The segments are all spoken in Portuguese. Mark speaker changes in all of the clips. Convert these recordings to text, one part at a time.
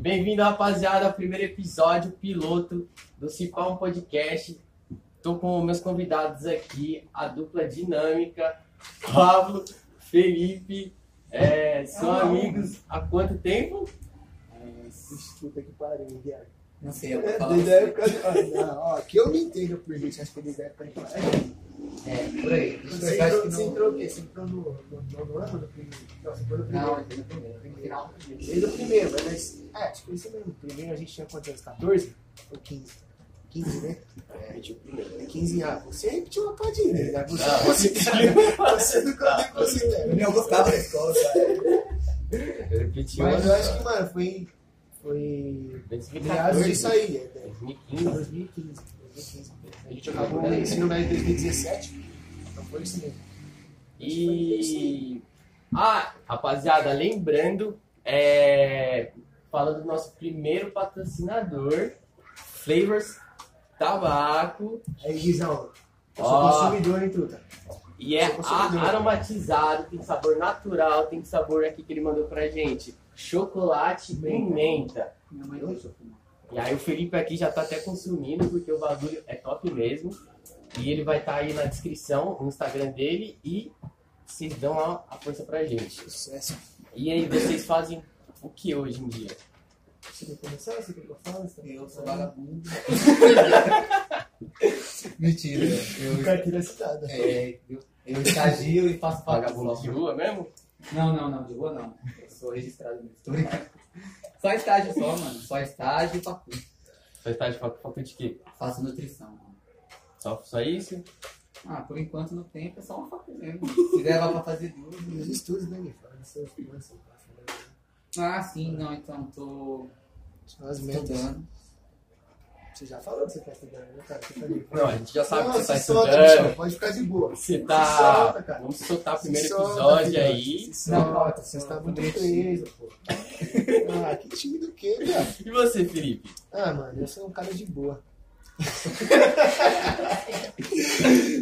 Speaker 1: Bem-vindo, rapaziada, ao primeiro episódio piloto do Cipá um Podcast. Tô com meus convidados aqui, a dupla dinâmica, Pablo, Felipe, é, são
Speaker 2: Ah.
Speaker 1: amigos há quanto tempo?
Speaker 3: Ixi, Puta que pariu, viado.
Speaker 2: Não sei, eu vou
Speaker 3: É,
Speaker 2: falar. assim.
Speaker 3: Desde a época. de- Ah, não, ó, aqui eu não entendo por gente, acho que desde a época de lá.
Speaker 2: É, por aí.
Speaker 3: Você
Speaker 2: Você acha
Speaker 3: entrou-
Speaker 2: que
Speaker 3: você
Speaker 2: não.
Speaker 3: entrou o quê? Você entrou no no nono ano do primeiro? Não, você entrou no
Speaker 2: Não,
Speaker 3: primeiro.
Speaker 2: entrei no um primeiro, entrei no final.
Speaker 3: Desde o primeiro, mas. É, tipo isso mesmo. Primeiro a gente tinha quantos anos? 14? Ou 15? 15, né?
Speaker 2: É, tipo,
Speaker 3: É 15 ah, Você repetiu uma padilha, né? Você
Speaker 1: Ah,
Speaker 3: não considera. Você não con- não considera.
Speaker 2: Eu gostava da escola, cara.
Speaker 1: Repetiu.
Speaker 3: Mas eu acho que, mano, foi. em- Foi. Meados disso
Speaker 1: 2014,
Speaker 3: aí, né?
Speaker 1: 2015.
Speaker 3: 2015. 2015. A gente
Speaker 1: acabou o
Speaker 3: acabou o ensino médio em 2017. Então foi isso mesmo.
Speaker 1: E. Ah, rapaziada, lembrando, é... falando do nosso primeiro patrocinador, Flavors Tabaco,
Speaker 3: Aí, Guizão, eu sou
Speaker 1: Ó.
Speaker 3: consumidor, hein, truta?
Speaker 1: e é
Speaker 3: Sou consumidor.
Speaker 1: a- aromatizado, tem sabor natural, tem sabor aqui que ele mandou pra gente: chocolate e pimenta.
Speaker 2: Minha mãe deixou fumar.
Speaker 1: E aí o Felipe aqui já tá até consumindo, porque o bagulho é top mesmo. E ele vai estar aí na descrição, no Instagram dele, e vocês dão a, a força pra gente.
Speaker 3: Sucesso.
Speaker 1: E aí, vocês fazem o que hoje em dia?
Speaker 3: Você quer começar? Você quer que eu fale? Você tá
Speaker 2: Eu sou
Speaker 3: falando?
Speaker 2: vagabundo. Mentira. Eu,
Speaker 3: Carteira citada.
Speaker 2: é, eu, eu estagio e faço
Speaker 1: De
Speaker 2: vagabundo.
Speaker 1: rua mesmo?
Speaker 2: Não, não, não, de boa não. Eu sou registrado mesmo. Tô brincando. Só estágio só, mano. Só estágio e faculdade.
Speaker 1: Você está de fac- faculdade de quê?
Speaker 2: Faço nutrição, mano.
Speaker 1: Só, só isso?
Speaker 2: Ah, por enquanto não tem, é só uma faculdade mesmo. Se der, dá pra fazer duas.
Speaker 3: Os estudos, né, Gui? Fala das suas coisas, fala
Speaker 2: Ah, sim, não, então tô
Speaker 3: das suas metas. né?
Speaker 2: estudando.
Speaker 3: Você já falou que você tá estudando, né, cara? Você tá ali.
Speaker 1: Não, a gente já sabe
Speaker 3: Não,
Speaker 1: que você tá
Speaker 3: se solta,
Speaker 1: estudando.
Speaker 3: bichão, Pode ficar de boa.
Speaker 1: Você
Speaker 3: Se
Speaker 1: tá.
Speaker 3: solta, cara.
Speaker 1: Vamos soltar o
Speaker 3: Se
Speaker 1: primeiro
Speaker 3: solta,
Speaker 1: episódio
Speaker 3: filhote,
Speaker 1: aí.
Speaker 3: Se solta, você está tá muito preso, pô. Ah, que time do quê, cara?
Speaker 1: E você, Felipe?
Speaker 3: Ah, mano, eu sou um cara de boa.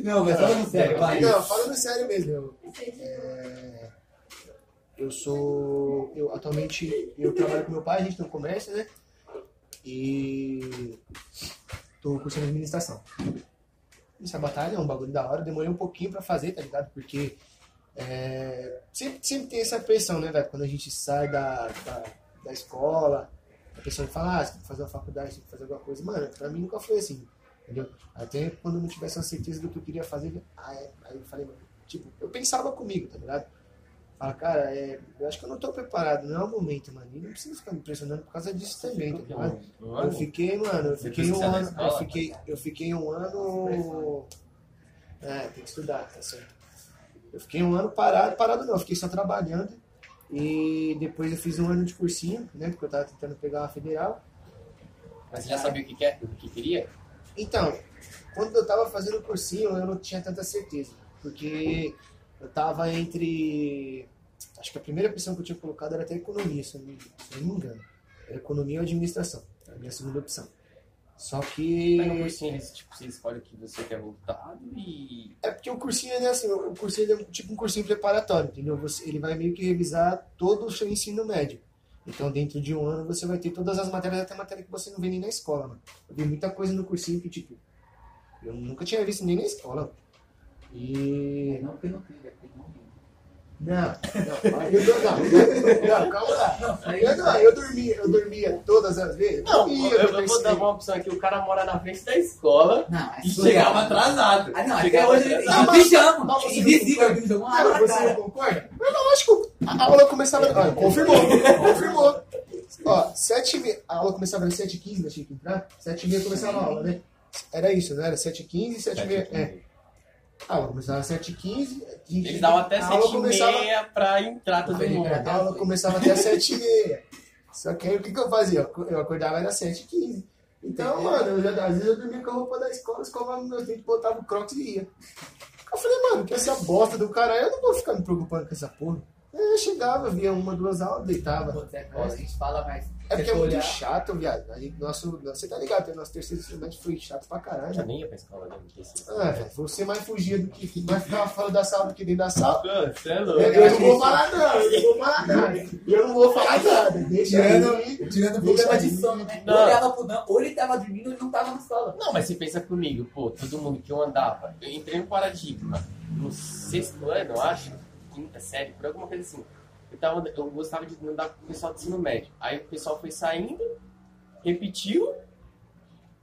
Speaker 2: Não, mas falando sério, vai.
Speaker 3: Não, falando sério mesmo, eu, é, eu sou. Eu atualmente eu trabalho com meu pai, a gente tem um comércio, né? E tô cursando administração. Essa batalha é um bagulho da hora, eu demorei um pouquinho pra fazer, tá ligado? Porque é, sempre, sempre tem essa pressão, né, velho? Quando a gente sai da, da, da escola, a pessoa fala, ah, você tem que fazer uma faculdade, tem que fazer alguma coisa. Mano, pra mim nunca foi assim, entendeu? Até quando eu não tivesse uma certeza do que eu queria fazer, aí, aí eu falei, mano, tipo, eu pensava comigo, tá ligado? Fala, cara, é, eu acho que eu não tô preparado, não é o momento, mano. E não precisa ficar me pressionando por causa disso também, tá ligado? Eu fiquei, mano, eu
Speaker 1: Você
Speaker 3: fiquei
Speaker 1: precisa
Speaker 3: um
Speaker 1: da
Speaker 3: ano.
Speaker 1: escola, né?
Speaker 3: eu, fiquei, eu fiquei um ano. É, tem que estudar, tá certo. Eu fiquei um ano parado, parado não, eu fiquei só trabalhando. E depois eu fiz um ano de cursinho, né? Porque eu tava tentando pegar a federal.
Speaker 1: Mas você já sabia o que, quer, o que queria?
Speaker 3: Então, quando eu tava fazendo o cursinho, eu não tinha tanta certeza. Porque eu tava entre. Acho que a primeira opção que eu tinha colocado era até economia, se eu não, se eu não me engano. Era economia ou administração. Era a minha segunda opção. Só que.
Speaker 1: Pega um cursinho, esse tipo, você escolhe o que você quer voltado e.
Speaker 3: É porque o cursinho ele é assim, o cursinho ele é tipo um cursinho preparatório, entendeu? Você- ele vai meio que revisar todo o seu ensino médio. Então, dentro de um ano, você vai ter todas as matérias, até matéria que você não vê nem na escola, mano. Eu vi muita coisa no cursinho que, tipo, eu nunca tinha visto nem na escola. E.
Speaker 2: Não, porque não tem, é porque não tem.
Speaker 3: Não, não, eu dou- não, não, calma lá. Eu, não, eu dormia, eu dormia todas as vezes.
Speaker 1: Não, eu,
Speaker 3: dormia no
Speaker 1: eu vou
Speaker 3: cursinho.
Speaker 1: dar uma opção aqui: o cara mora na frente da escola
Speaker 2: Não, é
Speaker 1: e
Speaker 2: surreal.
Speaker 1: chegava atrasado.
Speaker 2: Ah, não, até
Speaker 1: Chegava
Speaker 2: hoje ele
Speaker 1: atrasado.
Speaker 2: me chama.
Speaker 3: mas você
Speaker 2: Invisível aqui no jogo. Ah,
Speaker 3: Cara, você não
Speaker 2: cara.
Speaker 3: concorda? Mas lógico, a aula começava. Olha, confirmou, confirmou. Ó, 7 h A aula começava às 7h15, eu tinha que entrar. 7h30 começava a aula, né? Era isso, não era? 7h15, 7h30. É. A aula começava às 7h15.
Speaker 1: Eles davam até
Speaker 3: a aula
Speaker 1: 7
Speaker 3: começava,
Speaker 1: e meia pra entrar todo
Speaker 2: Pra
Speaker 1: mundo.
Speaker 2: entrar.
Speaker 3: A aula começava até às 7h30. Só que aí o que, que eu fazia? Eu acordava era 7h15. Então, mano, eu já- às vezes eu dormia com a roupa da escola, escovava meus dentes, botava o crocs e ia. Eu falei, mano, que essa bosta do caralho, eu não vou ficar me preocupando com essa porra. Aí Eu chegava, via uma, duas aulas, deitava.
Speaker 2: Você é foda, a gente fala, mas.
Speaker 3: É porque
Speaker 2: se
Speaker 3: é
Speaker 2: tu
Speaker 3: muito
Speaker 2: olhar-
Speaker 3: chato, viado. A gente, nosso, você tá ligado, que o nosso terceiro estudante foi chato pra
Speaker 1: Eu já
Speaker 3: caralho.
Speaker 1: nem ia pra escola, né? Porque esse-
Speaker 3: Ah, velho, você mais fugia do que. Mais ficava fora da sala do que dentro da sala.
Speaker 1: Pô, Você é
Speaker 3: Eu,
Speaker 1: louco.
Speaker 3: eu não vou falar nada, eu não vou falar nada. Eu não vou falar nada. Deixa eu ir.
Speaker 2: Tirando o
Speaker 3: Deixa
Speaker 2: problema de
Speaker 3: aí.
Speaker 2: sono, né?
Speaker 1: Não.
Speaker 2: Eu olhava pro Dan, ou ele tava dormindo ou ele não tava na sala.
Speaker 1: Não, mas você pensa comigo, pô, todo mundo que eu andava, eu entrei no Paradigma no sexto ano, eu acho, quinta série, por alguma coisa assim. Eu, tava, eu gostava de andar com o pessoal do ensino médio. Aí o pessoal foi saindo, repetiu,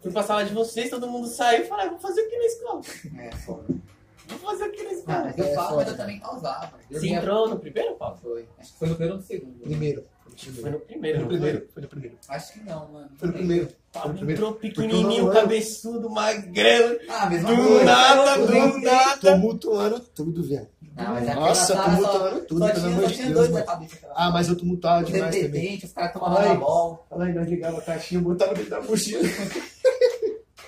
Speaker 1: fui pra sala de vocês, todo mundo saiu e falei, "Ah, vou fazer o que na escola?
Speaker 2: É, foda.
Speaker 1: Vou fazer o que na
Speaker 2: Ah,
Speaker 1: escola?
Speaker 2: mas eu
Speaker 3: É
Speaker 2: falo,
Speaker 3: foda,
Speaker 2: mas eu
Speaker 3: né?
Speaker 2: também pausava. Eu
Speaker 1: Você
Speaker 2: ia-
Speaker 1: entrou no primeiro, Paulo?
Speaker 2: Foi. Acho que foi no primeiro ou no segundo.
Speaker 3: Primeiro.
Speaker 1: Foi no
Speaker 3: Foi
Speaker 1: primeiro,
Speaker 3: no
Speaker 1: não foi?
Speaker 3: primeiro. Foi no primeiro.
Speaker 2: Acho que não, mano.
Speaker 3: Foi no primeiro.
Speaker 1: Paulo
Speaker 3: primeiro.
Speaker 1: entrou
Speaker 3: Porque eu
Speaker 1: pequenininho,
Speaker 3: não era.
Speaker 1: cabeçudo, magrelo,
Speaker 2: Ah, mesma
Speaker 1: do
Speaker 2: coisa.
Speaker 3: Tá
Speaker 1: nada,
Speaker 2: Tudo bem.
Speaker 1: do nada.
Speaker 3: Tumultuando tudo, viado.
Speaker 2: Ah, mas aquela
Speaker 3: Nossa,
Speaker 2: sala só,
Speaker 3: tumultuando tudo,
Speaker 2: só
Speaker 3: pelo
Speaker 2: tinha,
Speaker 3: amor
Speaker 2: só
Speaker 3: de
Speaker 2: tinha
Speaker 3: Deus,
Speaker 2: dois na
Speaker 3: mano.
Speaker 2: cabeça. cara.
Speaker 3: Ah, mas eu tumultuava demais também.
Speaker 2: Independente, os caras tomavam
Speaker 3: Ai.
Speaker 2: na bola.
Speaker 3: Ela ainda ligava a caixinha, botava dentro da mochila.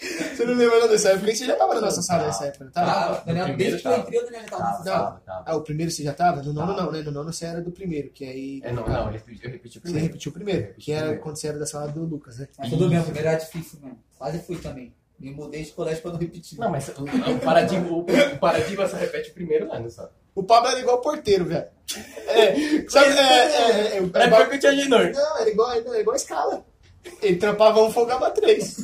Speaker 3: você não lembra não dessa época? Porque você já tava na nossa sala nessa época, não tava?
Speaker 2: Tava, Daniel,
Speaker 1: primeiro
Speaker 2: desde que eu
Speaker 1: tava.
Speaker 2: entrei, o Daniel já tava
Speaker 1: Tava,
Speaker 2: nessa sala.
Speaker 1: tava, tava.
Speaker 3: Ah, o primeiro você já tava? No nono não, né? No nono você era do primeiro, que aí...
Speaker 1: É, não, não, ele repetiu- eu repeti o
Speaker 3: Você
Speaker 1: primeiro.
Speaker 3: repetiu o primeiro, que era
Speaker 1: Primeiro.
Speaker 3: quando você era da sala do Lucas, né?
Speaker 2: Mas tudo bem, o primeiro era difícil, mano. Quase fui também. Me mudei de colégio pra não repetir.
Speaker 1: Não, mas o, o paradigma, o, o paradigma só repete o primeiro ano só.
Speaker 3: O Pablo era igual porteiro, velho. É, sabe? É, é, é, é, o-
Speaker 1: Pra
Speaker 3: o-
Speaker 1: que eu tinha de novo.
Speaker 3: Não, era igual, não, era igual a escala. Ele trampava um, folgava três.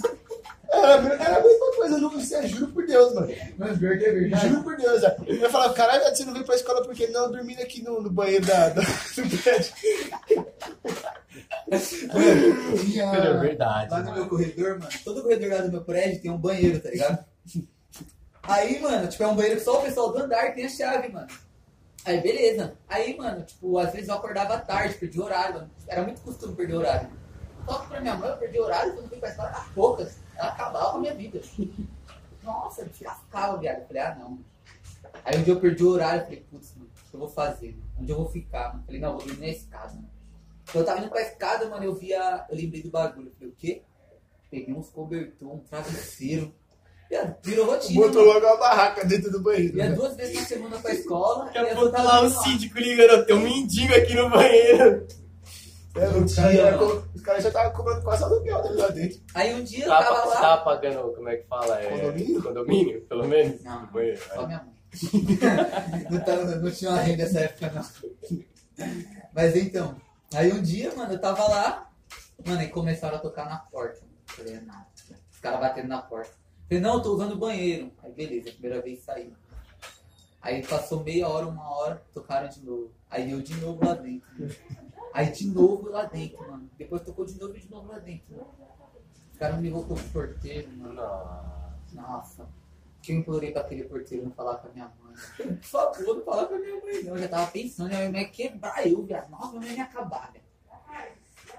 Speaker 3: Era, era a mesma coisa, eu não você juro por Deus, mano.
Speaker 2: mas pior que é
Speaker 3: Juro por Deus, velho. Eu ia falar, caralho, você não veio pra escola porque ele não dormindo aqui no, no banheiro da, da, do prédio.
Speaker 2: Tinha-
Speaker 1: É verdade.
Speaker 2: Lá no
Speaker 1: mano.
Speaker 2: meu corredor, mano, todo corredor lá do meu prédio tem um banheiro, tá ligado? Aí, mano, tipo, é um banheiro que só o pessoal do andar tem a chave, mano. Aí, beleza. Aí, mano, tipo, às vezes eu acordava tarde, perdi horário, mano. Era muito costume perder horário. Só que pra minha mãe, eu perdi horário quando fui pra escola, era poucas. Ela acabava com a minha vida. Nossa, eu lascava, viado. Eu falei, ah, não. Aí um dia eu perdi o horário, eu falei, putz, mano, o que eu vou fazer? mano? Onde eu vou ficar? Mano? Eu Falei, não, eu vou dormir na escada, mano. Então eu tava indo pra escada, mano, eu via, eu lembrei do bagulho. Eu falei, o quê? Peguei uns cobertor, um travesseiro. Viado, virou rotina.
Speaker 3: Botou
Speaker 2: mano.
Speaker 3: logo uma barraca dentro do banheiro.
Speaker 2: Ia
Speaker 3: né?
Speaker 2: duas vezes na semana pra escola.
Speaker 1: Daqui
Speaker 2: e
Speaker 1: a
Speaker 2: as
Speaker 1: pouco tá
Speaker 2: outras
Speaker 1: lá o
Speaker 2: iam lá.
Speaker 1: síndico ligando, tem um mendigo aqui no banheiro.
Speaker 3: É, os caras
Speaker 2: Dia,
Speaker 3: já,
Speaker 2: mano.
Speaker 3: os caras já estavam cobrando quase aluguel dele lá dentro.
Speaker 2: Aí um dia eu
Speaker 1: Tá,
Speaker 2: tava
Speaker 1: pa-
Speaker 2: lá.
Speaker 1: tá pagando, como é que fala? É,
Speaker 3: Condomínio?
Speaker 1: Condomínio, pelo menos?
Speaker 2: Não,
Speaker 1: No banheiro,
Speaker 2: só
Speaker 1: né?
Speaker 2: minha mãe. não, tava- não tinha uma renda nessa época, não. Mas então, aí um dia, mano, eu tava lá, mano, e começaram a tocar na porta. mano. Eu Falei, "É nada. Os caras batendo na porta. Eu Falei, não, eu tô usando o banheiro. Aí beleza, primeira vez saí. Aí passou meia hora, uma hora, tocaram de novo. Aí eu de novo lá dentro. mano. Aí de novo lá dentro, mano. Depois tocou de novo e de novo lá dentro. Mano. Os caras me voltou pro porteiro, mano.
Speaker 1: Nossa.
Speaker 2: Nossa, que eu implorei pra aquele porteiro não falar com a minha mãe. Por favor, não falar com a minha mãe, não. Eu já tava pensando, minha mãe ia quebrar eu, viado. Nossa, minha mãe ia me acabar, velho.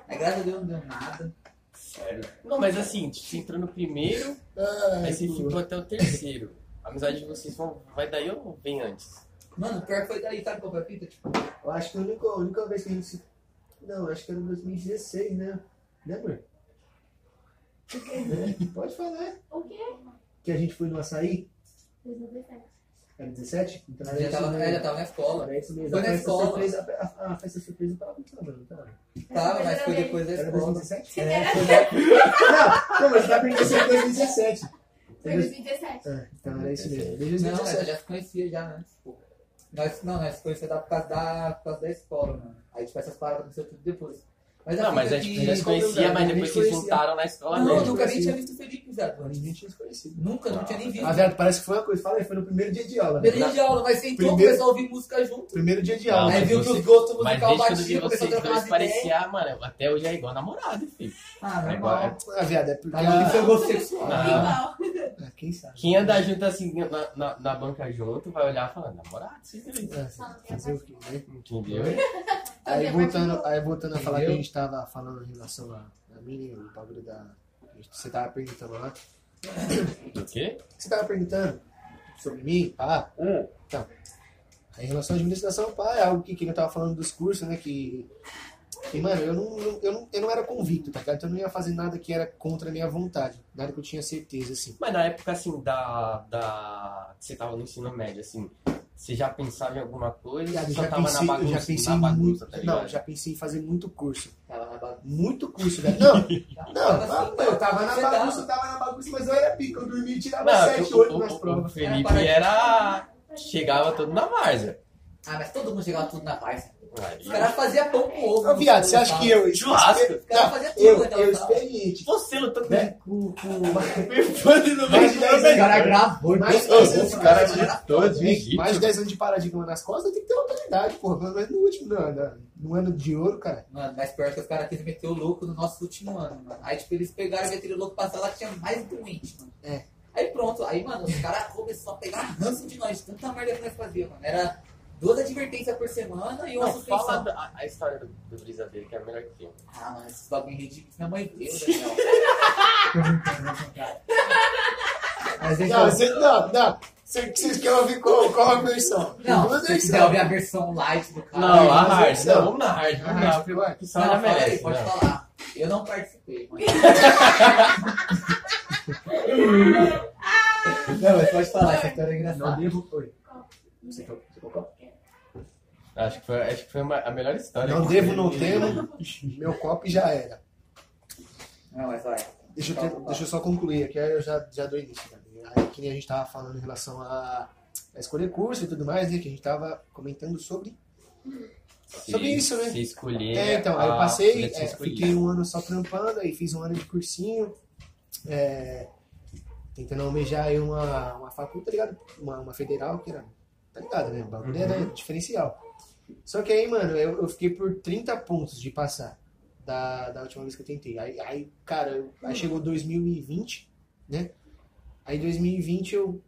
Speaker 2: Aí, graças a Deus, não deu nada.
Speaker 1: Sério. Não, mas assim, tipo, você entrou no primeiro,
Speaker 3: Ai,
Speaker 1: aí você
Speaker 3: pô.
Speaker 1: ficou até o terceiro. A amizade de vocês vão, vai daí ou vem antes?
Speaker 2: Mano, o pior que foi daí, sabe qual foi a fita? Tipo,
Speaker 3: Eu acho que a única, a única vez que a gente se. Não, acho que era em 2016, né? Né, amor? Né? Pode falar.
Speaker 4: O quê?
Speaker 3: Que a gente foi no açaí,
Speaker 4: 2017.
Speaker 3: era 17? Então era
Speaker 2: já
Speaker 3: isso
Speaker 2: tava,
Speaker 3: mesmo.
Speaker 2: já tava na escola.
Speaker 3: Era isso mesmo.
Speaker 2: Foi
Speaker 3: A
Speaker 2: na
Speaker 3: festa
Speaker 2: escola.
Speaker 3: surpresa, a, a festa surpresa tava muito não tava?
Speaker 2: Tava, mas foi depois da
Speaker 3: Era
Speaker 2: escola.
Speaker 3: 2017?
Speaker 2: É, foi da...
Speaker 3: Não, não, mas tá pensando em 2017.
Speaker 4: Foi 2017.
Speaker 3: Ah, então era isso mesmo. Desde
Speaker 2: Não, mas
Speaker 3: 2017.
Speaker 2: eu já se conhecia já antes, pô. Nós, não, nós se conhecia da- por causa da, por causa da escola, mano. Aí, tipo, essas paradas aconteceram tudo depois. Mas é a
Speaker 1: Não, mas
Speaker 2: fita
Speaker 1: a gente
Speaker 2: que-
Speaker 1: já se conhecia,
Speaker 2: né?
Speaker 1: mas
Speaker 3: Nem
Speaker 1: depois vocês
Speaker 3: conhecia.
Speaker 1: juntaram na escola né?
Speaker 2: Não, eu
Speaker 1: mesmo.
Speaker 2: nunca nem tinha visto o Felipe, viado.
Speaker 3: A gente tinha se conhecido.
Speaker 2: Nunca, não tinha nem visto.
Speaker 3: Ah, velho, parece que foi uma coisa. Fala aí, foi no primeiro dia de aula. né?
Speaker 2: Primeiro dia de aula, mas sentou,
Speaker 3: Primeiro-
Speaker 2: começou a ouvir música junto.
Speaker 3: Primeiro dia de
Speaker 1: Não,
Speaker 3: aula.
Speaker 2: aí
Speaker 1: mas
Speaker 2: viu que
Speaker 1: você-
Speaker 2: os gostos
Speaker 1: Mas desde
Speaker 2: musical
Speaker 1: que eu vi
Speaker 2: batiam, começou a
Speaker 1: vocês
Speaker 2: trocar umas
Speaker 1: dois
Speaker 2: ideias.
Speaker 1: parecia, mano, até hoje é igual namorado, filho.
Speaker 2: Ah,
Speaker 1: É igual.
Speaker 2: normal.
Speaker 3: Ah, viado, é porque.
Speaker 2: Cada um tem seu gosto sexual.
Speaker 1: Não.
Speaker 4: Igual.
Speaker 3: Ah, quem sabe?
Speaker 1: Quem anda junto assim na, na, na banca junto vai olhar e falar, namorado, vocês dois.
Speaker 3: Ah, fazer o quê, né?
Speaker 1: Entendeu?
Speaker 3: Aí
Speaker 4: Minha
Speaker 3: voltando,
Speaker 4: parte-
Speaker 3: aí voltando a falar que a
Speaker 2: Entendeu?
Speaker 3: gente tava falando em relação a, a mim, o bagulho da. Você tava perguntando lá.
Speaker 1: Do quê?
Speaker 3: Você tava perguntando sobre mim, pá. Aí, em relação à administração, pá, é algo que, que eu tava falando dos cursos, né? Que. que, mano, eu não, eu, eu não, eu não era convicto, tá ligado? Então eu não ia fazer nada que era contra a minha vontade. Nada que eu tinha certeza, assim.
Speaker 1: Mas na época, assim, da, da... que você tava no ensino médio, assim, você já pensava em alguma coisa ou
Speaker 3: Viado,
Speaker 1: você
Speaker 3: eu
Speaker 1: só
Speaker 3: já
Speaker 1: tava na
Speaker 3: pensei, eu já
Speaker 1: bagunça,
Speaker 3: pensei
Speaker 1: na bagunça,
Speaker 3: muito.
Speaker 1: tá ligado?
Speaker 3: não, já pensei em fazer muito curso.
Speaker 2: Tava na bagunça.
Speaker 3: Muito curso, velho. Não,
Speaker 2: Tava
Speaker 3: Não,
Speaker 2: assim,
Speaker 3: não, eu tava na
Speaker 2: você
Speaker 3: bagunça, eu tava na bagunça, mas eu era pica, eu dormia e tirava
Speaker 1: Não,
Speaker 3: 7,
Speaker 1: o,
Speaker 3: 8
Speaker 1: o-
Speaker 3: nas
Speaker 1: o- o
Speaker 3: provas.
Speaker 1: Felipe
Speaker 2: Era
Speaker 1: era... chegava todo na várzea.
Speaker 2: Ah, mas todo mundo chegava tudo na paz. Os caras faziam pão com ovo.
Speaker 3: Ô, viado, você acha que eu.
Speaker 1: Churrasco.
Speaker 3: Não,
Speaker 2: Cara, fazia tudo,
Speaker 3: eu,
Speaker 2: então,
Speaker 3: eu
Speaker 2: tá.
Speaker 3: experiente.
Speaker 1: Você lutou com
Speaker 3: Né?
Speaker 1: com- com- com perfume no meio
Speaker 3: Mais
Speaker 1: de dez
Speaker 3: de dez
Speaker 2: O
Speaker 3: anos.
Speaker 2: cara gravou, então.
Speaker 3: Mas-
Speaker 1: Os caras
Speaker 2: Mas-
Speaker 1: de todos,
Speaker 3: Gente, mais de
Speaker 1: Egito.
Speaker 3: 10 anos de paradigma nas costas, tem que ter uma autoridade, porra. Pelo menos no último, não, não, no ano de ouro, cara.
Speaker 2: Mano, mas pior que os caras quis meter o louco no nosso último ano, mano. Aí, tipo, eles pegaram e meteram o louco pra sala que tinha mais doente, mano.
Speaker 3: É.
Speaker 2: Aí pronto, aí, mano, os caras começaram a pegar ranço de nós, tanta merda que nós fazia, mano. Era duas advertências por semana e uma
Speaker 1: Não,
Speaker 2: suspensão.
Speaker 1: fala da- a, a história do, do Brisa dele, que é a melhor que tem.
Speaker 2: Ah, mano, esses bagulho ridículo, minha mãe deu, né, Daniel. mas deixa
Speaker 3: Não,
Speaker 2: eu...
Speaker 3: você, não, não. Você, vocês querem ouvir qual, qual a versão?
Speaker 2: Não,
Speaker 3: Duas
Speaker 2: se você
Speaker 3: versões.
Speaker 2: quiser ouvir a versão light do cara...
Speaker 1: Não, a é
Speaker 3: mas
Speaker 1: hard.
Speaker 3: esse
Speaker 1: Não,
Speaker 3: não.
Speaker 1: vamos na hard. Vamos
Speaker 3: A
Speaker 1: na
Speaker 3: hard,
Speaker 1: porque
Speaker 3: vai.
Speaker 1: que só
Speaker 2: Não,
Speaker 1: ela
Speaker 2: fala aí,
Speaker 1: merece. né?
Speaker 2: pode
Speaker 1: não.
Speaker 2: falar. Eu não participei, mano. não, mas pode falar, essa história é
Speaker 3: Não
Speaker 2: engraçada.
Speaker 3: devo. Oi.
Speaker 4: Não
Speaker 1: Acho que foi, acho que foi uma- a melhor história.
Speaker 3: Não
Speaker 1: que
Speaker 3: devo,
Speaker 1: teve.
Speaker 3: não né? temo. Meu copo e já era.
Speaker 2: Não, mas vai. Tá
Speaker 3: Deixa eu, ter- deixa eu só concluir aqui, aí eu já, já dou início. Né? Aí que nem a gente estava falando em relação a, a escolher curso e tudo mais, né? Que a gente estava comentando sobre.
Speaker 1: Se-
Speaker 3: Sobre isso, né?
Speaker 1: Se escolher.
Speaker 3: É, então, aí eu
Speaker 1: a-
Speaker 3: passei,
Speaker 1: se
Speaker 3: é,
Speaker 1: escolher.
Speaker 3: fiquei um ano só trampando, aí fiz um ano de cursinho, é, tentando almejar aí uma, uma faculdade, tá ligado? Uma, uma federal, que era, tá ligado, né? O bagulho era diferencial. Só que aí, mano, eu, eu fiquei por 30 pontos de passar da, da última vez que eu tentei. Aí, aí cara, eu- aí chegou 2020, né? Aí em 2020 eu,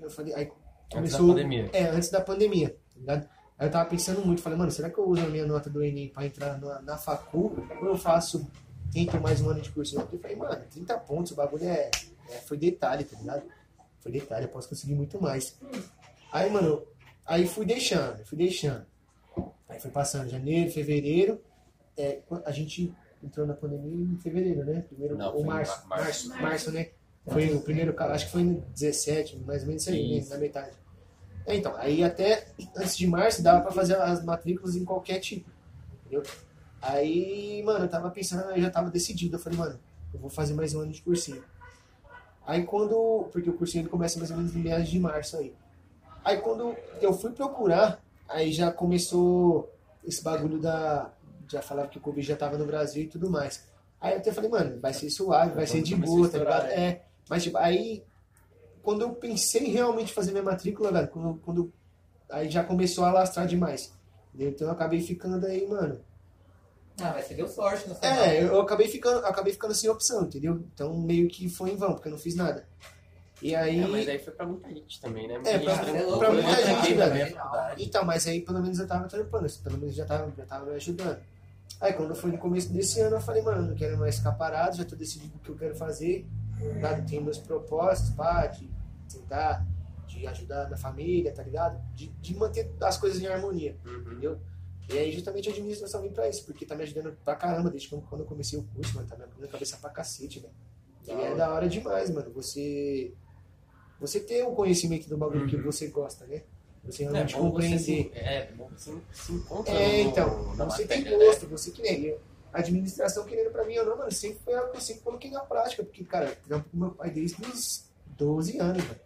Speaker 3: eu falei, aí
Speaker 1: Antes da
Speaker 3: começou...
Speaker 1: pandemia.
Speaker 3: É, antes da pandemia, tá ligado? Aí eu tava pensando muito, falei, mano, será que eu uso a minha nota do Enem pra entrar na, na facu? Ou eu faço, tento mais um ano de curso? Eu falei, mano, 30 pontos, o bagulho é, é- foi detalhe, tá ligado? Foi detalhe, eu posso conseguir muito mais. Aí, mano, aí fui deixando, fui deixando. Aí foi passando janeiro, fevereiro, é, qu- a gente entrou na pandemia em fevereiro, né? Primeiro,
Speaker 1: Não, foi
Speaker 3: ou
Speaker 1: em
Speaker 3: março,
Speaker 1: mar-
Speaker 3: março,
Speaker 4: março.
Speaker 3: março, né? Foi o primeiro caso, acho que foi em 17, mais ou menos isso aí, né?
Speaker 1: Isso.
Speaker 3: na metade. É, então, aí até antes de março dava pra fazer as matrículas em qualquer tipo, entendeu? Aí, mano, eu tava pensando, eu já tava decidido, eu falei, mano, eu vou fazer mais um ano de cursinho. Aí quando, porque o cursinho ele começa mais ou menos em meados de março aí. Aí quando eu fui procurar, aí já começou esse bagulho da, já falava que o Covid já tava no Brasil e tudo mais. Aí eu até falei, mano, vai ser suave, vai ser de
Speaker 1: Começou a
Speaker 3: boa, tá
Speaker 1: estourar,
Speaker 3: ligado? É, mas tipo, aí quando eu pensei em realmente fazer minha matrícula, velho, quando, quando aí já começou a lastrar demais. entendeu? Então eu acabei ficando aí, mano.
Speaker 2: Ah, mas você deu sorte no final.
Speaker 3: É, eu eu acabei ficando, acabei ficando sem opção, entendeu? Então meio que foi em vão, porque eu não fiz nada. E aí,
Speaker 1: É, mas aí foi pra muita gente também, né?
Speaker 3: É, pra-
Speaker 1: Menino,
Speaker 3: pra
Speaker 1: eu
Speaker 2: né?
Speaker 3: muita
Speaker 1: tranquei
Speaker 3: gente, né?
Speaker 1: na
Speaker 3: velho.
Speaker 1: minha faculdade.
Speaker 3: então, mas aí pelo menos eu tava trampando, assim, pelo menos já tava, já tava me ajudando. Aí quando foi no começo desse ano, eu falei, mano, não quero mais ficar parado, já tô decidido o que eu quero fazer, tá? Tenho meus propósitos, pá, de tentar, de ajudar na família, tá ligado? De, de manter as coisas em harmonia.
Speaker 1: Uhum.
Speaker 3: entendeu? E aí justamente a administração vem pra isso, porque tá me ajudando pra caramba desde que eu- quando eu comecei o curso, mano, tá me abrindo a cabeça pra cacete, velho. E é da hora demais, mano, você você ter o conhecimento do bagulho que você gosta, né? Você
Speaker 1: Uhum. É
Speaker 3: realmente
Speaker 1: bom você
Speaker 3: compreender.
Speaker 1: se, é, bom você se encontra
Speaker 3: É,
Speaker 1: no-
Speaker 3: então,
Speaker 1: na
Speaker 3: você tem
Speaker 1: matéria, né?
Speaker 3: gosto, você que nem eu. A administração querendo pra mim ou não, mano, sempre foi algo que eu sempre coloquei na prática, porque, cara, eu trampo com meu pai desde os 12 anos, mano.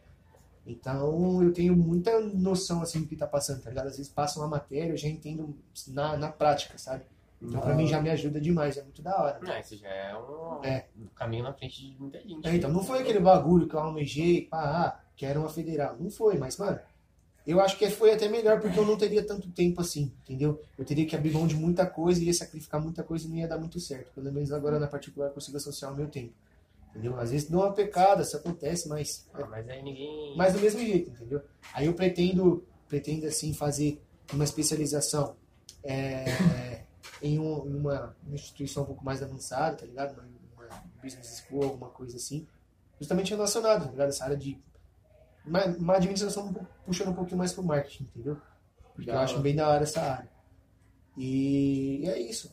Speaker 3: Então, eu tenho muita noção, assim, do que tá passando, tá ligado? Às vezes passa uma matéria, eu já entendo na, na prática, sabe? Então, pra mim, já me ajuda demais, é muito da hora.
Speaker 1: Não, esse já é um
Speaker 3: É.
Speaker 1: um caminho na frente de muita gente. né?
Speaker 3: É, então, não foi aquele bagulho que eu almejei, pá, ah, que era uma federal. Não foi, mas, mano, eu acho que foi até melhor porque eu não teria tanto tempo assim, entendeu? Eu teria que abrir mão de muita coisa, ia sacrificar muita coisa e não ia dar muito certo. Pelo menos agora na particular eu consigo associar o meu tempo, entendeu? Às vezes dou uma pecada, isso acontece, mas
Speaker 1: Ah, mas aí ninguém.
Speaker 3: mas do mesmo jeito, entendeu? Aí eu pretendo, pretendo assim, fazer uma especialização é, em um- em uma, uma instituição um pouco mais avançada, tá ligado? Uma, uma business school, alguma coisa assim. Justamente relacionado, tá ligado? Essa área de. Uma, uma administração um pouco- puxando um pouquinho mais pro marketing, entendeu? Porque eu
Speaker 2: Da
Speaker 3: acho
Speaker 2: hora.
Speaker 3: bem da hora essa área. E é isso.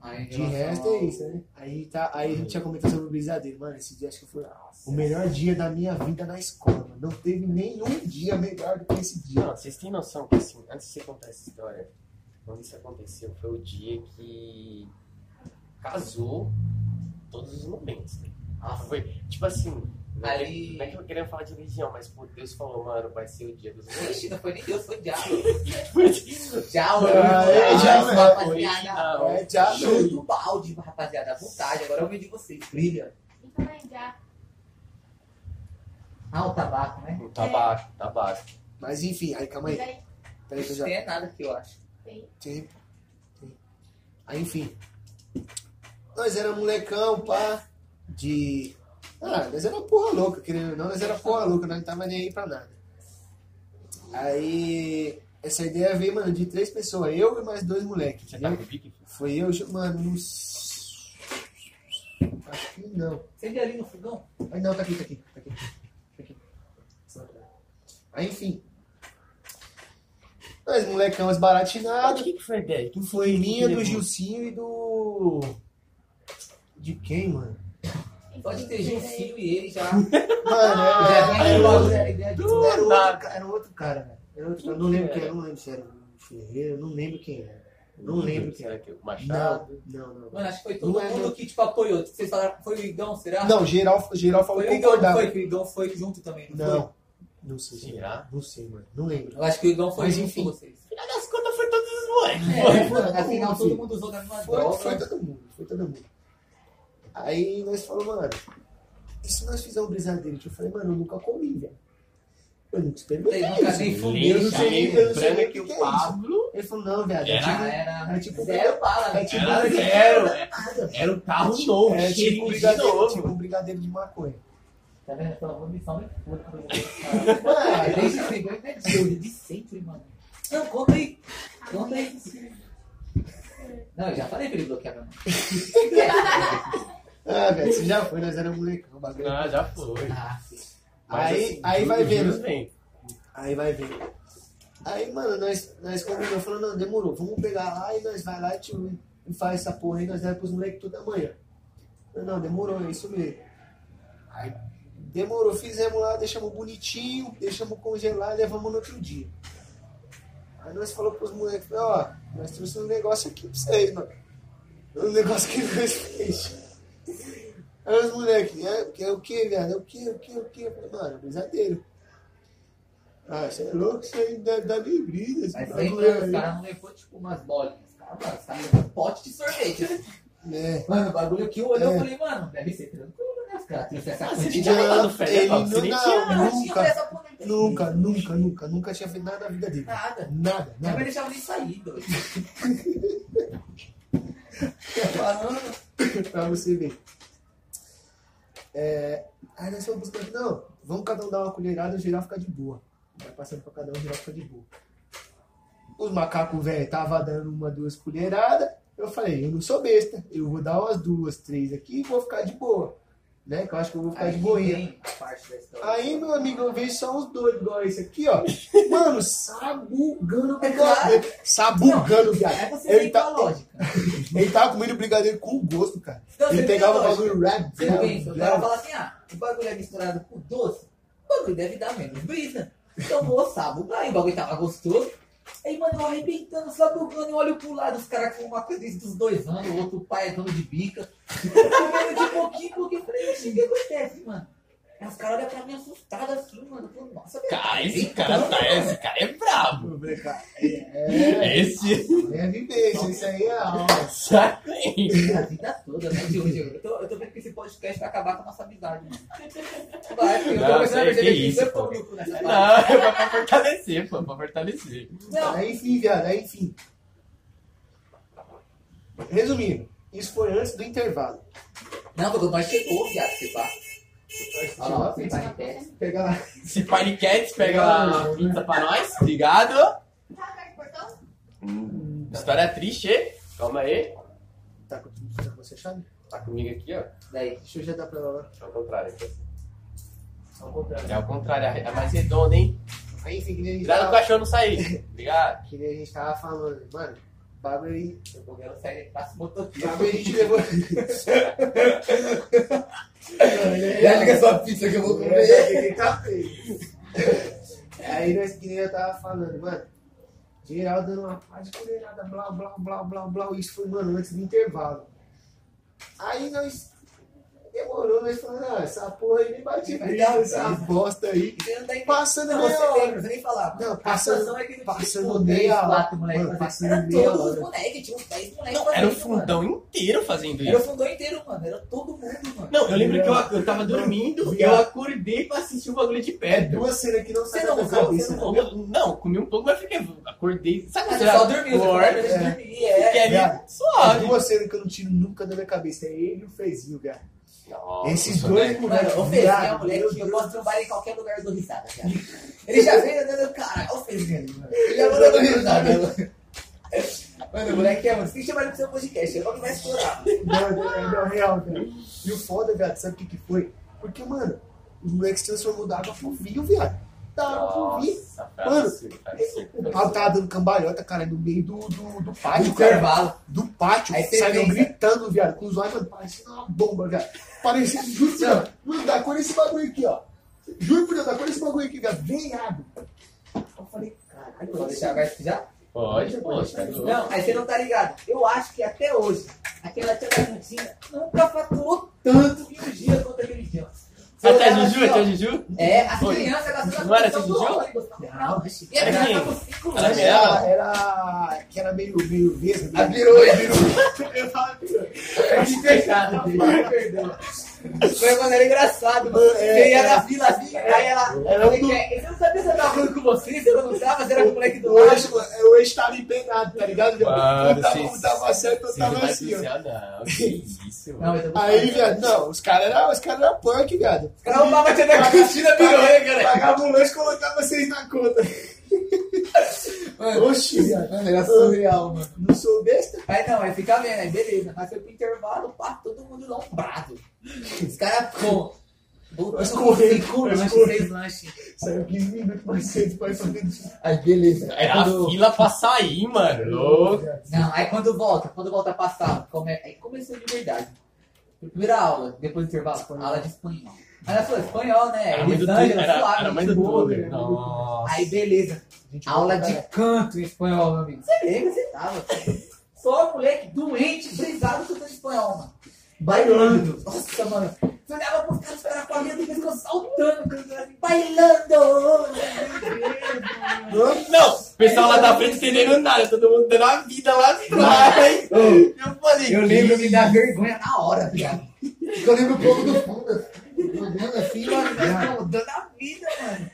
Speaker 2: Aí, em
Speaker 3: De
Speaker 2: relação
Speaker 3: resto
Speaker 2: ao-
Speaker 3: é isso, né? Aí, tá, aí a gente já comentou sobre o brisadeiro. Mano, esse dia acho que foi o melhor dia da minha vida na escola. mano. Não teve nenhum dia melhor do que esse dia.
Speaker 1: Não, vocês têm noção que assim, antes de você contar essa história, quando isso aconteceu, foi o dia que casou todos os momentos. né?
Speaker 2: Nossa,
Speaker 1: Foi tipo assim,
Speaker 2: Aí-
Speaker 1: Não é que eu queria falar de religião, mas pô, Deus falou, mano, vai ser o dia dos Tipo assim,
Speaker 2: Oxi, não foi nem Deus, foi o diabo.
Speaker 1: mortos.
Speaker 2: Diabo,
Speaker 3: Ah, é, diabo, é,
Speaker 2: rapaziada.
Speaker 1: Original.
Speaker 3: É, já
Speaker 2: Show do balde, rapaziada. À vontade, agora eu vejo de vocês. Brilha.
Speaker 4: E também já.
Speaker 2: Ah, o tabaco, né?
Speaker 1: Tá Tabaco, tabaco.
Speaker 3: Mas enfim, aí calma aí.
Speaker 4: Daí
Speaker 3: Peraí que eu já.
Speaker 2: Não tem nada aqui, eu acho.
Speaker 4: tem.
Speaker 3: Tem. tem. Aí enfim. Nós era molecão, pá, de. Ah, nós era porra louca, querendo ou não, nós era porra louca, nós não tava nem aí pra nada. Aí essa ideia veio, mano, de três pessoas, eu e mais dois moleques.
Speaker 1: Você tá com o Vic?
Speaker 3: Foi eu, ju- mano, não. s- Acho que não.
Speaker 2: Acende ali no fogão.
Speaker 3: Ai, não, tá aqui, tá aqui, tá aqui. Tá aqui. Aí, enfim. Nós, molecão, esbaratinados.
Speaker 1: que foi a ideia?
Speaker 3: Tu foi minha,
Speaker 1: Que
Speaker 3: do
Speaker 1: levou?
Speaker 3: Gilcinho e do. De quem, mano?
Speaker 2: Pode ter
Speaker 4: Daí-
Speaker 2: Gilcinho e ele já.
Speaker 3: Mano,
Speaker 2: Já
Speaker 3: é,
Speaker 2: vem
Speaker 3: era,
Speaker 2: logo,
Speaker 3: outro-
Speaker 2: né? Ideia de-
Speaker 3: era outro
Speaker 1: nada.
Speaker 3: ca- era outro cara, velho. Era outro cara. Eu não
Speaker 1: Quem
Speaker 3: lembro quem
Speaker 1: era?
Speaker 3: era, eu não lembro se era o Ferreira, eu não lembro quem era. Não lembro quem
Speaker 1: Será
Speaker 3: era.
Speaker 1: né, que o Machado?
Speaker 3: Não, não, não.
Speaker 2: Mano, acho que foi todo
Speaker 3: Não é,
Speaker 2: mundo
Speaker 3: não.
Speaker 2: que, tipo, apoiou. Vocês falaram que foi o Igão, será?
Speaker 3: Não, geral, geral falou
Speaker 2: Foi
Speaker 3: que
Speaker 2: o Igão, não
Speaker 3: concordava.
Speaker 2: foi? Que o Igão foi junto também, não, foi?
Speaker 3: Não. Não sei.
Speaker 1: Será?
Speaker 3: Não sei, mano. Não lembro.
Speaker 2: Eu acho que o Igão foi
Speaker 3: Mas,
Speaker 2: junto
Speaker 3: enfim.
Speaker 2: com vocês.
Speaker 1: Afinal das contas, foi assim, todos os moleques.
Speaker 2: É, mano,
Speaker 3: todo
Speaker 2: afinal
Speaker 3: mundo,
Speaker 2: todo
Speaker 3: filho.
Speaker 2: mundo usou da mesma
Speaker 3: Foi,
Speaker 2: droga.
Speaker 3: foi todo mundo, foi todo mundo. Aí nós falamos, mano, e se nós fizermos um brisadeiro? Eu falei, mano, eu nunca comi, velho. Eu nunca experimentei.
Speaker 2: Eu nunca
Speaker 3: isso.
Speaker 2: nem fumei,
Speaker 3: Eu não sei nem, eu não sei nem
Speaker 1: Lembrando
Speaker 3: o
Speaker 1: que
Speaker 3: que,
Speaker 1: o
Speaker 3: que é isso.
Speaker 1: Pablo
Speaker 3: Ele falou, não, viado.
Speaker 1: Era,
Speaker 3: é
Speaker 2: Ah,
Speaker 3: tipo-
Speaker 2: era.
Speaker 3: é tipo-
Speaker 2: zero bala,
Speaker 3: É
Speaker 2: né?
Speaker 3: tipo
Speaker 1: era
Speaker 3: brigadeiro
Speaker 1: zero.
Speaker 3: de nada.
Speaker 1: Era um carro novo,
Speaker 3: É tipo
Speaker 1: cheio
Speaker 3: um
Speaker 1: de
Speaker 3: brigadeiro,
Speaker 1: novo.
Speaker 3: tipo um brigadeiro de maconha.
Speaker 2: Tá vendo? Pelo amor de Deus, me puta.
Speaker 3: Mano,
Speaker 2: Desde que pegou, ele é doido de sempre, mano. Não, conta aí. Conta aí. Não, eu já falei pra ele bloquear meu nome.
Speaker 3: ah, velho, isso já foi, nós éramos molecão, o bagulho.
Speaker 1: Não, já foi.
Speaker 2: Ah,
Speaker 1: Mas,
Speaker 3: Aí-
Speaker 1: assim,
Speaker 3: aí vai
Speaker 1: tudo
Speaker 3: vendo.
Speaker 1: junto vem.
Speaker 3: Aí vai ver. Aí, mano, nós, nós combinamos, falando, não, demorou, vamos pegar lá e nós vai lá tipo, tio, e faz essa porra aí, nós leva pros moleques toda manhã. Eu, não, demorou, é isso mesmo. Aí, demorou, fizemos lá, deixamos bonitinho, deixamos congelar e levamos no outro dia. Aí nós falamos pros moleques, ó, nós trouxemos um negócio aqui pra vocês, mano. Um negócio que nós fez. Aí os moleques, é, é o que, velho? É o que, o que, o que? Mano, é brisadeiro. Ah, você é louco, isso aí dá, dá nem brilho. esse
Speaker 2: mas aí,
Speaker 3: bagulho
Speaker 2: mano,
Speaker 3: aí.
Speaker 2: os caras não levou, tipo, umas bolinhas. Cara, mano, os caras levaram um pote de sorvete. assim.
Speaker 3: É.
Speaker 2: Mano, o bagulho que eu olhei, eu
Speaker 3: É.
Speaker 2: falei, mano, deve ser tranquilo, né? Os caras trouxeram essa
Speaker 1: Ah, você
Speaker 2: quantidade.
Speaker 1: tinha levado fé, né,
Speaker 3: Ele
Speaker 1: Pablo? Você
Speaker 3: não-
Speaker 1: nem
Speaker 3: não,
Speaker 1: tinha-
Speaker 3: não. Nunca.
Speaker 4: Essa porra aí.
Speaker 3: Nunca, nunca, nunca, nunca tinha feito nada na vida dele.
Speaker 2: Nada.
Speaker 3: Nada,
Speaker 2: Não vai
Speaker 3: nada.
Speaker 2: deixar nem sair, doido. Falando.
Speaker 3: pra você ver. É, aí nós fomos buscando, não, vamos cada um dar uma colherada, geral fica de boa. Vai passando pra cada um, geral fica de boa. Os macacos, velho, tava dando uma, duas colheradas. Eu falei, eu não sou besta, eu vou dar umas duas, três aqui e vou ficar de boa. Né? Que eu acho que eu vou ficar
Speaker 2: Aí
Speaker 3: de boinha.
Speaker 2: vem a parte da história.
Speaker 3: Aí, meu amigo, eu vejo só uns dois igual esse aqui, ó. Mano, sabugando o
Speaker 2: É claro.
Speaker 3: brigadeiro. Sabugando,
Speaker 2: Aí
Speaker 3: viado.
Speaker 2: você
Speaker 3: Ele
Speaker 2: vem com a
Speaker 3: tá,
Speaker 2: lógica.
Speaker 3: ele tava comendo brigadeiro com gosto, cara.
Speaker 2: Não, você
Speaker 3: Ele
Speaker 2: vê
Speaker 3: pegava
Speaker 2: a
Speaker 3: o
Speaker 2: lógica.
Speaker 3: bagulho rap, né?
Speaker 2: Você pensa, o cara fala assim, ah, o bagulho é misturado com doce, o bagulho deve dar menos brisa. Então vou sabugar, e o bagulho tava gostoso. Aí, mano, eu arrebentando, sabugando, eu olho pro lado, os caras com uma coisa desde os dois anos, o outro pai é dono de bica. Comendo de pouquinho, porque eu falei, "Oxe, o que acontece, mano? Aí os caras olham pra mim assustados assim, mano. Eu falo, Nossa,
Speaker 1: Cara, esse
Speaker 2: velho,
Speaker 1: cara tá, esse cara é brabo.
Speaker 3: É,
Speaker 1: Esse
Speaker 3: é vivência, isso aí é aula.
Speaker 1: saco aí.
Speaker 2: A vida toda, né, Diogo? Eu tô, eu tô vendo que esse podcast vai acabar com a nossa amizade, mano. Vai, porque eu tô
Speaker 1: Não,
Speaker 2: começando a
Speaker 1: sei,
Speaker 2: perceber
Speaker 1: que
Speaker 2: que
Speaker 1: isso,
Speaker 2: eu tô
Speaker 1: pô.
Speaker 2: grupo nessa parada.
Speaker 1: Não, é pra fortalecer, pô, é pra fortalecer.
Speaker 2: Não,
Speaker 3: Aí, É, enfim, viado, aí, enfim. Resumindo, isso foi antes do intervalo.
Speaker 2: Não, porque nós chegou, viado, se pá. Olha lá, você tá em pé.
Speaker 3: Pegar lá.
Speaker 1: Se Paniquetes pega uma pizza pra nós, obrigado.
Speaker 4: Tá perto do portão?
Speaker 1: História triste, hein? Calma aí.
Speaker 3: Tá com tá com você, chave?
Speaker 1: Tá comigo aqui, ó.
Speaker 2: Daí.
Speaker 3: Deixa eu já dar pra ela lá.
Speaker 1: É ao contrário. aqui.
Speaker 2: Ao contrário.
Speaker 1: É ao contrário, é mais redonda, hein?
Speaker 3: Aí, enfim, que nem a gente
Speaker 1: Cuidado
Speaker 3: tava-
Speaker 1: pro cachorro não sair. Obrigado.
Speaker 3: que nem a gente tava falando, mano, o bagulho aí.
Speaker 2: Eu vou ganhar o sério, passa o motoquinho.
Speaker 3: o bagulho a gente levou.
Speaker 2: a sua pizza que eu vou
Speaker 3: É, tá feio. Aí nós que nem eu tava falando, mano. Geral dando uma paz de colherada, blá, blá, blá, blá, blá. Isso foi, mano, antes do intervalo. Aí nós. Eu demorou, nós falamos, ah, essa porra aí nem bate bem,
Speaker 2: Legal,
Speaker 3: essa
Speaker 2: isso.
Speaker 3: bosta aí.
Speaker 2: Você não tá entendendo.
Speaker 3: Passando
Speaker 2: Não,
Speaker 3: meia
Speaker 2: você
Speaker 3: hora.
Speaker 2: lembra, você nem falava.
Speaker 3: Não,
Speaker 2: A situação
Speaker 3: passando,
Speaker 2: é que não
Speaker 3: passando
Speaker 2: tinha
Speaker 3: meia
Speaker 2: três,
Speaker 3: hora.
Speaker 2: quatro moleques
Speaker 3: Mano,
Speaker 2: fazendo.
Speaker 3: passando
Speaker 2: Era
Speaker 3: meia
Speaker 2: todos os
Speaker 3: hora. um
Speaker 2: moleques, tinha uns 10 moleques
Speaker 1: Era o
Speaker 2: fazendo, mano.
Speaker 1: fundão inteiro fazendo
Speaker 2: Era o
Speaker 1: isso.
Speaker 2: fundão inteiro, mano. Era todo mundo, mano.
Speaker 1: Não, eu lembro que eu, eu tava dormindo e eu acordei pra assistir o bagulho de
Speaker 3: É
Speaker 1: pedra.
Speaker 3: duas cenas que não
Speaker 2: Você
Speaker 3: saem
Speaker 2: não
Speaker 3: da minha
Speaker 2: usou,
Speaker 3: cabeça.
Speaker 2: você não
Speaker 1: Eu- Não, comi um pouco, mas fiquei. Acordei. Sabe
Speaker 2: Ah,
Speaker 1: quando
Speaker 2: você
Speaker 1: você
Speaker 2: só dormiu, você
Speaker 1: acorda,
Speaker 2: acordou,
Speaker 3: é.
Speaker 2: dormia, é.
Speaker 1: Fiquei ali
Speaker 3: Viado.
Speaker 1: suave.
Speaker 3: Duas cenas que eu não tiro nunca da minha cabeça. É ele e o Fezinho, cara.
Speaker 1: Nossa,
Speaker 3: Esses
Speaker 1: velho.
Speaker 3: dois moleques.
Speaker 2: Mano, o Fezinho é um
Speaker 3: viado, meu
Speaker 2: moleque que eu
Speaker 3: Deus.
Speaker 2: posso trabalhar em qualquer lugar do risada, cara. Ele já veio né, andando, caralho, olha o Fezinho, mano. Ele já mandou risada, mano. Mano, o moleque é, mano. Você tem que chamar ele pro seu podcast, ele vai estourar.
Speaker 3: Mano, é não, real, cara. E o foda, viado, sabe o que, que foi? Porque, mano, os moleques se transformou da água pro vinho, viado. Da água pro vinho.
Speaker 1: Nossa,
Speaker 3: Mano,
Speaker 1: parece- parece-
Speaker 3: O pau tava dando cambalhota, cara, no meio do, do, do
Speaker 2: Aí
Speaker 3: pátio,
Speaker 2: o
Speaker 3: cara.
Speaker 2: Carvalho.
Speaker 3: Do pátio,
Speaker 2: Aí você
Speaker 3: saíram
Speaker 2: pensa.
Speaker 3: gritando, viado, com os olhos, mano, parecendo uma bomba, viado. Parecia, juro, mano, mano, da cor esse bagulho aqui, ó. Juro por Deus, da cor esse bagulho aqui, viado, veiado. Eu falei, caralho,
Speaker 2: Vou deixar aberto aqui já?
Speaker 1: Pode, pode. tá louco.
Speaker 2: Não, aí você não tá ligado. Eu acho que até hoje, aquela tia da Juntinha nunca faturou tanto em um dia quanto aquele dia. Você
Speaker 1: Até a
Speaker 2: olhava
Speaker 1: Juju,
Speaker 2: assim, ó,
Speaker 1: até a Juju?
Speaker 2: É, as
Speaker 1: Foi.
Speaker 2: crianças gastando
Speaker 1: Não era assim, esse
Speaker 2: do
Speaker 1: Juju?
Speaker 2: óleo, gostava
Speaker 3: Não.
Speaker 2: pra onde? E
Speaker 1: Era
Speaker 2: ela
Speaker 1: quem?
Speaker 2: já tava cinco
Speaker 1: Era
Speaker 2: anos.
Speaker 1: quem?
Speaker 3: Era, era, que era meio, meio mesmo. né?
Speaker 2: A piruia.
Speaker 3: Eu falo, É
Speaker 2: Ah, perdão. Foi, mano, era engraçado, mano.
Speaker 3: É,
Speaker 2: Você ia
Speaker 3: era.
Speaker 2: na vilazinha,
Speaker 1: É.
Speaker 2: aí ela.
Speaker 3: Era
Speaker 2: Você
Speaker 3: um-
Speaker 2: quer- você não sabia se eu tava falando com você, se eu não tava, se era com o moleque do
Speaker 3: Hoje,
Speaker 2: lado.
Speaker 3: mano, eu estava empenado, tá ligado? Eu
Speaker 1: Mano,
Speaker 3: tava,
Speaker 1: vocês-
Speaker 3: eu tava certo, eu
Speaker 1: Você não
Speaker 3: tava
Speaker 1: vai
Speaker 3: assim, ó.
Speaker 1: pro céu, não. Que isso,
Speaker 2: Não,
Speaker 1: mano.
Speaker 2: mas eu vou
Speaker 3: Aí,
Speaker 2: falar.
Speaker 3: viado, não, os caras eram os cara era punk, viado.
Speaker 2: O cara arrumava a tia da Cristina piranha, né, cara.
Speaker 3: Pagava um lanche e colocava vocês na conta.
Speaker 2: Mano,
Speaker 3: Oxi, viado.
Speaker 2: era surreal, mano.
Speaker 3: Não sou besta?
Speaker 2: Aí não, aí fica vendo, aí beleza. Mas foi pro intervalo, pá, todo mundo lombrado. Os caras com.
Speaker 3: Mas correndo,
Speaker 2: um cinco
Speaker 3: mas
Speaker 2: lanches,
Speaker 3: correndo.
Speaker 2: seis lanches.
Speaker 3: Saiu 15 minutos mais cedo pra ir fazer isso.
Speaker 2: Aí beleza. Aí
Speaker 1: Era a
Speaker 2: é quando-
Speaker 1: fila pra sair, mano. Louco.
Speaker 2: Não, aí quando volta, quando volta passado, come... aí começou de verdade. Primeira aula, depois do intervalo, aula de espanhol. Aí ela falou, espanhol, né?
Speaker 1: Era a mãe do
Speaker 2: Elisângela,
Speaker 1: Tuller. Era,
Speaker 2: suave,
Speaker 1: era a mãe do
Speaker 2: gente boa.
Speaker 1: Tuller. Nossa.
Speaker 2: Aí beleza,
Speaker 3: Gente,
Speaker 2: aula
Speaker 3: cara,
Speaker 2: de canto em espanhol, meu amigo. Você lembra, você tava. Só moleque doente, brisado, cantando espanhol, mano. Bailando. Nossa, mano. Você olhava pros caras, os caras com a linha do pescoço saltando, cantando assim, bailando.
Speaker 1: Não, o pessoal lá da frente entendendo nada, todo mundo dando a vida lá atrás. Eu falei,
Speaker 2: Eu lembro me dá vergonha na hora, viado.
Speaker 3: Eu lembro o povo do fundo. Jogando assim,
Speaker 2: Mano,
Speaker 3: mano.
Speaker 2: nós mudando a vida, mano.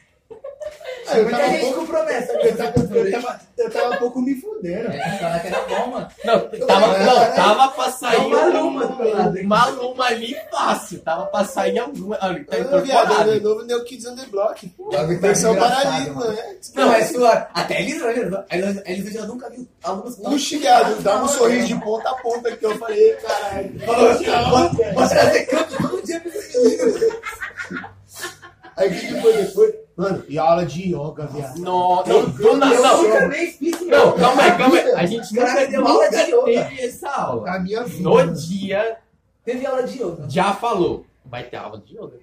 Speaker 3: Ah, Eu
Speaker 2: Muita
Speaker 3: tava,
Speaker 2: gente
Speaker 3: pouco,
Speaker 2: com promessa.
Speaker 3: eu, tava, eu, tava, eu tava um pouco me fudendo.
Speaker 2: É, falar que era bom, mano.
Speaker 1: Não, tava, não, tava pra sair
Speaker 2: Tem é, uma luma do meu lado, hein?
Speaker 1: Maluma ali fácil. Tava pra sair alguma. Olha, tá
Speaker 3: Ah, viado, é
Speaker 1: incorporado.
Speaker 3: novo Neo Kids on the Block.
Speaker 2: Logo
Speaker 3: Versão paralítica, um né?
Speaker 2: Não, é sua. Até né? eles olham. Eles já nunca viu alunos tão.
Speaker 3: Puxa, viado, dá um sorriso de ponta a ponta que eu falei, caralho.
Speaker 2: Falou, "Vou- Vou trazer canto todo dia pra esse menino.
Speaker 3: Aí o que que foi depois? Mano, e a aula de yoga, viado.
Speaker 1: Não, não, do nada.
Speaker 2: Eu
Speaker 1: Não,
Speaker 2: nunca nem fiz isso.
Speaker 1: não, calma aí, calma aí. A gente
Speaker 2: Cara,
Speaker 1: nunca,
Speaker 2: deu aula
Speaker 1: nunca
Speaker 2: de yoga.
Speaker 1: teve essa aula.
Speaker 3: A minha vida.
Speaker 1: No dia,
Speaker 2: Teve aula de yoga.
Speaker 1: já falou. Vai ter aula de yoga.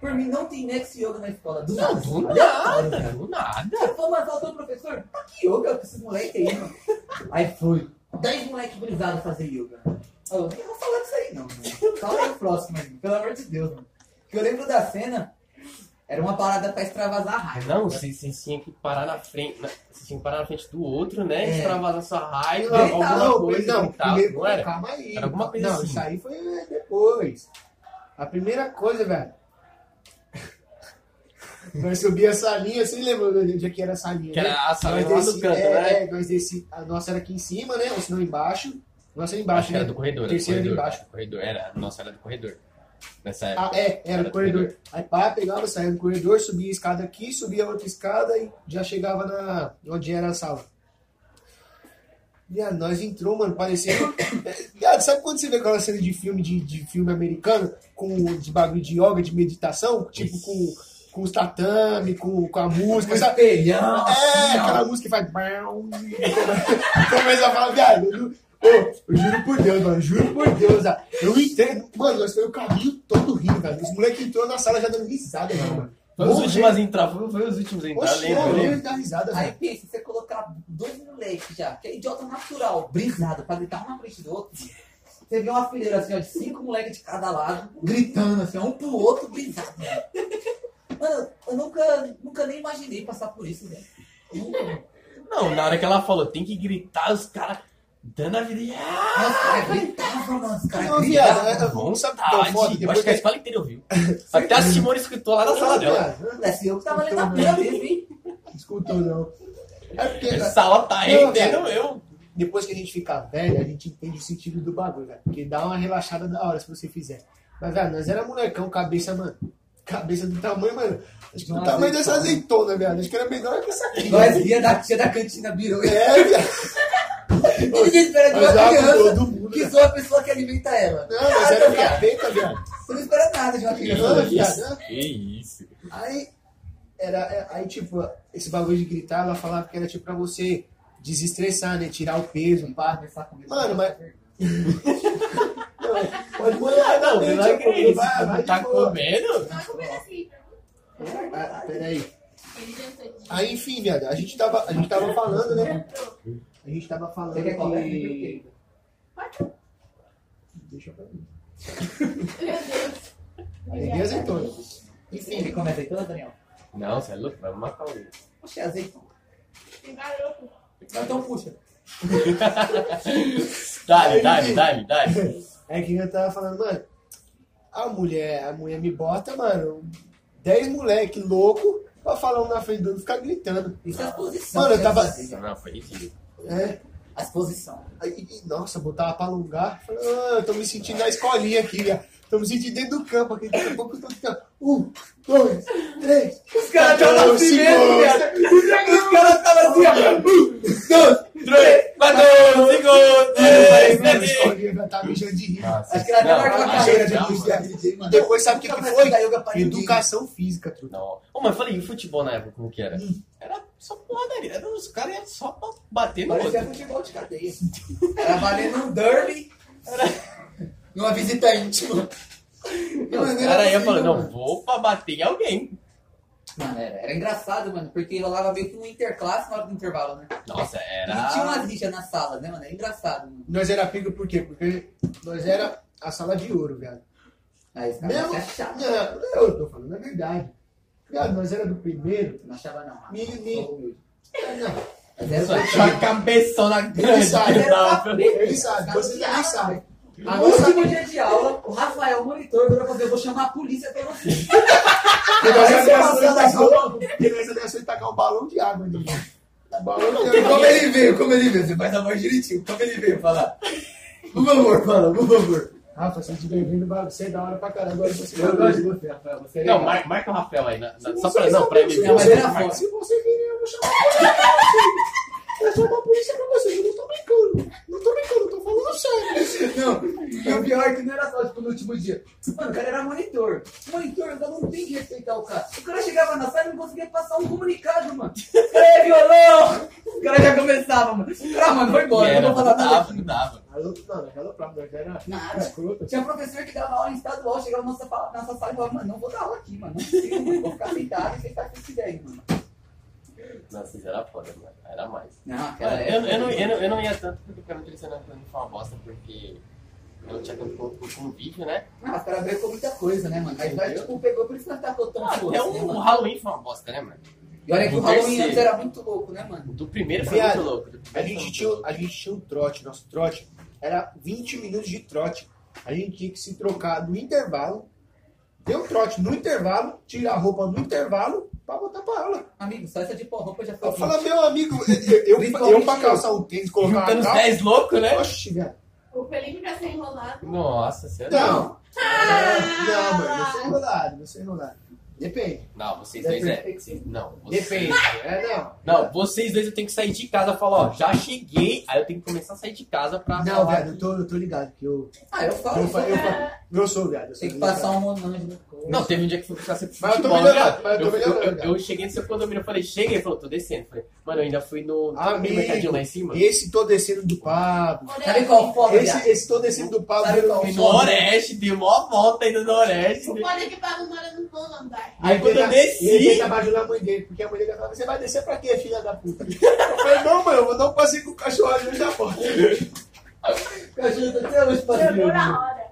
Speaker 2: Por mim, não tem next yoga na escola. Do
Speaker 1: Não,
Speaker 2: nada.
Speaker 1: do nada, do nada.
Speaker 2: Eu falei, mas faltou o professor? Tá que yoga com esses moleques aí, mano. Aí foi. Dez moleques brisados fazer yoga. Eu não vou falar disso aí, não, mano. Calma aí o próximo, mano. Pelo amor de Deus, mano. Porque eu lembro da cena, era uma parada pra extravasar a
Speaker 1: Ah,
Speaker 2: raiva.
Speaker 1: não, vocês vocês tinham que parar na frente. na- Vocês tinham que parar na frente do outro, né?
Speaker 2: É.
Speaker 1: Extravasar sua raiva,
Speaker 2: Gritar,
Speaker 1: alguma
Speaker 3: não,
Speaker 1: coisa.
Speaker 3: não,
Speaker 1: e tal,
Speaker 3: primeiro,
Speaker 1: não era?
Speaker 3: calma aí. então.
Speaker 1: Era alguma coisa
Speaker 3: não,
Speaker 1: assim.
Speaker 3: isso aí foi depois. A primeira coisa, velho. nós subia a salinha, vocês lembram de onde é que era a salinha?
Speaker 1: Que
Speaker 3: né?
Speaker 1: era a sala
Speaker 3: Nós
Speaker 1: lá do
Speaker 3: desci-
Speaker 1: canto,
Speaker 3: é,
Speaker 1: né?
Speaker 3: é, nós desci, a nossa era aqui em cima, né? Ou se não embaixo. Nossa
Speaker 1: Acho
Speaker 3: era embaixo,
Speaker 1: que era
Speaker 3: né?
Speaker 1: do corredor. Era do
Speaker 3: Terceiro
Speaker 1: corredor,
Speaker 3: de baixo.
Speaker 1: era do corredor. Era, nossa, era do corredor. Nessa
Speaker 3: Ah,
Speaker 1: época.
Speaker 3: é, era o corredor. Aí pá, pegava, saía do corredor, subia a escada aqui, subia a outra escada e já chegava na onde era a sala. Viado, nós entrou, mano, parecia. Viado, sabe quando você vê aquela cena de filme de, de filme americano com de bagulho de yoga, de meditação? Tipo com, com os tatame, com, com a música, sabe?
Speaker 2: espelhão.
Speaker 3: É, aquela música que faz. Começa a falar, viado. Eu, ju- Ô, eu juro por Deus, mano. Juro por Deus. ah, Eu entendo. Mano, nós foi o caminho todo rindo, velho. Os moleques entrou na sala já dando risada, já, mano.
Speaker 1: Foi os
Speaker 3: Bom,
Speaker 1: últimos a entrar, foi, foi os últimos a entrar,
Speaker 3: Oxe,
Speaker 1: lembra?
Speaker 3: eu
Speaker 1: lembra?
Speaker 3: lembro da risada,
Speaker 2: Aí
Speaker 3: velho.
Speaker 2: pensa, você colocar dois moleques já, que é idiota natural, brisado, pra gritar um na frente do outro. Você vê uma fileira assim, ó, de cinco moleques de cada lado, gritando assim, ó, um pro outro, brisado. Mano, eu nunca, nunca nem imaginei passar por isso, né? velho. Nunca.
Speaker 1: Não, na hora que ela falou, tem que gritar, os caras dando a vida. Ah,
Speaker 2: Nossa, os caras gritavam, mano. Os caras
Speaker 3: Não, viado,
Speaker 2: gritavam.
Speaker 3: é- é bom, sabe o que é
Speaker 1: tadinho.
Speaker 3: foda?
Speaker 1: Eu
Speaker 3: Depois
Speaker 1: tá acho que a
Speaker 3: que-
Speaker 1: escola inteira ouviu. Até a Simone escutou lá na sala dela.
Speaker 3: Viado,
Speaker 2: Parece eu que tava lendo a pena mesmo, hein?
Speaker 3: não Escutou, não. É porque, cara,
Speaker 1: Essa aula tá
Speaker 3: Não,
Speaker 1: rendendo
Speaker 3: cara.
Speaker 1: eu.
Speaker 3: depois que a gente ficar velho, a gente entende o sentido do bagulho, velho. Porque dá uma relaxada da hora se você fizer. Mas, velho, nós era molecão, cabeça, mano. Cabeça do tamanho, mano. Acho que do
Speaker 2: Uma
Speaker 3: tamanho
Speaker 2: azeitona.
Speaker 3: dessa azeitona, velho. Acho que era menor que essa aqui.
Speaker 2: Nós via da tia da cantina birou.
Speaker 3: É, viado.
Speaker 2: Ele espera de
Speaker 3: Mas
Speaker 2: uma
Speaker 3: dá pra
Speaker 2: criança
Speaker 3: todo mundo,
Speaker 2: que
Speaker 3: né?
Speaker 2: só a pessoa que alimenta ela.
Speaker 3: Não, mas era gaveta, viado.
Speaker 2: Você não espera nada de uma
Speaker 3: Não,
Speaker 2: criança.
Speaker 3: viado.
Speaker 1: Que isso.
Speaker 3: Aí, era, é, aí, tipo, esse bagulho de gritar, ela falava que era, tipo, pra você desestressar, né? Tirar o peso, pá.
Speaker 2: Conversar comigo.
Speaker 3: Mano, mas- Pode
Speaker 1: Não,
Speaker 3: mandar, né, tipo,
Speaker 1: não é que é isso.
Speaker 3: Vai, vai,
Speaker 1: Tá
Speaker 3: de boa.
Speaker 1: comendo?
Speaker 4: Tá comendo assim, pergunta.
Speaker 3: Ah, peraí.
Speaker 4: Ele jantou de
Speaker 3: Aí, enfim, viado, a gente tava, a gente tava falando, né? A gente tava
Speaker 2: Você
Speaker 3: falando
Speaker 2: quer comer?
Speaker 3: que... Deixa pra mim.
Speaker 4: Meu Deus.
Speaker 3: Peguei azeitona.
Speaker 2: Enfim, quer comer azeitona, Daniel?
Speaker 1: Não, você é louco, vai matar o livro.
Speaker 2: Puxa, azeitona.
Speaker 4: Tem garoto.
Speaker 2: Então puxa.
Speaker 1: Dá-lhe, dá-lhe, dá-lhe, dá-lhe.
Speaker 3: Aí que eu tava falando, mano, a mulher, a mulher me bota, mano, 10 moleque louco pra falar um na frente do outro e ficar gritando.
Speaker 2: Isso é as posições.
Speaker 3: Mano, eu tava-
Speaker 2: né?
Speaker 1: Não, foi ridículo.
Speaker 3: É.
Speaker 2: As posições.
Speaker 3: Aí, e, nossa, botava pra alongar. Falei, ah, eu tô me sentindo na escolinha aqui, viado. Tô me sentindo dentro do campo aqui. Daqui a pouco eu tô ficando. Um, dois, três.
Speaker 2: Os caras estavam assim mesmo, velho. Os caras estavam assim, ó.
Speaker 1: assim,
Speaker 2: Um,
Speaker 1: Três, quatro, cinco,
Speaker 3: Aí,
Speaker 1: três,
Speaker 3: mano, a
Speaker 1: sete.
Speaker 3: escolinha já tava mijando de rir.
Speaker 2: Acho que ela até
Speaker 1: Não,
Speaker 2: marcou
Speaker 1: não,
Speaker 2: a carreira
Speaker 1: não,
Speaker 2: depois
Speaker 1: mano.
Speaker 2: daquele dia, mano.
Speaker 3: Depois sabe o que, que
Speaker 2: Nunca mais
Speaker 3: foi?
Speaker 2: Então, da yoga pra ninguém.
Speaker 3: Educação física, truta.
Speaker 1: Não. Ô, mas falei, e o futebol na época, como que era?
Speaker 2: Hum.
Speaker 1: Era só porradaria. Era, os caras iam só pra bater no outro.
Speaker 2: Parecia futebol de cadeia. Era valendo um derby. E uma visita íntima.
Speaker 1: Não, os caras iam falando, não, vou pra bater em alguém.
Speaker 2: Mano, era, era engraçado, mano, porque eu lá veio com um interclasse na hora do intervalo, né?
Speaker 1: Nossa,
Speaker 2: E
Speaker 1: era...
Speaker 2: tinha umas rixas na sala, né, mano? É engraçado, mano.
Speaker 3: Nós era pico por quê? Porque nós era a sala de ouro, viado.
Speaker 2: Aí os caras
Speaker 3: Mesmo.
Speaker 2: não achavam.
Speaker 3: Não, não, eu tô falando a verdade. Viado, nós era do primeiro.
Speaker 2: Não achava, não. ah,
Speaker 3: Me- me-
Speaker 2: Sou humilde.
Speaker 3: Não,
Speaker 2: Mas era
Speaker 1: Só
Speaker 2: só
Speaker 1: tinha a cabeçona grande.
Speaker 3: Ele sabe, ele
Speaker 1: Não,
Speaker 3: ele sabe, vocês nem sabem. A
Speaker 2: No
Speaker 3: nossa.
Speaker 2: último dia de aula, o Rafael, o monitor, virou pra você, eu vou chamar a polícia pra você.
Speaker 3: Porque nós
Speaker 2: Aí
Speaker 3: era
Speaker 2: você
Speaker 3: dessa de
Speaker 2: passando a
Speaker 3: tacar
Speaker 2: mão.
Speaker 3: um- porque nós era dessa de tacar um balão de água ali. Um balão de
Speaker 2: E como
Speaker 3: água.
Speaker 2: ele veio, como ele veio, você faz a voz direitinho, como ele veio falar. Por favor, fala, por favor.
Speaker 3: Rafa, você divertindo, você é da hora pra caramba. Agora você
Speaker 2: Eu gosto de você, Rafael, você é
Speaker 1: Não,
Speaker 2: legal.
Speaker 1: mar- marca o Rafael aí. na- na-
Speaker 3: Se
Speaker 1: Só
Speaker 3: você
Speaker 1: pra... Não, pra ele...
Speaker 3: sabe,
Speaker 2: Não, mas
Speaker 3: você-
Speaker 2: era foda.
Speaker 3: Se você vier, eu vou chamar a polícia. Eu chamo a polícia pra você. Eu não tô brincando. Não tô brincando, tô falando sério.
Speaker 2: Não, e o pior é que não era só, tipo, no último dia. Mano, o cara era monitor. Monitor, ainda não tem que respeitar o cara. O cara chegava na sala e não conseguia passar um comunicado, mano. Ei, violão! O cara já começava, mano. Ah, mano, foi embora,
Speaker 1: Era,
Speaker 2: não vou falar nada.
Speaker 1: dava, não dava.
Speaker 3: Alô, não, aquela prova já era
Speaker 2: Nada.
Speaker 3: escrota.
Speaker 2: Tinha professor que dava aula em estadual, chegava na nossa, fa- na nossa sala e falava, mano, não vou dar aula aqui, mano. Não consigo, mano. Vou ficar sentado e sentar com esse daí, mano.
Speaker 1: Nossa, isso assim, era foda, mano. Era mais.
Speaker 2: Não, aquela
Speaker 1: Cara, eu, eu, não, eu,
Speaker 2: época-
Speaker 1: não, eu não ia tanto porque o cara direcionava pra mim foi uma bosta, porque eu não tinha tanto con- con- convívio, né?
Speaker 2: Ah, os caras brincam muita coisa, né, mano? Aí vai,
Speaker 1: Entendeu?
Speaker 2: tipo, pegou, por isso que nós tacou tão
Speaker 1: Ah,
Speaker 2: foda,
Speaker 1: Até
Speaker 2: né,
Speaker 1: o
Speaker 2: mano?
Speaker 1: Halloween foi uma bosta, né, mano?
Speaker 2: E olha que o
Speaker 1: do
Speaker 2: Halloween
Speaker 1: terceiro.
Speaker 2: antes era muito louco, né, mano?
Speaker 1: Do primeiro foi
Speaker 3: Viado,
Speaker 1: muito louco. do
Speaker 3: A
Speaker 1: primeiro foi
Speaker 3: gente,
Speaker 1: muito
Speaker 3: tinha,
Speaker 1: louco.
Speaker 3: a gente tinha um trote, nosso trote era 20 minutos de trote. A gente tinha que se trocar no intervalo, ter um trote no intervalo, tirar a roupa no intervalo pra botar pra aula.
Speaker 2: Amigo, só essa de pó roupa já foi.
Speaker 3: Eu falo, meu amigo, eu, eu, eu pra calçar um tênis, colocar
Speaker 1: Juntando
Speaker 3: uma
Speaker 1: os
Speaker 3: calça.
Speaker 1: 10 loucos, né?
Speaker 3: Oxi, velho.
Speaker 4: O Felipe já se enrolado.
Speaker 1: Nossa, você é louco.
Speaker 3: Não! Ah! Não, é mano, não sei enrolado, não sei enrolado. Depende.
Speaker 1: Não, vocês dois é. Não, vocês-
Speaker 3: Depende. É, não.
Speaker 1: Não, vocês dois eu tenho que sair de casa. Eu falo, ó, já cheguei. Aí eu tenho que começar a sair de casa pra.
Speaker 3: Não,
Speaker 1: falar
Speaker 3: velho, eu tô, eu tô ligado que é? eu.
Speaker 2: Ah, eu falo.
Speaker 3: Eu, fa- eu, fa- eu sou, viado. eu sou
Speaker 2: Tem que passar
Speaker 3: ligado.
Speaker 2: um monange no corpo.
Speaker 1: Não, teve um dia que fui buscar sempre
Speaker 3: Mas eu tô
Speaker 1: futebol,
Speaker 3: melhorando,
Speaker 1: né,
Speaker 3: mas
Speaker 1: cara?
Speaker 3: eu tô
Speaker 1: eu, eu,
Speaker 3: melhorando,
Speaker 1: eu cheguei no seu condomínio, eu falei, chega, ele falou, tô descendo. Eu falei, mano, eu ainda fui no, no
Speaker 3: Amigo.
Speaker 1: mercadinho lá em cima.
Speaker 3: Esse tô descendo do Pablo.
Speaker 2: Sabe qual foda,
Speaker 3: Esse,
Speaker 2: viado?
Speaker 3: esse tô descendo do Pablo.
Speaker 2: Sabe
Speaker 3: eu
Speaker 2: qual
Speaker 3: não-
Speaker 1: Fui no Noreste, dei uma volta ainda no Noreste.
Speaker 4: O Olha que paga mora no nono andar.
Speaker 1: Aí quando eu desci-
Speaker 3: Ele tenta bajular a mãe dele, porque a mãe dele falava, você vai descer pra quê, filha da puta? Eu falei, não, mano, eu vou dar um passeio com o cachorro ali já volto.
Speaker 2: Eu ajuda até hoje pra
Speaker 4: Jogou
Speaker 2: Deus.
Speaker 4: na roda.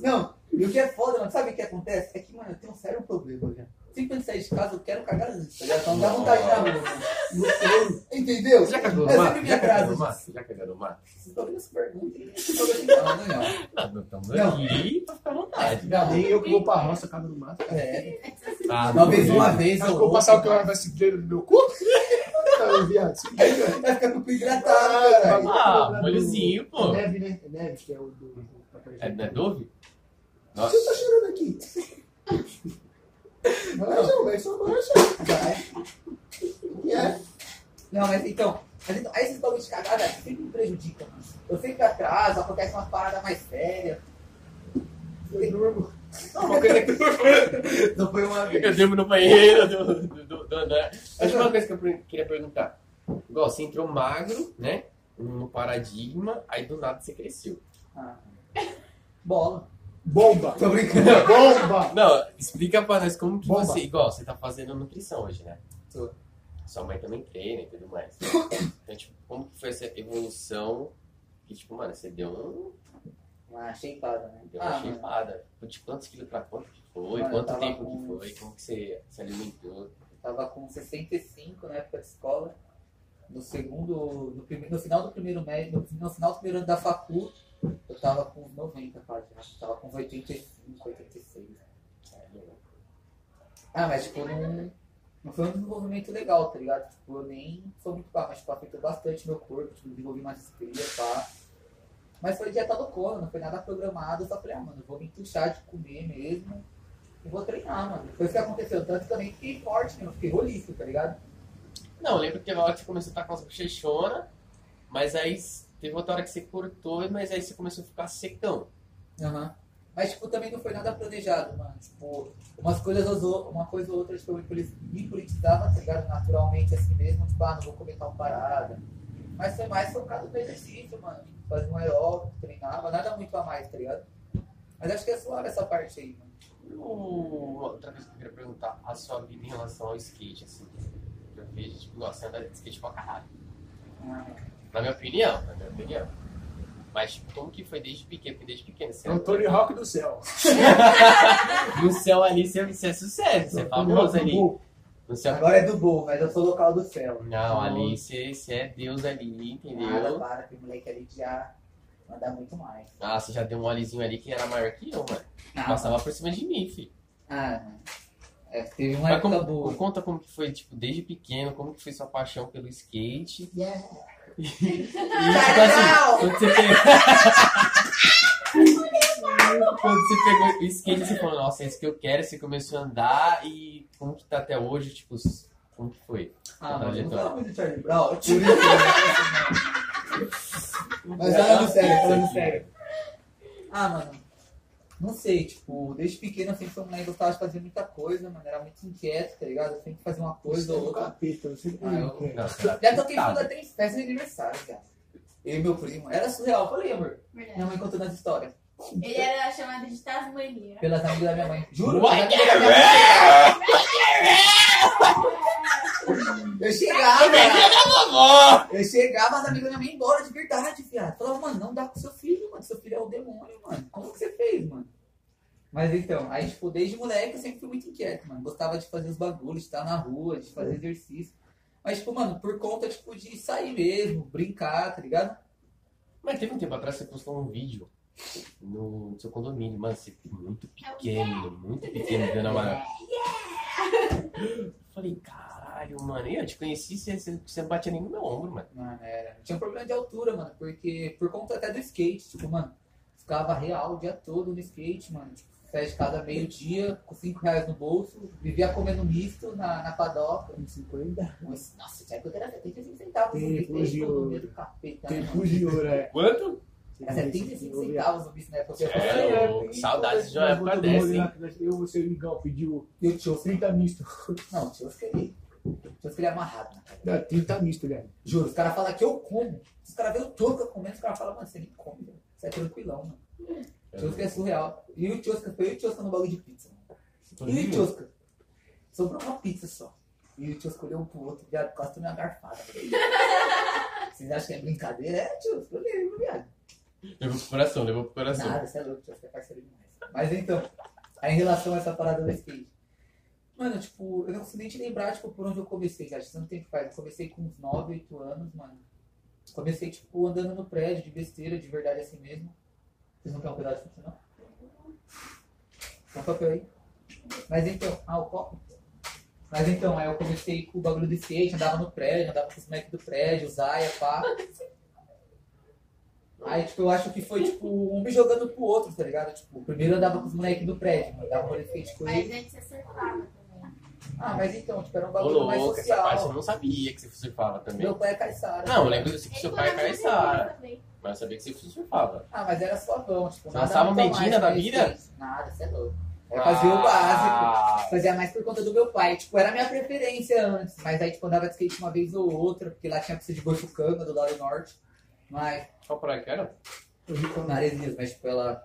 Speaker 2: Não, e o que é foda, mano, sabe o que acontece? É que, mano, eu tenho um sério problema, já. Sempre quando eu sair de casa, eu quero cagar antes, tá ligado? Então dá vontade na rua, mano. Gostoso. Entendeu?
Speaker 1: Você já cagou
Speaker 2: É
Speaker 1: no
Speaker 2: sempre
Speaker 1: mato?
Speaker 2: minha
Speaker 1: Já cagou
Speaker 2: casa.
Speaker 1: no mato? Já cagou no mato?
Speaker 2: Vocês estão vendo essa pergunta? hein? Eu tô brincando, né,
Speaker 1: Não, estamos
Speaker 2: Não.
Speaker 1: aqui pra ficar à vontade.
Speaker 3: Nem eu que vou pra roça, cago no mato.
Speaker 2: ó. É,
Speaker 1: Tá,
Speaker 2: talvez
Speaker 1: beleza.
Speaker 2: uma vez
Speaker 3: Acho que
Speaker 2: ou
Speaker 3: eu vou passar o que
Speaker 2: outra,
Speaker 3: ela vai se dinheiro no meu cu? Tá, viado. se liga.
Speaker 2: Vai ficar com tá, o cu hidratado, caralho.
Speaker 1: Ah,
Speaker 3: Do-
Speaker 1: molhozinho, pô.
Speaker 3: É neve, né? É neve, que é o do. do-
Speaker 1: É, não é Dove? Nossa.
Speaker 3: Você tá cheirando aqui. Laranja, velho, só laranja.
Speaker 2: Vai.
Speaker 3: E é.
Speaker 2: Não, mas então, mas então, aí esses bagulhos de cagar, velho, sempre me prejudica, mano. Eu sempre atraso, acontece umas paradas mais sérias.
Speaker 3: Eu durmo.
Speaker 2: Não foi uma vez.
Speaker 1: Eu durmo no banheiro do, do, do, do andar. Mas uma coisa que eu per- queria perguntar. Igual, você entrou magro, né? No paradigma, aí do nada você cresceu.
Speaker 2: Ah. Bola.
Speaker 3: Bomba!
Speaker 2: Tô brincando.
Speaker 3: Bomba!
Speaker 1: Não, explica pra nós como que
Speaker 3: Bomba.
Speaker 1: você. Igual, você tá fazendo nutrição hoje, né?
Speaker 2: Tô.
Speaker 1: Sua mãe também treina e tudo mais. Então, tipo, como que foi essa evolução? Que, tipo, mano, você deu, um,
Speaker 2: Uma shapeada, né?
Speaker 1: deu uma
Speaker 2: Ah, mano.
Speaker 1: shapeada. De quantos quilos pra quanto que foi?
Speaker 2: Mano, eu
Speaker 1: quanto
Speaker 2: tava
Speaker 1: tempo
Speaker 2: com
Speaker 1: que
Speaker 2: uns-
Speaker 1: foi? Como que você se alimentou?
Speaker 2: Eu tava com 65 na época de escola. No segundo. No, prime- no final do primeiro médio, no, no final do primeiro ano da facu, eu tava com 90 quase. né? Eu tava com 85, 86. Ah, mas tipo, não, não foi um desenvolvimento legal, tá ligado? Tipo, eu nem sou muito pá, mas tipo, afetou bastante meu corpo, tipo, desenvolvi uma estria, pá. Mas foi dieta loucona, não foi nada programado, eu só falei, ah, mano, eu vou me puxar de comer mesmo. E vou treinar, mano. Foi isso que aconteceu. Tanto que eu nem fiquei forte, mano. Eu Fiquei roliço, tá ligado?
Speaker 1: Não, eu lembro que teve uma hora que você começou a estar com as bochechonas, mas aí s- teve outra hora que você cortou, mas aí você começou a ficar secão.
Speaker 2: Aham. Mas, tipo, também não foi nada planejado, mano. Tipo, umas coisas, ou zo- uma coisa ou outra, tipo, eu me poli- me politizava, tá ligado? Naturalmente, assim mesmo. Tipo, ah, não vou comer tal parada. Mas foi mais focado no exercício, mano. Fazia um aeróbico, treinava. Nada muito a mais, tá ligado? Mas acho que é suave essa parte aí, mano.
Speaker 1: E o- Outra coisa que eu queria perguntar, a sua vida em relação ao skate, assim. que Eu vejo, tipo, igual, você anda de skate pra caralho. Na minha opinião, na minha opinião. Mas tipo, como que foi desde pequeno? Porque desde pequeno você
Speaker 3: É o
Speaker 1: andou.
Speaker 3: Tony Hawk do céu.
Speaker 1: No céu ali você, você é sucesso, você é famoso ali. No céu.
Speaker 2: Agora é do Gol, mas eu sou local do céu.
Speaker 1: Não, ali você, você é Deus ali,
Speaker 2: Nada,
Speaker 1: entendeu?
Speaker 2: para, que o moleque é ali já manda muito mais.
Speaker 1: Ah, você já deu um olizinho ali que era maior que eu, mano.
Speaker 2: Ah,
Speaker 1: Passava por cima de mim, filho.
Speaker 2: Ah, é, teve uma
Speaker 1: Mas
Speaker 2: época
Speaker 1: como-
Speaker 2: boa.
Speaker 1: conta como que foi, tipo, desde pequeno, como que foi sua paixão pelo skate. E, tipo assim, quando você pegou... quando você pegou o skate, você falou, nossa, é isso que eu quero, você começou a andar e como que tá até hoje, tipo, s- como que foi?
Speaker 2: Ah,
Speaker 1: Tá,
Speaker 2: mano,
Speaker 1: gente,
Speaker 2: não
Speaker 1: ó.
Speaker 2: fala muito de Charlie Brown. por isso. Mas é
Speaker 1: Ela
Speaker 2: falando sério,
Speaker 1: fez
Speaker 2: falando
Speaker 1: aqui.
Speaker 2: sério. Ah, mano, não sei, tipo, desde pequeno eu sempre fui um moleque que gostava de fazer muita coisa, mano, era muito inquieto, tá ligado? Eu sempre fazia uma coisa ou
Speaker 3: do
Speaker 2: outra.
Speaker 3: capeta, eu sempre
Speaker 2: Ah, eu-
Speaker 3: brinco, né?
Speaker 1: Nossa, ela-
Speaker 2: Já toquei
Speaker 1: Tá.
Speaker 2: tudo até em festa de aniversário, cara. Eu e meu primo. Era surreal, eu falei, amor. Minha
Speaker 4: Verdade.
Speaker 2: mãe contando as histórias.
Speaker 4: Ele era chamado de Tasmania.
Speaker 2: Pelas amigas da minha mãe. Juro?
Speaker 1: Uai,
Speaker 2: pelas
Speaker 1: que
Speaker 2: amigas da minha mãe. Eu chegava. Eu chegava, as amigas da minha mãe ia embora de verdade, viado. Falava, mano, não dá com seu filho, mano. Seu filho é o demônio, mano. Como que você fez, mano? Mas então, aí, tipo, desde moleque eu sempre fui muito inquieto, mano. Gostava de fazer os bagulhos, de estar na rua, de fazer exercício. Mas, tipo, mano, por conta, tipo, de sair mesmo, brincar, tá ligado?
Speaker 1: Mas teve um tempo atrás você postou um vídeo no seu condomínio, mano, você muito pequeno, muito pequeno, dando uma... Eu Falei, caralho, mano, e eu te conheci, você, você, você não batia nem no meu ombro, mano.
Speaker 2: Mano, era. Tinha um problema de altura, mano, porque por conta até do skate, tipo, mano, ficava real o dia todo no skate, mano. Tipo, saia de casa meio-dia, com cinco reais no bolso, vivia comendo misto na, na padoca.
Speaker 3: Com 50.
Speaker 2: Mas, nossa, tinha que eu era 75 centavos.
Speaker 3: Tem
Speaker 2: eu fiquei
Speaker 3: fuzil.
Speaker 2: com o número do capeta. né, mano?
Speaker 3: Tempo de ouro, é.
Speaker 1: Quanto?
Speaker 2: Era 75
Speaker 3: Eu vi.
Speaker 2: centavos o bicho na época.
Speaker 1: É,
Speaker 2: Eu
Speaker 1: ô, que saudades de uma
Speaker 3: Nós
Speaker 1: época
Speaker 3: botamos o
Speaker 1: dessa,
Speaker 3: olho
Speaker 1: hein?
Speaker 3: lá, nós- Eu, você e o Igão pediu
Speaker 2: E o tio,
Speaker 3: 30 misto.
Speaker 2: não, o tio, eu fiquei. O tio, eu fiquei amarrado né? na cara.
Speaker 3: Não, 30 misto, velho.
Speaker 2: Juro, os caras falam que eu como. Os caras veem o Tosca comendo, os caras falam, mano, você nem come, velho. Você é tranquilão, mano. O Tosca é surreal. E o Tosca, foi eu e o Tosca no bagulho de pizza, mano. E o Tosca? Sobrou uma pizza só. E o Tosca olhou um pro outro, viado, quase tomei uma garfada. Vocês acham que é brincadeira? É, Tosca, eu lembro, viado.
Speaker 1: Levou pro coração, levou pro coração.
Speaker 2: Nada, você é louco, você é parceiro demais. Mas então, aí em relação a essa parada do skate. Mano, tipo, eu não consigo nem te lembrar, tipo, por onde eu comecei, cara. Tanto um tempo faz. Eu comecei com uns 9, 8 anos, mano. Comecei, tipo, andando no prédio, de besteira, de verdade assim mesmo. Vocês não querem um pedaço disso, não? Só um papel aí. Mas então, ah, o copo? Mas então, aí eu comecei com o bagulho do skate, andava no prédio, andava com os moleques do prédio, Zaya, pá. Aí, tipo, eu acho que foi, tipo, um me jogando pro outro, tá ligado? Tipo, o primeiro eu andava com os moleques do prédio, mano, dava um rolê de skate com
Speaker 4: Mas
Speaker 2: ele.
Speaker 4: antes você surfava também.
Speaker 2: Ah, mas então, tipo, era um
Speaker 1: Ô,
Speaker 2: bagulho mais
Speaker 1: louco, essa parte eu
Speaker 2: social.
Speaker 1: não sabia que você surfava também.
Speaker 2: Meu pai é caissara.
Speaker 1: Não, eu lembro que
Speaker 4: Ele
Speaker 1: seu pai
Speaker 4: morava
Speaker 1: era
Speaker 4: na
Speaker 1: Sara,
Speaker 4: Medina também.
Speaker 1: mas eu sabia que você surfava.
Speaker 2: Ah, mas era suavão, tipo,
Speaker 1: Você lançava
Speaker 2: muito a
Speaker 1: Medina
Speaker 2: mais
Speaker 1: da
Speaker 2: que
Speaker 1: vida?
Speaker 2: skate. Nada, você é louco. Eu fazia
Speaker 1: Ah,
Speaker 2: o básico. Fazia é mais por conta do meu pai. Tipo, era a minha preferência antes. Mas aí, tipo, andava de skate uma vez ou outra, porque lá tinha pista de Bochucanga, do lado norte. Mas,
Speaker 1: Qual praia que era?
Speaker 3: Eu vi quando-
Speaker 2: Maresias, mas, tipo, ela...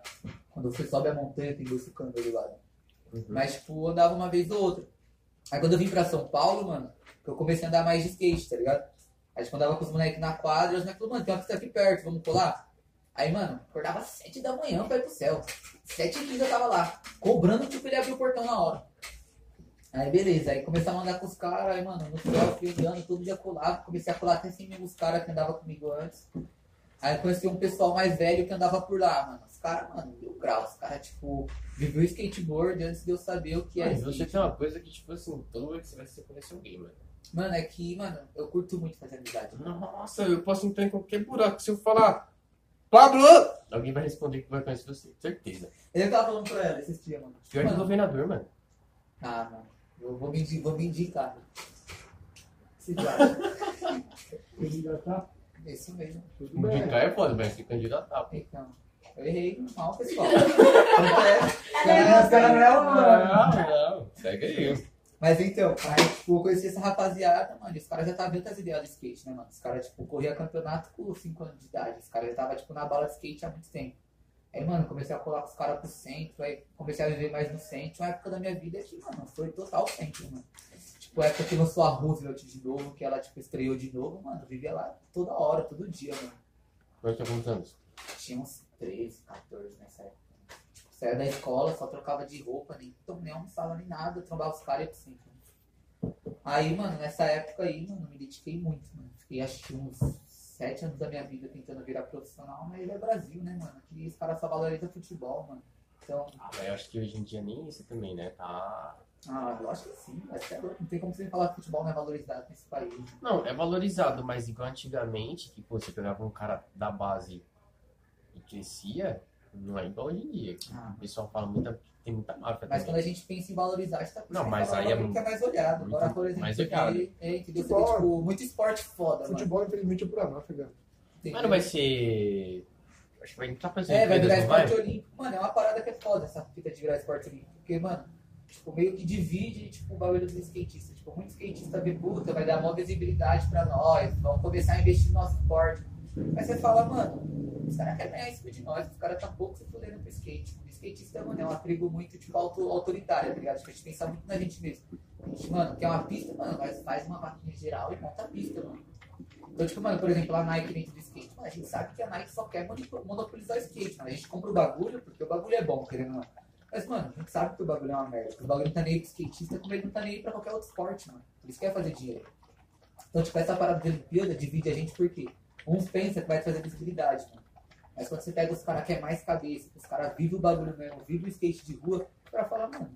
Speaker 2: Quando você sobe a montanha, tem Bochucanga do lado.
Speaker 1: Uhum.
Speaker 2: Mas, tipo, andava uma vez ou outra. Aí, quando eu vim pra São Paulo, mano, que eu comecei a andar mais de skate, tá ligado? Aí, tipo, andava com os moleques na quadra, os moleques falaram, mano, tem uma pista aqui perto, vamos colar? Aí, mano, acordava às sete da manhã pra ir pro céu. Sete e quinze eu tava lá, cobrando, tipo, ele abrir o portão na hora. Aí, beleza, aí começava a andar com os caras, aí, mano, no céu, fui andando, todo dia colava, comecei a colar até sem mesmo os caras que andavam comigo antes. Aí, conheci um pessoal mais velho que andava por lá, mano. Os caras, mano, deu grau, os caras, tipo, viveu skateboard antes de eu saber o que é era
Speaker 1: Mas você
Speaker 2: skate.
Speaker 1: tem uma coisa que, tipo assim, todo mundo que você vai você conhece alguém, mano.
Speaker 2: Mano, é que, mano, eu curto muito fazer amizade.
Speaker 1: Nossa, eu posso entrar em qualquer buraco. Se eu falar, Pablo! Alguém vai responder que vai conhecer você, certeza.
Speaker 2: Eu tava falando pra ela esses dias, mano.
Speaker 1: Pior que o
Speaker 2: Mano,
Speaker 1: governador, mano.
Speaker 2: Ah, mano. Eu vou me, indi- vou me indicar. mano. Se dá.
Speaker 3: Eu vi já tá,
Speaker 2: Isso mesmo.
Speaker 3: tudo bem.
Speaker 1: Indicar é foda, vai se candidatar.
Speaker 2: Então, eu errei mal, pessoal. Tanto é. Os caras não é humano.
Speaker 1: Ah, Não, não, segue aí.
Speaker 2: Mas então, aí, tipo, eu conheci essa rapaziada, mano, e os caras já estavam vendo as ideias do skate, né, mano? Os caras, tipo, corria campeonato com 5 anos de idade. Os caras já estavam, tipo, na bala de skate há muito tempo. Aí, mano, comecei a colar com os caras pro centro, aí comecei a viver mais no centro. Uma época da minha vida é que, mano, foi total centro, mano. Tipo, a época que lançou a Roosevelt de novo, que ela, tipo, estreou de novo, mano, eu vivia lá toda hora, todo dia, mano.
Speaker 1: Agora tá quantos anos?
Speaker 2: Tinha uns 13, 14 nessa época. Tipo, saía da escola, só trocava de roupa, nem, então, nem almoçava nem nada, trombava os caras e ia pro centro. Aí, mano, nessa época aí, mano, me dediquei muito, mano. Fiquei acho que uns 7 anos da minha vida tentando virar profissional, mas é Brasil, né, mano? Aqui os caras só valorizam futebol, mano. Então,
Speaker 1: Ah, mas eu acho que hoje em dia nem isso também, né? Tá.
Speaker 2: ah, eu acho que sim, mas você é louco. Não tem como você falar que futebol não é valorizado nesse país.
Speaker 1: Não, é valorizado, mas igual antigamente, que pô, você pegava um cara da base e crescia, não é igual hoje em dia.
Speaker 2: Ah,
Speaker 1: O pessoal fala muita. Tem muita máfia
Speaker 2: Mas
Speaker 1: também.
Speaker 2: quando a gente pensa em valorizar, a gente tá pensando
Speaker 1: Não, mas
Speaker 2: em falar
Speaker 1: aí é
Speaker 2: que é mais olhado.
Speaker 1: muito
Speaker 2: Agora, por exemplo,
Speaker 1: mais
Speaker 2: você vê-
Speaker 1: olhado.
Speaker 2: é, entendeu? Você vê,
Speaker 3: Futebol.
Speaker 2: tipo, muito esporte foda, mano.
Speaker 3: Futebol, infelizmente, é pura máfia, cara.
Speaker 2: Entendeu?
Speaker 1: Mas não vai ser. Acho que vai entrar pra
Speaker 2: É, vai virar
Speaker 1: não vai?
Speaker 2: esporte olímpico. Mano, é uma parada que é foda essa fita de virar esporte olímpico. Porque, mano, tipo, meio que divide tipo, o bagulho dos skatistas. Tipo, muito skatista vê puta, vai dar maior visibilidade pra nós, vão começar a investir no nosso esporte. Mas você fala, mano, os caras querem ganhar em cima de nós, os caras tá pouco se fudendo pro skate. O skatista, mano, é uma tribo muito, tipo, auto, autoritária, tá ligado? Tipo, a gente pensa muito na gente mesmo. A gente, mano, quer uma pista, mano, mas faz uma máquina geral e monta a pista, mano. Então, tipo, mano, por exemplo, a Nike dentro do skate, mano, a gente sabe que a Nike só quer monopo- monopolizar o skate, mano. A gente compra o bagulho porque o bagulho é bom, querendo ou não. Mas, mano, a gente sabe que o bagulho é uma merda. Que o bagulho não tá nem aí pro skatista, como ele não tá nem aí pra qualquer outro esporte, mano. Eles querem é fazer dinheiro. Então, tipo, essa parada de Olimpíada divide a gente por quê? Uns pensam que vai trazer visibilidade, mano. Mas quando você pega os caras que é mais cabeça, que os caras vivem o bagulho mesmo, vivem o skate de rua, o cara fala, mano,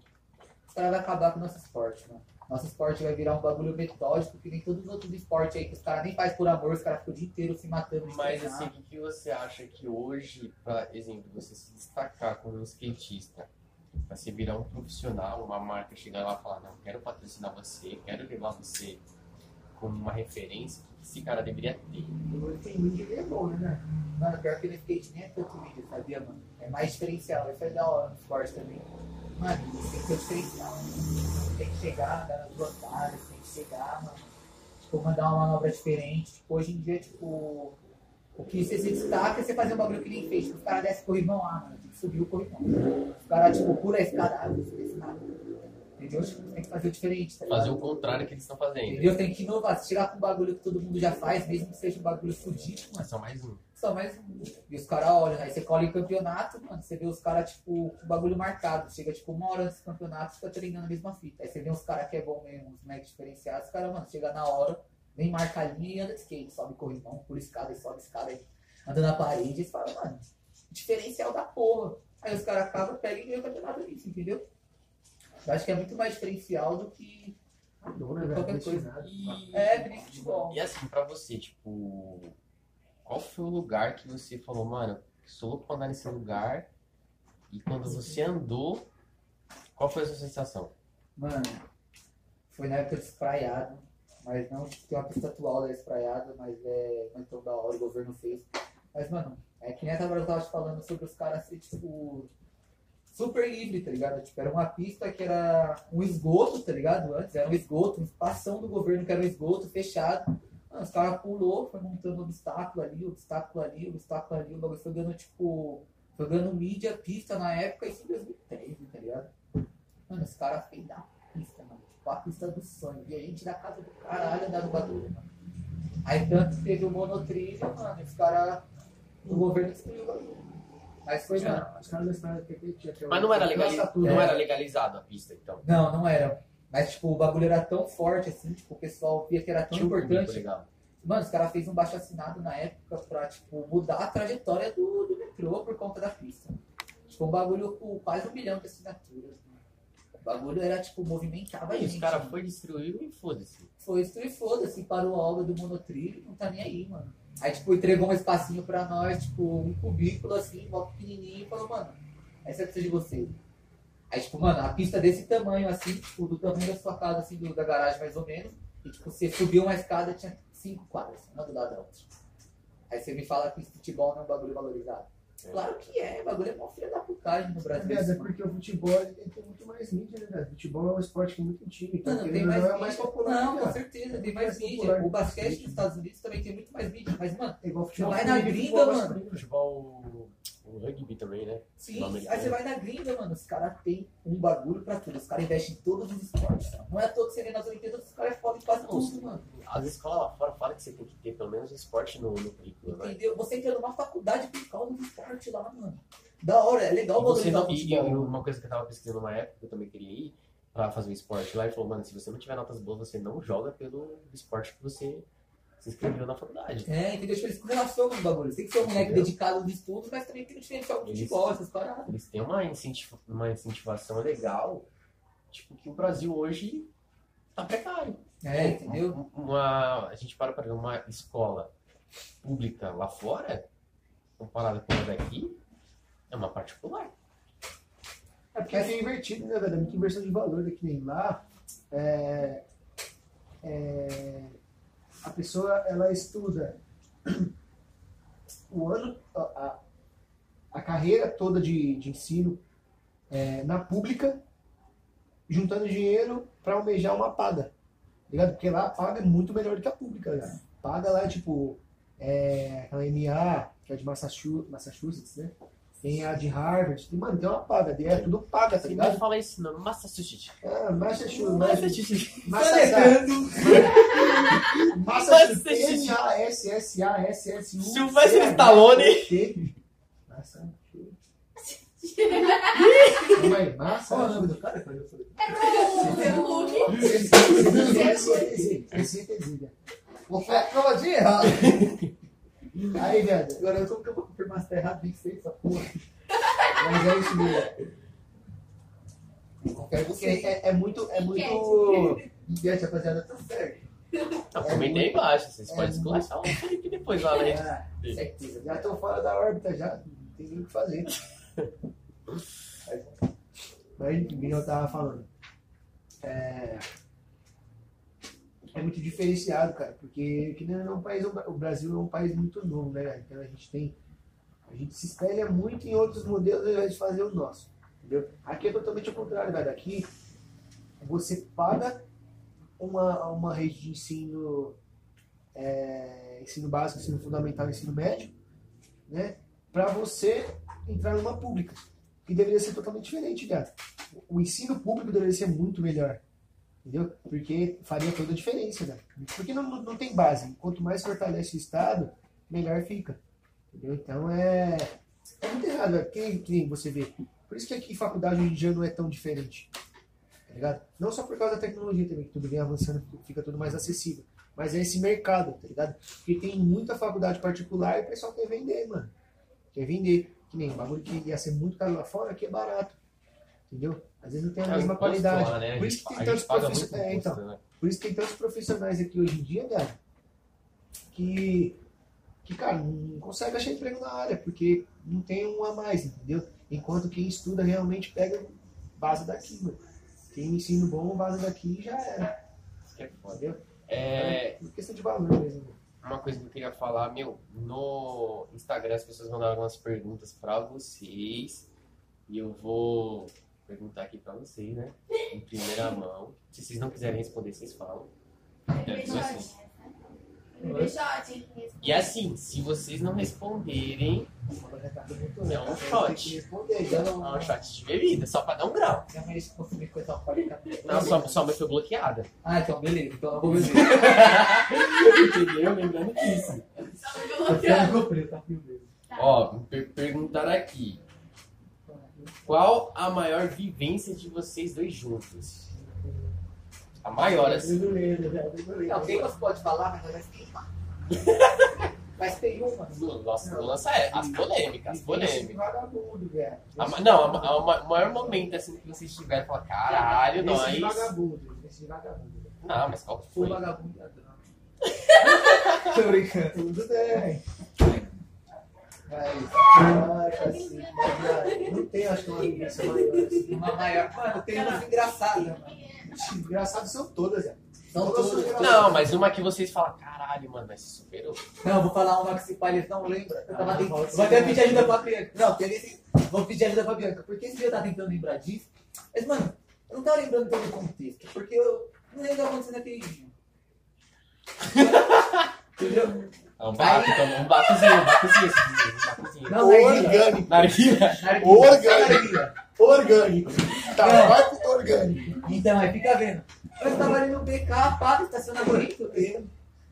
Speaker 2: os caras vão acabar com o nosso esporte, mano. Nosso esporte vai virar um bagulho metódico, que nem todos os outros esportes aí, que os caras nem fazem por amor, os caras ficam o dia inteiro se matando. de
Speaker 1: Mas
Speaker 2: treinar.
Speaker 1: assim, o que que você acha que hoje, pra exemplo, você se destacar como um skatista, pra você virar um profissional, uma marca chegar lá e falar, não, quero patrocinar você, quero levar você como uma referência, o que que esse cara deveria ter?
Speaker 3: Ele tem mídia que é bom, né, cara?
Speaker 2: Mano, pior que no skate nem é tanto mídia, sabia, mano? É mais diferencial, isso é da hora no esporte também. Mano, tem que ser diferencial. mano. Tem que chegar, andar nas duas áreas, tem que chegar, mano. Tipo, mandar uma manobra diferente. Tipo, hoje em dia, tipo, o que você se destaca é você fazer um bagulho que nem fez. Tipo, os caras descem o corrimão lá, mano. Tem que subir o corrimão. Os caras, tipo, pula a escada, ah, não subi a escada. Entendeu? Tipo, você tem que fazer o diferente, tá ligado?
Speaker 1: Fazer o contrário que eles estão fazendo.
Speaker 2: Entendeu? Tem que inovar. Se chegar com um bagulho que todo mundo já faz, mesmo que seja um bagulho fudido, mano.
Speaker 1: Mas só mais um.
Speaker 2: Só mais um. E os caras olham, aí você cola em campeonato, mano. Você vê os caras, tipo, com o bagulho marcado. Chega, tipo, uma hora antes do campeonato, fica treinando a mesma fita. Aí você vê uns caras que é bom mesmo, os moleques diferenciados. Os caras, mano, chega na hora, nem marca a linha e anda de skate. Sobe corrimão, por escada, e sobe escada, e anda na parede. E você fala, mano, diferencial da porra. Aí os caras acabam, pegam e ganham o campeonato nisso, entendeu? Eu acho que é muito mais diferencial do que.
Speaker 3: Dona,
Speaker 2: Qualquer
Speaker 3: velho,
Speaker 2: coisa.
Speaker 3: nada.
Speaker 1: E...
Speaker 2: É, que nem futebol.
Speaker 1: E assim, pra você, tipo, qual foi o lugar que você falou, mano, eu sou louco pra andar nesse lugar? E quando você andou, qual foi a sua sensação?
Speaker 2: Mano, foi na época de espraiado, mas não tipo, tem uma pista atual da espraiada, mas é mas tão da hora, o governo fez. Mas, mano, é que nem a eu tava te falando sobre os caras ser, tipo, super livre, tá ligado? Tipo, era uma pista que era um esgoto, tá ligado? Antes era um esgoto, um espação do governo que era um esgoto fechado. Mano, os caras pulou, foi montando obstáculo ali, obstáculo ali, obstáculo ali, o bagulho foi dando, tipo, foi dando mídia, pista na época, isso em 2013, tá ligado? Mano, os caras fez da pista, mano. Tipo, a pista do sonho. E a gente da casa do caralho andava no bagulho, mano. Aí tanto que teve o monotrilho, mano. e Os caras. O governo destruiu o bagulho. Mas foi, mano.
Speaker 3: Os caras da estrada que que tinha até
Speaker 1: Mas não era,
Speaker 3: hoje,
Speaker 1: legaliz...
Speaker 3: passa tudo,
Speaker 1: não
Speaker 3: né?
Speaker 2: É.
Speaker 1: era legalizado a pista, então.
Speaker 2: Não, não era. Mas, tipo, o bagulho era tão forte, assim, tipo, o pessoal via que era tão
Speaker 1: Tinha um público
Speaker 2: importante.
Speaker 1: legal.
Speaker 2: Mano, os caras fez um baixo assinado na época pra, tipo, mudar a trajetória do, do metrô por conta da pista. Tipo, um bagulho com quase um milhão de assinaturas, mano. O bagulho era, tipo, movimentava a
Speaker 1: Aí
Speaker 2: gente.
Speaker 1: os caras
Speaker 2: mano.
Speaker 1: foi destruíram e foda-se.
Speaker 2: Foi isso e foda-se, parou a obra do monotrilho, não tá nem aí, mano. Aí, tipo, entregou um espacinho pra nós, tipo, um cubículo assim, mó pequenininho, e falou, mano, essa é precisa de vocês. Aí, tipo, mano, a pista desse tamanho, assim, tipo, do tamanho da sua casa, assim, do- da garagem mais ou menos, e, tipo, você subiu uma escada, tinha cinco quadras, uma do lado da outra. Aí você me fala que futebol não é um bagulho valorizado. Claro que é, bagulho é mó filha da putagem no Brasil.
Speaker 3: Aliás, é porque o futebol ele tem muito mais mídia, né, velho? O futebol é um esporte que é muito antigo, então
Speaker 2: Mano,
Speaker 3: ele
Speaker 2: Ah, tem
Speaker 3: não
Speaker 2: mais
Speaker 3: é
Speaker 2: mídia.
Speaker 3: mais popular.
Speaker 2: Não,
Speaker 3: né,
Speaker 2: com
Speaker 3: cara?
Speaker 2: certeza, tem
Speaker 3: mais
Speaker 2: mais
Speaker 3: popular.
Speaker 2: mídia. O basquete nos Estados Unidos também tem muito mais mídia. Mas, mano,
Speaker 3: É igual futebol.
Speaker 2: Vai na
Speaker 3: feminino,
Speaker 2: gringa,
Speaker 3: futebol
Speaker 2: mano.
Speaker 3: masculino.
Speaker 1: Futebol, o rugby também, né?
Speaker 2: sim,
Speaker 1: Não,
Speaker 2: aí
Speaker 1: americano.
Speaker 2: você vai na gringa, mano, os caras têm um bagulho pra tudo. Os caras investem em todos os esportes. mano. Não é todo que você vê nas Olimpíadas, os caras podem quase tudo, mano.
Speaker 1: As escolas lá fora falam que você tem que ter pelo menos esporte no, no currículo, né?
Speaker 2: Entendeu? Você entra numa faculdade por causa do esporte lá, mano. Da hora, é legal
Speaker 1: E você
Speaker 2: valorizar o
Speaker 1: não, e eu-
Speaker 2: futebol.
Speaker 1: uma coisa que eu tava pesquisando uma época, que eu também queria ir pra fazer um esporte lá, e falou, mano, se você não tiver notas boas, você não joga pelo esporte que você se inscreveu na faculdade.
Speaker 2: É, entendeu? Tipo, eles correlacionam os bagulhos. Tem que ser um moleque
Speaker 1: Entendeu?
Speaker 2: dedicado aos estudos, mas também tem que diferenciar o
Speaker 1: Eles-
Speaker 2: futebol, essas paradas.
Speaker 1: Eles têm uma, incentivo, uma incentivação legal, tipo, que o Brasil hoje tá precário.
Speaker 2: É, entendeu?
Speaker 1: Um, Uma, a gente para pra ver uma escola pública lá fora, comparada com a daqui, é uma particular.
Speaker 3: Tá É porque é invertido, né, velho? É muita inversão de valor, né? Que nem lá. é, é, a pessoa, ela estuda o ano, a, a- a carreira toda de, de ensino é, na pública, juntando dinheiro para almejar uma paga. tá Ligado? Porque lá a paga é muito melhor do que a pública, cara. Paga lá, tipo, é, aquela MA, que é de Massachu- Massachusetts, né? Tem a de Harvard, tem, mano, tem uma paga, é tudo paga, tá
Speaker 1: Você não
Speaker 3: ligado?
Speaker 1: fala isso, não. Massachusetts.
Speaker 3: Ah, Massachusetts,
Speaker 1: Massachusetts.
Speaker 3: Massachusetts,
Speaker 1: Massachusetts.
Speaker 3: Massachusetts, M-A-S-S-A-S-S-U.
Speaker 1: Sylvester Stallone.
Speaker 3: Massachusetts. Calma aí,
Speaker 2: Qual é o nome
Speaker 3: Massachusetts.
Speaker 2: do cara? Eu falei,
Speaker 4: Seu Hulk.
Speaker 2: é tá
Speaker 3: Você acaba de errar. Aí, viado.
Speaker 2: Agora eu tô que eu vou confirmar se tá errado, nem sei essa porra.
Speaker 3: Mas é isso mesmo.
Speaker 2: Qualquer
Speaker 3: Porque
Speaker 2: você.
Speaker 3: é, é muito. É muito.
Speaker 2: Gente, rapaziada, tá certo.
Speaker 1: Não, comentem aí embaixo. Vocês
Speaker 3: É.
Speaker 1: podem esculachar o Felipe depois lá, né?
Speaker 3: Ah,
Speaker 2: Certeza.
Speaker 3: já estão fora da órbita, já. Não tem nem o que fazer. Mas enfim, eu tava falando. É, é muito diferenciado, cara, porque que nem é um país, o Brasil é um país muito novo, né? cara? Então a gente tem. A gente se espelha muito em outros modelos ao invés de fazer o nosso. Entendeu? Aqui é totalmente o contrário, velho. Aqui você paga uma, uma rede de ensino, é, ensino básico, ensino fundamental, ensino médio, né? Pra você entrar numa pública. E deveria ser totalmente diferente, cara. O ensino público deveria ser muito melhor. Entendeu? Porque faria toda a diferença, cara. Porque não, não- não tem base. Quanto mais fortalece o Estado, melhor fica. Entendeu? Então é. É muito errado, é que, que você vê. Por isso que aqui faculdade hoje em dia não é tão diferente. Tá ligado? Não só por causa da tecnologia também, que tudo vem avançando, fica tudo mais acessível. Mas é esse mercado, tá ligado? Porque tem muita faculdade particular e o pessoal quer vender, mano. Quer vender. Que nem um bagulho que ia ser muito caro lá fora, aqui é barato. Entendeu? Às vezes não
Speaker 1: É um
Speaker 3: tem a mesma qualidade.
Speaker 1: né?
Speaker 3: Por isso que tem tantos profissionais. É, então. Por isso que tem tantos profissionais aqui hoje em dia, cara, que, que cara, não consegue achar emprego na área, porque não tem um a mais, entendeu? Enquanto quem estuda realmente pega base daqui, mano. Tem um ensino bom, base daqui e já era,
Speaker 1: Isso que é foda.
Speaker 3: entendeu?
Speaker 1: É,
Speaker 3: Por questão de valor mesmo. mano.
Speaker 1: uma coisa que eu queria falar, meu, no Instagram as pessoas mandaram algumas perguntas pra vocês e eu vou perguntar aqui pra vocês, né? Em primeira mão. Se vocês não quiserem responder, vocês falam. Deve ser assim.
Speaker 4: Beijote.
Speaker 1: E assim, se vocês não responderem,
Speaker 3: Agora já tá perguntando,
Speaker 1: É um
Speaker 3: né?
Speaker 1: shot.
Speaker 3: Tem que responder, já
Speaker 2: Eu
Speaker 1: é
Speaker 2: não.
Speaker 1: um shot de bebida, só pra dar um grau.
Speaker 2: Minha mãe se consumir coisa alcoólica.
Speaker 1: Não, um sua, sua mãe foi bloqueada.
Speaker 2: Ah, então beleza. Então eu vou ver.
Speaker 1: Entendeu? Lembrando disso.
Speaker 4: Só me colocando.
Speaker 2: tá frio mesmo.
Speaker 1: Ó, per perguntaram aqui. Qual a maior vivência de vocês dois juntos? A maior, assim.
Speaker 2: Não, quem você pode falar, mas vai se queimar. Mas tem uma.
Speaker 1: Nossa, o lance é as polêmicas, as polêmicas.
Speaker 3: Vagabundo, velho.
Speaker 1: A ma- não, a ma- a ma- o maior momento assim que vocês tiveram, falar, caralho,
Speaker 3: Esse
Speaker 1: nós.
Speaker 3: de vagabundo, esse de vagabundo. velho.
Speaker 1: Não, mas qual que
Speaker 2: Sou
Speaker 1: foi?
Speaker 2: vagabundo e ladrão. Tô brincando.
Speaker 3: Tudo bem.
Speaker 2: Mas
Speaker 3: Ai, cacete, velho. Não tem, acho que é uma vivência maior. assim.
Speaker 2: uma maior. Mano, tem umas engraçadas, mano.
Speaker 3: Engraçado são todas, é. velho.
Speaker 2: São todas.
Speaker 1: Não, mas uma que vocês falam, caralho, mano, mas se superou.
Speaker 2: Não, eu vou falar uma que se pá, eles não lembram. Eu tava
Speaker 3: Ah,
Speaker 2: tentando-
Speaker 3: pode ser.
Speaker 2: Vou até pedir ajuda pra Bianca. Não, teve esse... vou pedir ajuda pra Bianca. Porque esse dia eu tava tentando lembrar disso. Mas, mano, eu não tava lembrando todo o contexto. Porque eu não lembro o que aconteceu naquele dia. Entendeu?
Speaker 1: É um baco, então, um bacozinho, um bacozinho, esse desenho, um bacozinho.
Speaker 2: Não, é narguilha.
Speaker 1: Narguilha.
Speaker 3: Orgânico. Orgânico. Orgânico.
Speaker 1: É.
Speaker 3: Tabaco orgânico.
Speaker 2: Então, aí fica vendo. Nós tava ali no BK, pá, no estacionamento. Eu,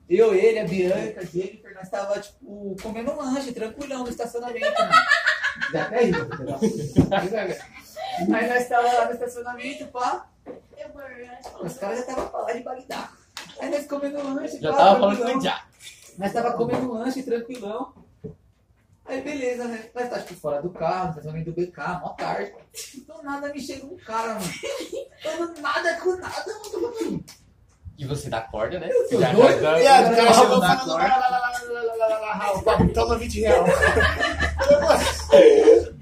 Speaker 2: eu, ele, a Bianca, Jennifer, nós tava, tipo, comendo um lanche, tranquilão, no estacionamento. mano. Dá até rir, tá ligado? Aí nós tava lá no estacionamento, pá.
Speaker 4: Eu vou-
Speaker 2: Os caras já estavam falando de Bagdá. Aí nós comendo um lanche,
Speaker 1: Já
Speaker 2: pá,
Speaker 1: tava falando
Speaker 2: tranquilão.
Speaker 1: com o Jack.
Speaker 2: Nós tava comendo lanche, tranquilão. Aí beleza, né? Nós tá tipo, fora do carro, no estacionamento do BK, mó tarde. Do nada me chega um cara, mano. Do nada com nada, mano.
Speaker 1: E você dá corda, né?
Speaker 2: tô
Speaker 1: Já
Speaker 2: doido,
Speaker 1: tá-
Speaker 3: Viado, o cara chegou
Speaker 1: dá
Speaker 3: falando. lá,
Speaker 1: corda.
Speaker 3: lá, lá, lá, lá, lá, lá, lá, lá, Raul, papo, Toma 20 reais.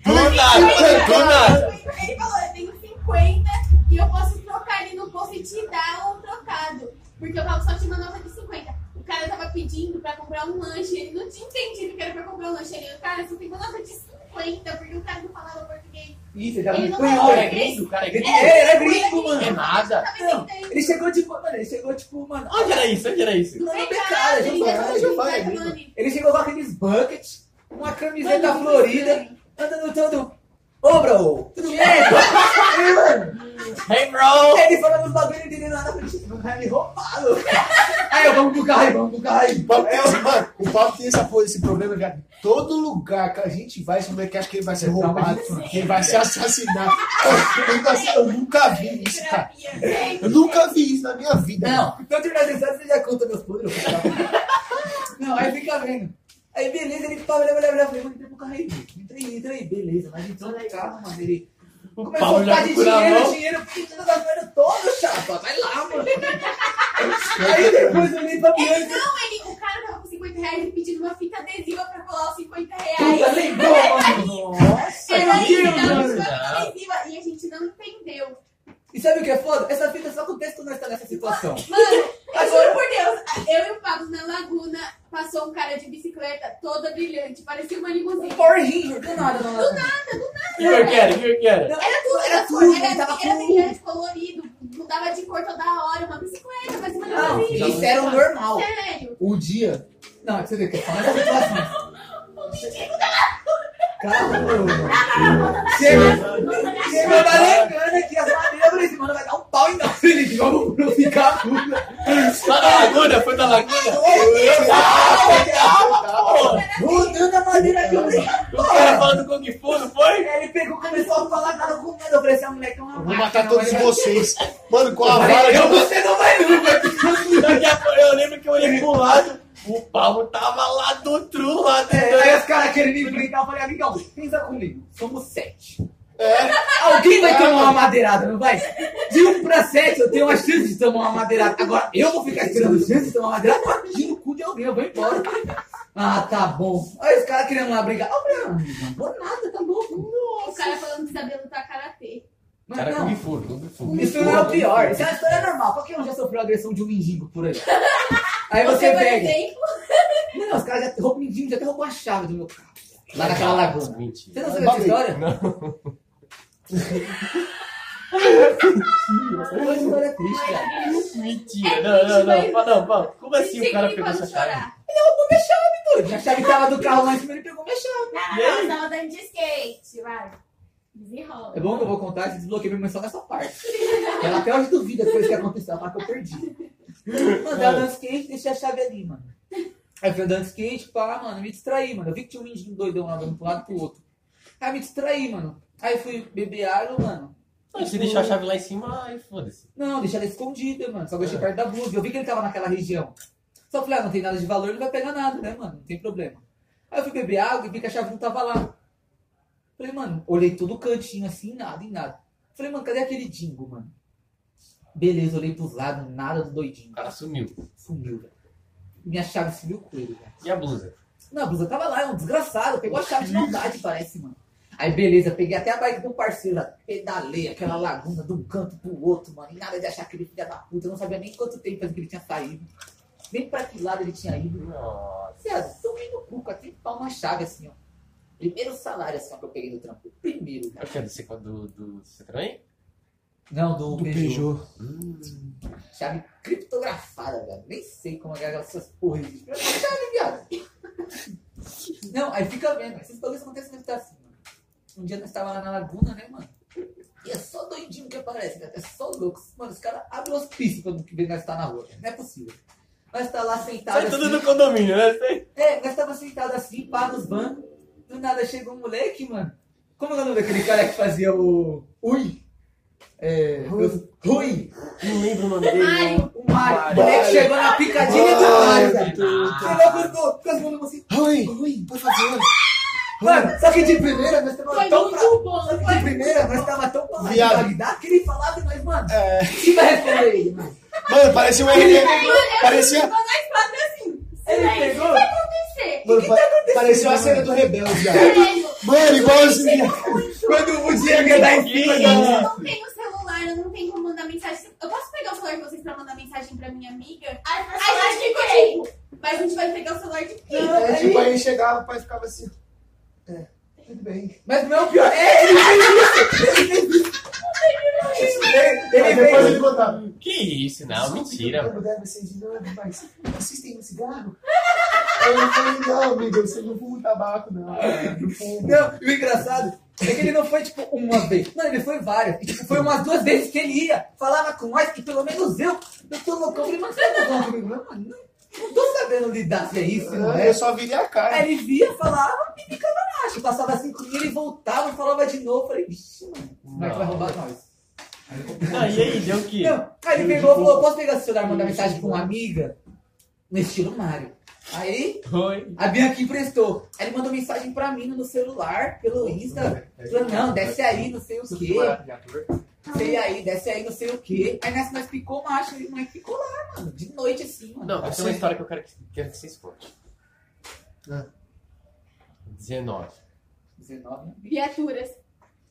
Speaker 1: Do nada, do nada.
Speaker 4: Ele falou, eu tenho 50 e eu posso trocar ali no bolso e te dar o trocado. Porque eu tava só te mandando de 50. O cara tava pedindo pra comprar um lanche, ele não tinha entendido que era pra comprar um lanche. Ele, cara, você tem uma nota de 50, porque o cara não falava português.
Speaker 2: Isso, ele tava
Speaker 4: Ele
Speaker 2: em
Speaker 4: não
Speaker 2: espanhol,
Speaker 4: falava
Speaker 1: É
Speaker 2: né?
Speaker 1: gringo, o cara é
Speaker 2: Ele
Speaker 1: gringo.
Speaker 2: é, ele é gringo,
Speaker 1: É
Speaker 2: mano.
Speaker 1: nada.
Speaker 4: Tava
Speaker 2: Não,
Speaker 4: tentando.
Speaker 2: ele chegou tipo, mano, ele chegou tipo, mano,
Speaker 1: Onde era isso? Onde era isso?
Speaker 2: não é
Speaker 4: Vem cá,
Speaker 2: cara,
Speaker 4: ele
Speaker 3: vai,
Speaker 4: já
Speaker 3: já
Speaker 2: Giovanni.
Speaker 4: tá
Speaker 3: vai,
Speaker 4: mandando
Speaker 3: amigo.
Speaker 4: ali.
Speaker 2: Ele chegou com aqueles buckets, uma camiseta
Speaker 4: Mano,
Speaker 2: florida, andando todo. Ô, bro, tudo bem? E, mano,
Speaker 1: Hey, bro!
Speaker 2: ele falando os bagulho dele lá na frente, não vai me é roubado. Aí, ó, vamos pro carro aí, vamos pro carro aí.
Speaker 3: O papo tem- Mano, o papo tem essa porra, esse problema, cara. Todo lugar que a gente vai, esse moleque acha que ele vai ser
Speaker 1: Tá
Speaker 3: roubado, que ele vai ser assassinado. Eu nunca- Eu nunca vi isso, cara.
Speaker 4: Terapia, gente.
Speaker 3: Eu nunca vi isso na minha vida.
Speaker 2: Não, então de verdade, você já conta meus podres. eu vou contar. Não, aí fica vendo. Aí beleza, ele fala, olha, olha, olha, falei, mano, entra pro carro aí, bicho. entra aí, entra aí, beleza, mas entrou no carro, mano, ele começou a
Speaker 1: Paulo já
Speaker 2: falar de
Speaker 1: por a
Speaker 2: dinheiro,
Speaker 1: mão.
Speaker 2: dinheiro, pedindo das moedas todo, chapa, vai lá, mano. aí depois eu olhei pra
Speaker 4: Ele
Speaker 2: Bianca,
Speaker 4: não, ele, o cara tava com 50 reais e pedindo uma fita adesiva pra colar os 50 reais.
Speaker 2: puta, lembrou, mano. Nossa,
Speaker 4: Era isso,
Speaker 2: que
Speaker 4: era
Speaker 2: mano.
Speaker 4: isso,
Speaker 1: Não.
Speaker 4: adesiva, e a gente não entendeu.
Speaker 2: E sabe o que é foda? Essa fita só acontece quando nós tá nessa situação.
Speaker 4: Mano, eu
Speaker 2: Agora-
Speaker 4: juro por Deus, eu e o Pablo na laguna passou um cara de bicicleta toda brilhante, parecia uma
Speaker 2: Um
Speaker 4: limusine.
Speaker 2: Power Ranger, do nada, do nada.
Speaker 1: Pior que era, pior que era.
Speaker 2: Não,
Speaker 4: Era tudo,
Speaker 2: era
Speaker 4: era
Speaker 2: tudo,
Speaker 4: tudo,
Speaker 2: ele
Speaker 4: era,
Speaker 2: tava
Speaker 4: era
Speaker 2: tudo.
Speaker 4: brilhante, colorido, mudava de cor toda hora, uma bicicleta, parecia uma
Speaker 2: Não,
Speaker 1: já
Speaker 4: limusine.
Speaker 2: Ah, isso era o normal.
Speaker 4: Sério,
Speaker 2: O dia. Não, é pra você ver que é só nessa situação.
Speaker 4: o mendigo da laguna.
Speaker 3: Calma!
Speaker 2: Chega, chega
Speaker 4: Nossa,
Speaker 2: balangando é aqui as madeiras. Eu falei assim, mano, vai dar um pau em nós, Felipe. Vamos não ficar puto.
Speaker 1: Tá na laguna, foi na laguna.
Speaker 2: Rodando a madeira aqui, eu falei,
Speaker 1: O cara falando do Kung Fu, não foi?
Speaker 2: Ele pegou, começou a falar, tava com medo. Eu falei, essa moleque é uma
Speaker 3: Eu vou
Speaker 2: máquina,
Speaker 3: matar todos
Speaker 2: mano.
Speaker 3: vocês. Mano, com a vara.
Speaker 2: Falei,
Speaker 3: de-
Speaker 2: Eu, você não vai nunca.
Speaker 1: Daqui a pouco eu lembro que eu olhei pro lado, o Paulo tava lá do tru, lá
Speaker 2: É, aí
Speaker 1: dentro.
Speaker 2: os caras querendo me enfrentar, eu falei, amigão, pensa comigo, somos sete.
Speaker 3: É,
Speaker 2: Alguém vai tomar uma madeirada, não vai? De um pra sete, eu tenho uma chance de tomar uma madeirada. Agora, eu vou ficar esperando chance de tomar uma madeirada pra no cu de alguém, eu vou embora. Ah, tá bom. Aí os caras querendo lá brigar. Eu falei, ah, não vou nada, tá bom.
Speaker 4: o cara falando que sabia lutar karatê.
Speaker 2: Mas
Speaker 1: Cara,
Speaker 2: não,
Speaker 1: Kung Fu, Kung Fu.
Speaker 2: o isso não é o pior. Isso é uma história normal. Qualquer um já sofreu agressão de um mendigo por aí. Aí você
Speaker 4: por
Speaker 2: pega.
Speaker 4: exemplo,
Speaker 2: Não, os caras já roubam mendigo, já até roubou a chave do meu carro. Lá naquela laguna. Você
Speaker 1: Mentira.
Speaker 2: não sabe essa
Speaker 3: Babi.
Speaker 2: história?
Speaker 1: Não.
Speaker 2: Essa é uma história triste, cara.
Speaker 4: um
Speaker 1: Mentira. Não, não, não. Fala, não, Paulo. Como assim o
Speaker 4: tem
Speaker 1: cara
Speaker 4: que
Speaker 1: pegou
Speaker 4: pra não
Speaker 1: essa chave?
Speaker 4: chorar.
Speaker 2: doido. A chave tava do carro lá em cima, ele pegou minha chave.
Speaker 4: Não, não, tava dando de skate, vai. Desenrola.
Speaker 2: É bom que eu vou contar, você desbloqueia minha mãe só nessa parte. Ela até hoje duvida as coisas que aconteceu, ela fala que eu perdi. Mano, tava dando skate, deixei a chave ali, mano. Aí eu fui andando de skate, pá, mano, me distraí, mano. Eu vi que tinha um indinho doidão lá, dando pro lado e pro outro. Aí eu me distraí, mano. Aí eu fui beber água, mano.
Speaker 1: Ah, Se deixar a chave lá em cima, aí foda-se.
Speaker 2: Não, deixei ela escondida, mano. Só deixei perto da blusa. Eu vi que ele tava naquela região. Só falei, ah, não tem nada de valor, não vai pegar nada, né, mano? Não tem problema. Aí eu fui beber água e vi que a chave não tava lá. Falei, mano, olhei todo o cantinho assim, nada, e nada. Falei, mano, cadê aquele dingo, mano? Beleza, olhei pros lados, nada do doidinho.
Speaker 1: O cara sumiu.
Speaker 2: Sumiu, velho. Minha chave sumiu com ele, velho.
Speaker 1: E a blusa?
Speaker 2: Não, a blusa tava lá, é um desgraçado. Pegou a chave de maldade, parece, mano. Aí, beleza, peguei até a bike do parceiro, pedalei aquela laguna de um canto pro outro, mano. E nada de achar aquele filho da puta, eu não sabia nem quanto tempo fazia que ele tinha saído. Nem pra que lado ele tinha ido.
Speaker 1: Nossa.
Speaker 2: Sério, tomei no cu, 40 pau uma chave assim, ó. Primeiro salário assim ó, que eu peguei do trampo. Primeiro,
Speaker 1: É
Speaker 2: cara.
Speaker 1: o que? Do, Seco- do, do Citroën?
Speaker 2: Não, do,
Speaker 3: do
Speaker 2: Peugeot.
Speaker 3: Peugeot.
Speaker 2: Chave criptografada, velho. Nem sei como é que é essas porra de chave, viado. Não, aí fica vendo. Esses bagulhos acontecem sempre assim, mano. Um dia nós tava lá na laguna, né, mano? E é só doidinho que aparece, né? É só louco. Mano, os caras abrem os hospício quando vê nós tá na rua. Não é possível. Nós tá lá sentado
Speaker 1: Sai
Speaker 2: assim.
Speaker 1: tudo do condomínio, né? Sai.
Speaker 2: É, nós tava sentado assim, pá, nos bancos. Do nada chega um moleque, mano. Como é o nome daquele cara que fazia o. Ui! É.
Speaker 3: Rui.
Speaker 2: Rui!
Speaker 1: Não lembro o nome dele.
Speaker 4: Mário.
Speaker 1: não.
Speaker 2: O Mário. O
Speaker 1: Mário.
Speaker 2: moleque chegou na picadinha do Mário, velho.
Speaker 1: Ah.
Speaker 2: Chegou com as mãos assim.
Speaker 3: Oi,
Speaker 2: Ui!
Speaker 3: por favor.
Speaker 2: Mano, só que de primeira nós tava
Speaker 4: Foi
Speaker 2: tão pra...
Speaker 4: muito bom,
Speaker 2: Só que
Speaker 4: foi
Speaker 2: de primeira nós tava tão pra lá de
Speaker 3: Viado.
Speaker 2: Bagdá que ele falava e nós, mano,
Speaker 3: É,
Speaker 2: quem vai responder ele, mano?
Speaker 3: mano, parecia um RPG. Parecia.
Speaker 4: Mas nós fazemos assim.
Speaker 2: Ele
Speaker 4: silêncio.
Speaker 2: pegou?
Speaker 4: O que vai acontecer?
Speaker 3: Mano,
Speaker 2: que
Speaker 3: pa-
Speaker 2: tá acontecendo,
Speaker 3: parecia a
Speaker 2: mano?
Speaker 3: cena do Rebelde, cara.
Speaker 4: Sério,
Speaker 3: Mano, igualzinho.
Speaker 2: Quando o Diego ia dar em cima da...
Speaker 4: Eu não tenho celular, eu não tenho como mandar mensagem. Eu posso pegar o celular de vocês pra mandar mensagem pra minha amiga?
Speaker 5: Ai,
Speaker 4: Aí
Speaker 5: por
Speaker 4: a
Speaker 5: falar
Speaker 4: gente
Speaker 5: de
Speaker 4: ficou
Speaker 5: quem?
Speaker 4: tipo, mas a gente vai pegar o celular de quem?
Speaker 3: É, tipo, aí chegava, o pai ficava assim. É, tudo bem.
Speaker 2: Mas não, pior, é, ele fez isso! Ele fez isso! Ele,
Speaker 3: Aí
Speaker 2: ele
Speaker 3: depois
Speaker 2: fez
Speaker 3: ele contava.
Speaker 1: Ah, Que isso, não, mentira.
Speaker 3: Eu
Speaker 1: mano.
Speaker 3: mudar vocês de novo, mas vocês têm um cigarro? Aí eu falei, não, amigo, você não fuma tabaco, não. Não fumo.
Speaker 2: Não, e o engraçado é que ele não foi, tipo, uma vez. Mano, ele foi várias. E, tipo, foi umas duas vezes que ele ia. Falava com nós, que pelo menos eu, eu tô loucão. Eu falei, mas você tá loucão comigo? Não, mano, não, não tô sabendo lidar se é isso, não é?
Speaker 3: Eu só virei a cara.
Speaker 2: Aí ele via, falava e ficava na acha. Passava cinco dias, ele voltava e falava de novo. Eu falei, vixe, mano, como é que vai roubar nós?
Speaker 1: Não, Ah, e aí, deu o quê?
Speaker 2: Não, aí ele pegou e falou, posso pegar seu celular e mandar mensagem pra uma amiga? No estilo Mário. Aí,
Speaker 1: Foi.
Speaker 2: a Bianca emprestou. Aí ele mandou mensagem pra mim no celular, pelo Insta. Falou, não, desce aí, não sei o quê. Sei aí, desce aí, não sei o quê. Aí nessa nós ficou macho e mãe ficou lá, mano. De noite assim, mano.
Speaker 1: Não, essa é uma história que eu quero que, quero que vocês contem.
Speaker 3: Ah.
Speaker 1: 19.
Speaker 2: 19, né?
Speaker 4: Viaturas.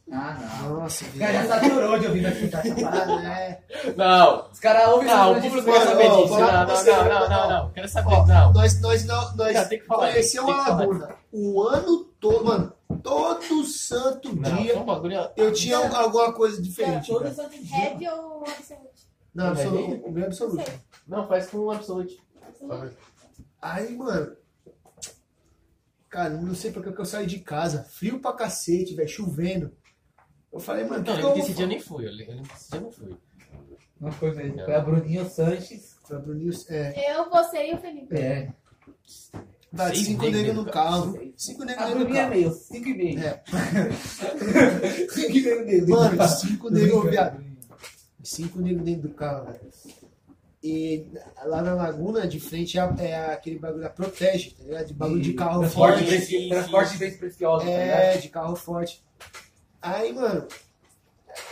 Speaker 2: Ah,
Speaker 3: Nossa,
Speaker 2: não. Os caras já saturou de ouvir nós contar essa parada.
Speaker 3: né?
Speaker 1: Não,
Speaker 2: Os caras ouvem
Speaker 1: não,
Speaker 2: essa
Speaker 1: o público
Speaker 2: história.
Speaker 1: quer saber
Speaker 3: Não,
Speaker 1: disso.
Speaker 3: fala
Speaker 1: Não,
Speaker 3: pra
Speaker 1: não,
Speaker 3: você,
Speaker 1: não, não,
Speaker 3: não,
Speaker 1: não,
Speaker 3: não.
Speaker 1: não. Quero saber,
Speaker 3: Ó,
Speaker 1: não.
Speaker 3: Nós, nós, não- nós
Speaker 1: Não, tem que falar disso,
Speaker 3: conhecemos
Speaker 1: tem que
Speaker 3: a
Speaker 1: falar
Speaker 3: Laguna o ano todo, mano, todo santo
Speaker 1: Não,
Speaker 3: dia
Speaker 1: foi um bagulho.
Speaker 3: eu tinha alguma coisa
Speaker 2: Cara,
Speaker 3: diferente.
Speaker 2: todo
Speaker 3: Cara.
Speaker 2: santo dia.
Speaker 5: Heavy ou absolute?
Speaker 3: Não, absoluto, o meu é absoluto.
Speaker 1: Não, faz com um absolute.
Speaker 5: Absolute.
Speaker 3: Aí, mano. Cara, não sei porque que eu saí de casa. Frio pra cacete, velho, chovendo. Eu falei, mano,
Speaker 1: Não,
Speaker 3: que
Speaker 1: eu
Speaker 3: eu
Speaker 1: desse
Speaker 3: vou
Speaker 1: dia eu nem fui. Eu lembro que esse dia eu não fui.
Speaker 2: Não foi mesmo. Foi a Bruninha Sanches.
Speaker 3: Foi pro Nils- é.
Speaker 4: Eu, você e o Felipe.
Speaker 2: É.
Speaker 3: Tá,
Speaker 1: Seis
Speaker 3: cinco
Speaker 1: negros
Speaker 3: negros
Speaker 1: no
Speaker 3: no
Speaker 1: carro.
Speaker 3: carro. Cinco
Speaker 2: A
Speaker 3: negros no
Speaker 2: Bruninha é
Speaker 3: carro.
Speaker 2: meio, cinco e meio.
Speaker 3: É.
Speaker 2: cinco e meio dele.
Speaker 3: Mano, cinco negros,
Speaker 2: Bruninha.
Speaker 3: viado. Cinco negros dentro do carro, velho. E lá na laguna, de frente, é, a- é aquele bagulho da protege, tá ligado? De bagulho de carro
Speaker 2: Transporte
Speaker 3: forte.
Speaker 1: Sim,
Speaker 2: de
Speaker 1: sim,
Speaker 2: vez- transporte
Speaker 1: sim.
Speaker 2: de vez preciosa, tá ligado?
Speaker 3: É, de carro forte. Aí, mano,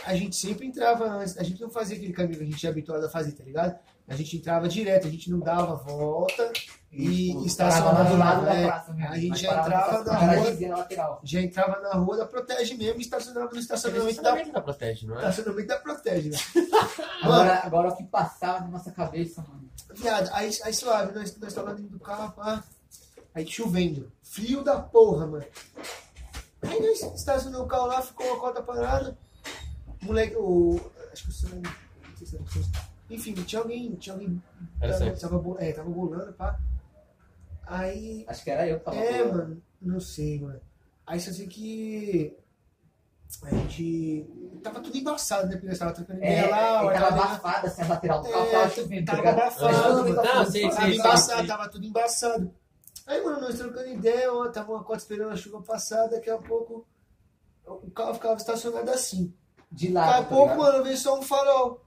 Speaker 3: a gente sempre entrava antes. A gente não fazia aquele caminho que a gente é habituado a fazer, tá ligado? A gente entrava direto, a gente não dava volta. E
Speaker 2: Tipo,
Speaker 3: estacionava
Speaker 2: parava lá do lado
Speaker 3: é,
Speaker 2: da praça mesmo.
Speaker 3: a gente
Speaker 2: Mas
Speaker 3: já
Speaker 2: parava
Speaker 3: entrava
Speaker 2: nessa
Speaker 3: na
Speaker 2: paragizinha lateral.
Speaker 3: Já entrava na rua da Protege mesmo e estacionava no estacionamento da
Speaker 1: Estacionamento da Protege, não é?
Speaker 3: Estacionamento da Protege, né? Mano,
Speaker 2: Agora, agora o que passava na nossa cabeça, mano.
Speaker 3: viado, aí, aí suave, nós, nós tava dentro do carro, pá. Aí chovendo. Frio da porra, mano. Aí nós estacionamos o carro lá, ficou uma cota parada. Moleque, o. Acho que o Sam. Não sei se era o Sam. Enfim, tinha alguém. Tinha alguém.
Speaker 1: Era
Speaker 3: tava,
Speaker 1: certo.
Speaker 3: tava, bo- é, tava bolando, pá. Aí
Speaker 2: Acho que era eu que tava
Speaker 3: É,
Speaker 2: falando.
Speaker 3: mano, não sei, mano. Aí só sei que a gente tava tudo embaçado, né? Porque nós tava trocando
Speaker 2: É,
Speaker 3: ideia lá,
Speaker 2: e tava
Speaker 3: olhava lá.
Speaker 2: abafada assim, a lateral do carro,
Speaker 3: É,
Speaker 2: tava chovendo, tá
Speaker 3: tava
Speaker 2: ligado?
Speaker 3: abafado,
Speaker 2: Mas todo
Speaker 3: mano.
Speaker 2: mundo tava
Speaker 1: Não, sei,
Speaker 2: falando,
Speaker 3: Tava
Speaker 1: sei,
Speaker 2: tava-
Speaker 1: sei.
Speaker 3: embaçado, tava tudo embaçado. Aí, mano, nós trocando ideia, ó, tava uma cota esperando a chuva passar, daqui a pouco o carro ficava estacionado assim.
Speaker 2: De
Speaker 3: Daqui
Speaker 2: lado,
Speaker 3: a
Speaker 2: tá
Speaker 3: pouco,
Speaker 2: ligado?
Speaker 3: mano, veio só um farol.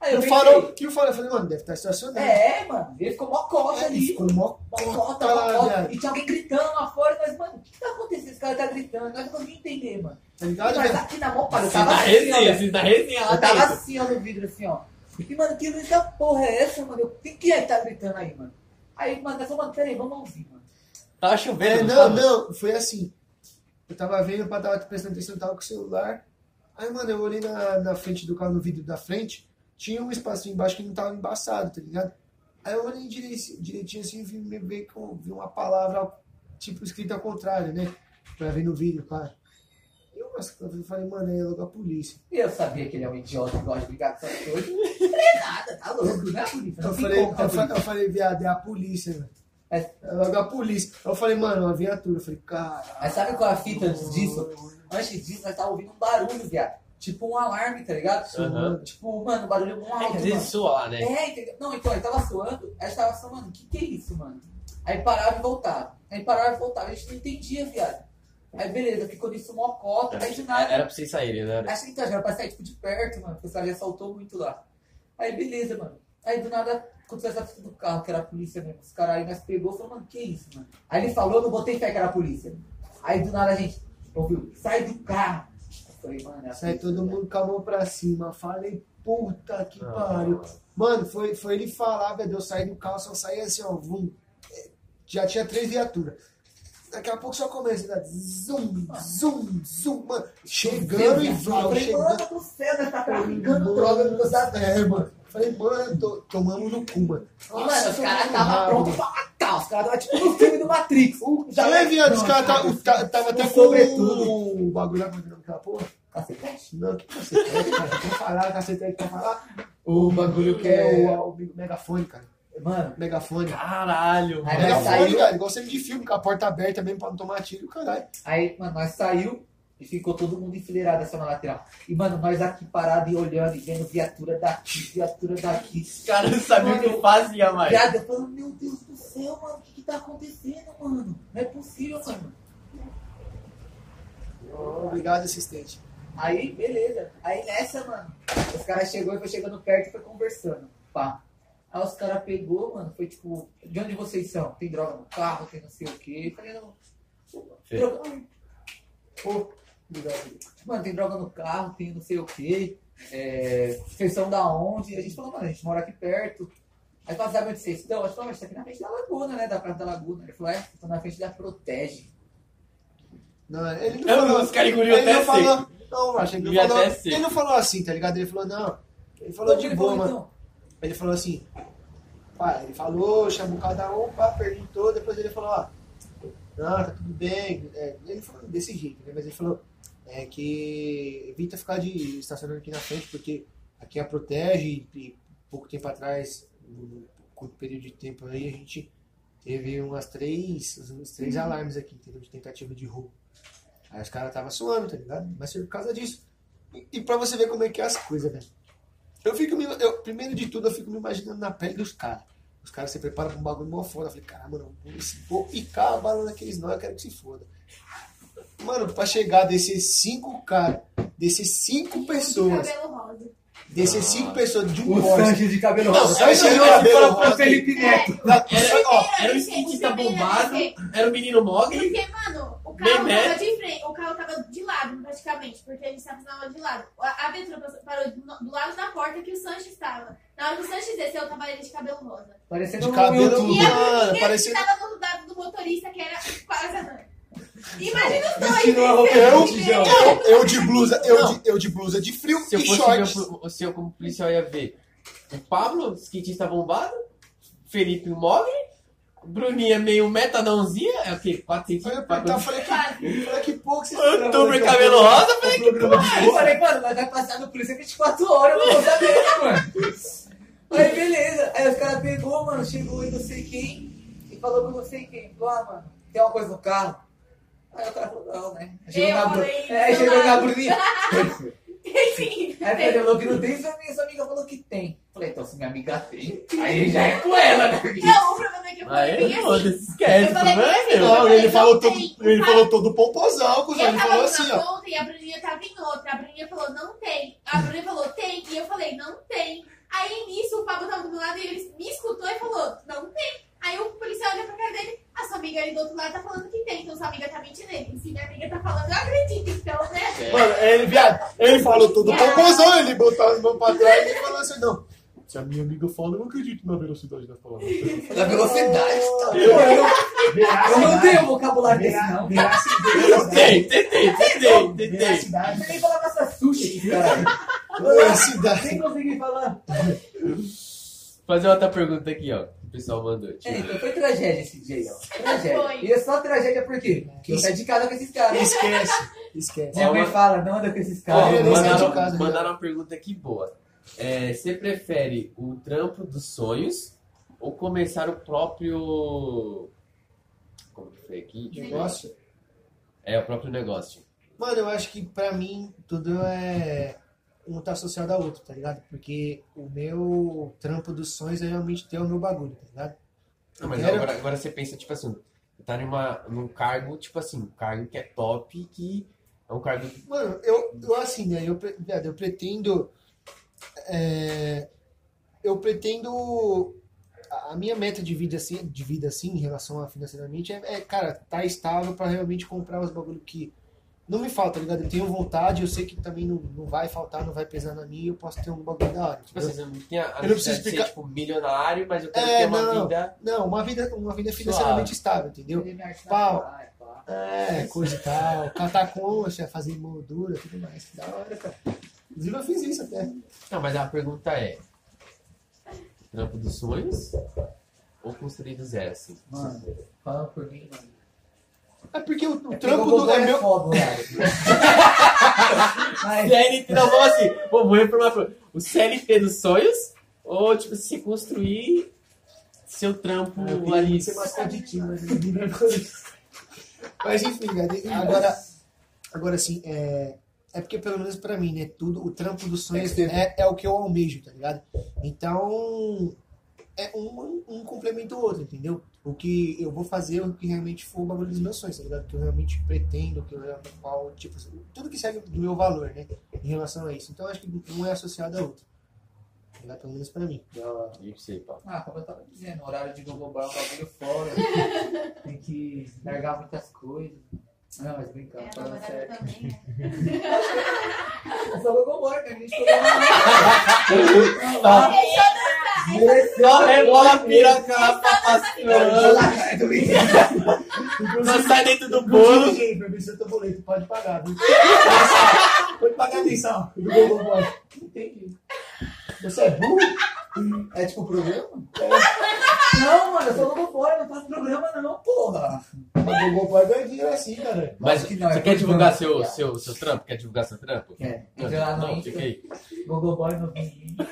Speaker 2: Aí eu
Speaker 3: o
Speaker 2: pensei,
Speaker 3: farol, que o farol? Eu falei, mano, deve estar estacionado.
Speaker 2: É, mano, ele ficou mó costa
Speaker 3: Aí
Speaker 2: ali.
Speaker 3: ficou mó
Speaker 2: Mocota,
Speaker 3: Tá,
Speaker 2: mocota.
Speaker 3: viado.
Speaker 2: E tinha alguém gritando lá fora, mas, mano, o que tá acontecendo? Esse cara tá gritando, nós não conseguimos entender, mano.
Speaker 3: tá ligado?
Speaker 2: Mas
Speaker 3: velho?
Speaker 2: aqui na mão, cara, eu
Speaker 1: Vocês
Speaker 2: tava
Speaker 1: na
Speaker 2: assim, ó,
Speaker 1: resenha,
Speaker 2: velho.
Speaker 1: vocês na resenha lá
Speaker 2: eu tava
Speaker 1: dentro.
Speaker 2: assim, ó, no vidro, assim, ó. E, mano, que luz da porra é essa, mano? O que que é que tá gritando aí, mano? Aí, mano, nós falamos, mano, peraí, vamos ouvir, mano.
Speaker 1: Tava
Speaker 3: É,
Speaker 1: chovendo.
Speaker 3: não, não, foi assim. Eu tava vendo, pra tava prestando atenção, tava com o celular. Aí, mano, eu olhei na, na frente do carro, no vidro da frente, tinha um espacinho embaixo que não tava embaçado, tá ligado? Aí eu olhei direi- direitinho assim e vi, me- vi, com- vi uma palavra, tipo, escrita ao contrário, né? Pra ver no vídeo, cara. Eu, nossa, eu falei, mano, é logo a polícia.
Speaker 2: E eu sabia que ele é um idiota que gosta de brigar com essas coisas. Não é nada, tá louco, não é a polícia. Não
Speaker 3: Eu
Speaker 2: tem
Speaker 3: falei,
Speaker 2: como, tá
Speaker 3: eu, fa-
Speaker 2: bonito.
Speaker 3: eu falei, viado, é a polícia, velho.
Speaker 2: Mas-
Speaker 3: É logo a polícia. Eu falei, mano, é uma viatura. Eu falei, cara.
Speaker 2: Mas sabe qual é a fita antes disso? Antes disso, nós tava ouvindo um barulho, viado. Tipo um alarme, tá ligado?
Speaker 1: Aham.
Speaker 2: Tipo, mano, um barulho muito
Speaker 1: É que
Speaker 2: alto,
Speaker 1: às
Speaker 2: mano.
Speaker 1: vezes soa lá, né?
Speaker 2: É, entendeu? Não, então, ele tava suando, aí a gente tava suando, mano, que que é isso, mano? Aí parava e voltava. Aí parava e voltava, a gente não entendia, viado. Aí beleza, ficou nisso mó cota, aí de nada.
Speaker 1: É, Era pra vocês saírem, né?
Speaker 2: Acho que então, já era pra sair tipo de perto, mano, porque os caras já saltou muito lá. Aí beleza, mano. Aí do nada aconteceu essa fita do carro, que era a polícia mesmo. Os caras aí nós pegou e falou, mano, que isso, mano? Aí ele falou, eu não botei fé que era a polícia. Aí do nada a gente ouviu, sai do carro. Eu falei, mano, é a
Speaker 3: Sai
Speaker 2: polícia,
Speaker 3: todo
Speaker 2: né?
Speaker 3: mundo com a mão pra cima. Falei, puta que
Speaker 1: Ah,
Speaker 3: É, pariu. Mano, foi, foi ele falar, velho. Eu saí do carro, só saí assim, ó. Vum. É, Já tinha três viaturas. Daqui a pouco só começa, né? Zum, zum, zum, mano. Chegando e
Speaker 2: Eu
Speaker 3: Vlau,
Speaker 2: falei,
Speaker 3: chegando.
Speaker 2: mano do céu, nós tá
Speaker 3: Falei,
Speaker 2: traficando droga no
Speaker 3: mano,
Speaker 2: nosso
Speaker 3: É, mano. Falei, mano, to- tomamos no cu, mano.
Speaker 2: Mano,
Speaker 3: Nossa,
Speaker 2: os caras
Speaker 3: tomamos
Speaker 2: estavam
Speaker 3: rabo.
Speaker 2: prontos pra matar. Os caras estavam tipo no filme do Matrix.
Speaker 3: Já é, viado, os caras tá, o- tá- tava até com
Speaker 2: sobretudo.
Speaker 3: o bagulho lá, como é que é o nome daquela porra?
Speaker 2: Cacetete?
Speaker 3: Não, que cacete, cara, pra falar, cacete, pra falar.
Speaker 2: O bagulho
Speaker 3: Que é o, o megafone, cara.
Speaker 2: Mano,
Speaker 3: Megafone.
Speaker 1: Caralho,
Speaker 2: Aí
Speaker 1: mano.
Speaker 2: nós
Speaker 3: Megafone,
Speaker 2: É, saiu-
Speaker 3: cara, igual sempre de filme, com a porta aberta mesmo pra não tomar tiro, caralho.
Speaker 2: aí mano, nós saiu e ficou todo mundo enfileirado assim na lateral. E, mano, nós aqui parado e olhando e vendo viatura daqui, viatura daqui.
Speaker 1: Os caras não sabiam o que eu fazia, mais.
Speaker 2: Viado, eu falando, meu Deus do céu, mano, o que que tá acontecendo, mano? Não é possível, mano.
Speaker 3: Obrigado, assistente.
Speaker 2: Aí, beleza. Aí nessa, mano, os caras chegou e foi chegando perto e foi conversando. Pá. Aí os caras pegou, mano, foi tipo, de onde vocês são? Tem droga no carro, tem não sei o quê. Eu Falei, não.
Speaker 1: Sim.
Speaker 2: Droga...
Speaker 3: Pô, obrigado.
Speaker 2: Mano, tem droga no carro, tem não sei o quê. É... Vocês são da onde? A gente falou, mano, a gente mora aqui perto. Aí falaram, sabe onde vocês estão? A gente falou, mas tá aqui na frente da laguna, né? Da Praça da Laguna. Ele falou, é, vocês estão na frente da Protege.
Speaker 3: Não, ele não
Speaker 1: Eu
Speaker 3: falou.
Speaker 1: não, os caras engoliam
Speaker 3: ele
Speaker 1: até
Speaker 3: não
Speaker 1: seco.
Speaker 3: falou. Não, macho, ele
Speaker 1: Engoliu
Speaker 3: não falou.
Speaker 1: até seco.
Speaker 3: Ele não falou assim, tá ligado? Ele falou, não. Ele falou de
Speaker 2: Ele
Speaker 3: boa,
Speaker 2: falou,
Speaker 3: mano.
Speaker 2: então,
Speaker 3: Ele falou assim, pá, ele falou, chamou cada um, pá, perguntou, depois ele falou, ó, não, tá tudo bem. É, ele falou desse jeito, né? Mas ele falou é, que evita ficar de estacionando aqui na frente, porque aqui a protege e pouco tempo atrás, um curto período de tempo aí, a gente Teve umas três, uns três alarmes aqui, entendeu? De tentativa de roubo. Aí os caras tava suando, tá ligado? Mas foi por causa disso. E, e pra você ver como é que é as coisas, velho. Eu fico me, eu, primeiro de tudo, eu fico me imaginando na pele dos caras. Os caras se preparam pra um bagulho mó foda. Eu falei, caramba, mano, vou, se vou picar a bala naqueles não, eu quero que se foda. Mano, pra chegar, descer cinco caras, descer cinco pessoas,
Speaker 4: Cabelo rosa.
Speaker 3: descer cinco pessoas de um
Speaker 2: O
Speaker 3: poste.
Speaker 2: Sancho de cabelo
Speaker 3: Não,
Speaker 2: rosa.
Speaker 3: Sancho de é cabelo
Speaker 2: Fala pro
Speaker 3: rosa.
Speaker 2: Felipe Neto.
Speaker 3: Na-
Speaker 1: Era, ó,
Speaker 4: Primeiro,
Speaker 1: era o
Speaker 4: isso é-
Speaker 1: skatista
Speaker 4: isso é melhor
Speaker 1: bombado,
Speaker 4: dizer.
Speaker 1: era o menino mogli.
Speaker 4: Porque, mano, o
Speaker 1: Bem
Speaker 4: carro tava
Speaker 1: reto.
Speaker 4: de frente, o carro tava de lado, praticamente, porque a gente tava na hora de lado. A, a Betrô passou- parou do, do lado da porta que o Sanches estava. Na hora que o Sanches desceu, tava ele de cabelo rosa.
Speaker 2: Parecendo
Speaker 3: De
Speaker 2: um
Speaker 3: cabelo,
Speaker 2: YouTube.
Speaker 4: E a
Speaker 3: Mano,
Speaker 4: primeira
Speaker 3: parecia-
Speaker 4: que tava do lado do motorista, que era quase a Nani. Imagina os dois.
Speaker 3: é
Speaker 4: né?
Speaker 2: Tirou a roupa
Speaker 3: um,
Speaker 4: entendeu?
Speaker 2: de tijão.
Speaker 4: Entendeu?
Speaker 3: Eu, eu de blusa, eu de, eu de blusa de frio
Speaker 1: Se eu
Speaker 3: e
Speaker 1: fosse
Speaker 3: shorts.
Speaker 1: ver o, o seu como policial, eu ia ver o Pablo, skatista bombado, Felipe Mogli, Bruninha meio metanãozinha, é o quê? 4
Speaker 3: Aí eu
Speaker 1: centímetros? Quatro...
Speaker 3: perguntava, falei que,
Speaker 4: Quase.
Speaker 3: falei que pouco vocês né,
Speaker 1: Youtuber cabelo rosa, eu falei que
Speaker 2: Eu falei, mano, mas vai passar no polícia 24 horas, eu não vou saber, né, mano. Aí beleza. Aí os caras pegou, mano, chegou e não sei quem. E falou com não sei quem. Falou, ah, mano, tem uma coisa no carro. Aí o cara falou, não, né? Aí Chegou
Speaker 4: Eu
Speaker 2: na, Bru-
Speaker 4: falei,
Speaker 2: é, aí
Speaker 4: não.
Speaker 2: chegou na Bruninha.
Speaker 4: Enfim.
Speaker 2: Aí ele falou que não tem, só minha, sua amiga falou que tem. Falei, então se minha amiga tem, aí já é com ela, né?
Speaker 4: Não, o problema é que eu
Speaker 3: Ah,
Speaker 4: falei
Speaker 1: Aí,
Speaker 4: bem assim.
Speaker 1: Ah, foda-se, esquece,
Speaker 4: Eu falei
Speaker 1: não é,
Speaker 4: assim,
Speaker 1: meu?
Speaker 4: ó.
Speaker 3: Não, ele falou todo,
Speaker 4: tem.
Speaker 3: ele falou todo pomposão,
Speaker 4: Eu
Speaker 3: cuzão. Ele falou
Speaker 4: tava
Speaker 3: assim,
Speaker 4: numa
Speaker 3: ó.
Speaker 4: ponta e a Bruninha tava em outra. A Bruninha falou, não tem. A Bruninha falou, tem. E eu falei, não tem. Aí nisso o Pablo tava do meu lado e ele me escutou e falou, não tem. Aí o policial olha pra cara dele, a sua amiga ali do outro lado tá falando que tem, então sua amiga tá mentindo. Ele, se minha amiga tá falando, eu acredito, então, né?
Speaker 3: Mano, ele, viado, ele falou todo pomposão, ele botou as mãos pra trás e falou assim, não. Se a minha amiga fala, eu não acredito na velocidade da palavra.
Speaker 2: Na velocidade, tá?
Speaker 3: Eu-
Speaker 2: Eu, eu não
Speaker 5: Veracidade.
Speaker 2: tenho vocabulário desse, não.
Speaker 5: Veracidade.
Speaker 1: Tentei, tentei, tentei, tentei.
Speaker 5: Veracidade.
Speaker 2: Eu nem falava essa sushi aqui, caralho.
Speaker 3: Velocidade.
Speaker 2: Nem consegui falar.
Speaker 1: Fazer outra pergunta aqui, ó. que O pessoal mandou. deixa
Speaker 2: É,
Speaker 1: eu ver.
Speaker 2: então foi tragédia esse dia aí, ó. Tragédia.
Speaker 4: Foi.
Speaker 2: E é só tragédia por quê? Porque eu
Speaker 3: Isso.
Speaker 2: saio de casa com esses caras.
Speaker 3: Esquece, esquece.
Speaker 2: Minha mãe
Speaker 1: Ó,
Speaker 2: fala, não anda com esses
Speaker 1: Ó,
Speaker 2: caras.
Speaker 3: eu nem saí de casa,
Speaker 1: mandaram,
Speaker 3: né?
Speaker 1: mandaram uma pergunta aqui boa. É, você prefere o trampo dos sonhos ou começar o próprio. Como que foi aqui? Deixa eu ver.
Speaker 3: Negócio.
Speaker 1: É, o próprio negócio.
Speaker 3: Mano, eu acho que pra mim tudo é. Um tá associado ao outro, tá ligado? Porque o meu trampo dos sonhos é realmente ter o meu bagulho, tá ligado?
Speaker 1: Não, mas
Speaker 3: Quero-
Speaker 1: agora, agora você pensa, tipo assim, tá numa, num cargo, tipo assim, um cargo que é top, que é um cargo que
Speaker 3: Mano, eu, eu assim, né? Eu, pre- viado, eu pretendo. é, eu pretendo. A a minha meta de vida, assim, de vida assim, em relação a financeiramente, é, é, cara, tá estável pra realmente comprar os bagulho que não me falta, tá ligado? Eu tenho vontade, eu sei que também não, não vai faltar, não vai pesar na minha, eu posso ter um bagulho da hora.
Speaker 1: Tipo
Speaker 3: entendeu?
Speaker 1: assim, você não tem a, a
Speaker 3: não
Speaker 1: necessidade
Speaker 3: preciso
Speaker 1: de ser,
Speaker 3: explicar-
Speaker 1: tipo, milionário, mas eu quero
Speaker 3: É,
Speaker 1: ter uma
Speaker 3: não.
Speaker 1: vida.
Speaker 3: Não, uma vida, uma vida financeiramente estável, entendeu? Pau. É, coisa e tal, catar concha, fazer moldura, tudo mais. Que da hora, cara. Inclusive eu fiz isso até.
Speaker 1: Não, mas a pergunta é: trampo dos sonhos ou construir do zero, assim?
Speaker 2: Mano, fala por mim, mano.
Speaker 3: É porque o, o
Speaker 2: É porque
Speaker 3: trampo
Speaker 2: o
Speaker 3: do é meu.
Speaker 2: foda, velho. Mas,
Speaker 1: E aí ele tira a mão assim, pô, vou reformar pro- o CLT dos sonhos ou, tipo, se construir seu trampo
Speaker 3: Eu queria
Speaker 1: ali.
Speaker 3: muito ser mascote de time, mas eu não é Mas enfim, galera, agora, agora assim, é, é porque pelo menos pra mim, né? Tudo, o trampo dos sonhos
Speaker 2: Tem que ter.
Speaker 3: é, é o que eu almejo, tá ligado? Então, é um, um complementa o outro, entendeu? O que eu vou fazer, é o que realmente for o bagulho dos meus sonhos, tá ligado? O que eu realmente pretendo, o que eu realmente, qual, tipo, tudo que segue do meu valor, né? Em relação a isso. Então, acho que um é associado ao outro. tá ligado? Pelo menos pra mim.
Speaker 1: E pra você, Paulo?
Speaker 2: ah, como eu tava dizendo, o horário de Globobar é um bagulho fora. Tem que largar muitas coisas. Não, mas
Speaker 4: É,
Speaker 2: brincando,
Speaker 4: a
Speaker 2: falando
Speaker 4: namorada
Speaker 2: sério.
Speaker 4: também. né?
Speaker 2: Eu sou Globobar, né? A gente falou.
Speaker 1: Tá.
Speaker 4: Deixa eu
Speaker 1: Só rebola a piroca lá
Speaker 4: tá
Speaker 1: pra
Speaker 2: Olha
Speaker 1: pastor.
Speaker 2: lá, cara, do vídeo.
Speaker 1: Só sai dentro do
Speaker 3: Bolo,
Speaker 1: bolo.
Speaker 3: gente, pra ver se eu tô boleto, pode pagar, viu? pode pagar atenção.
Speaker 2: Entendi.
Speaker 3: Você é burro?
Speaker 2: É tipo programa? Não, mano, eu sou Globobar, não faço programa não, porra.
Speaker 3: Mas o Gopó ganha dinheiro assim, cara.
Speaker 1: Mas
Speaker 2: Acho
Speaker 1: você
Speaker 2: que não, é
Speaker 1: quer
Speaker 2: muito
Speaker 1: divulgar
Speaker 2: bom.
Speaker 1: seu, seu, seu trampo? Quer divulgar seu trampo?
Speaker 2: É,
Speaker 1: Não,
Speaker 2: entra lá no
Speaker 1: não,
Speaker 2: Insta.
Speaker 1: fica aí.
Speaker 2: Gogoboy no biquíni. Nem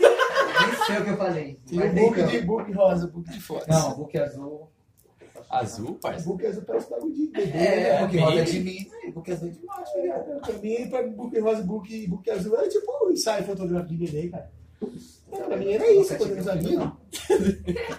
Speaker 2: sei o que eu falei.
Speaker 3: Tem o book de book rosa, book de fotos.
Speaker 2: Não, book é azul.
Speaker 1: Azul, parça.
Speaker 3: Book azul parece bagulho de bebê,
Speaker 2: É,
Speaker 3: né?
Speaker 2: porque
Speaker 1: bem-
Speaker 2: roda de mim, porque é azul de macho, ligado?
Speaker 3: Cara, Pra mim, pra book rosa, book, book azul, era tipo um ensaio fotográfico de bebê, cara. Então, pra mim era isso,
Speaker 2: Nunca
Speaker 3: quando eu não
Speaker 2: tive
Speaker 3: sabia.
Speaker 2: um,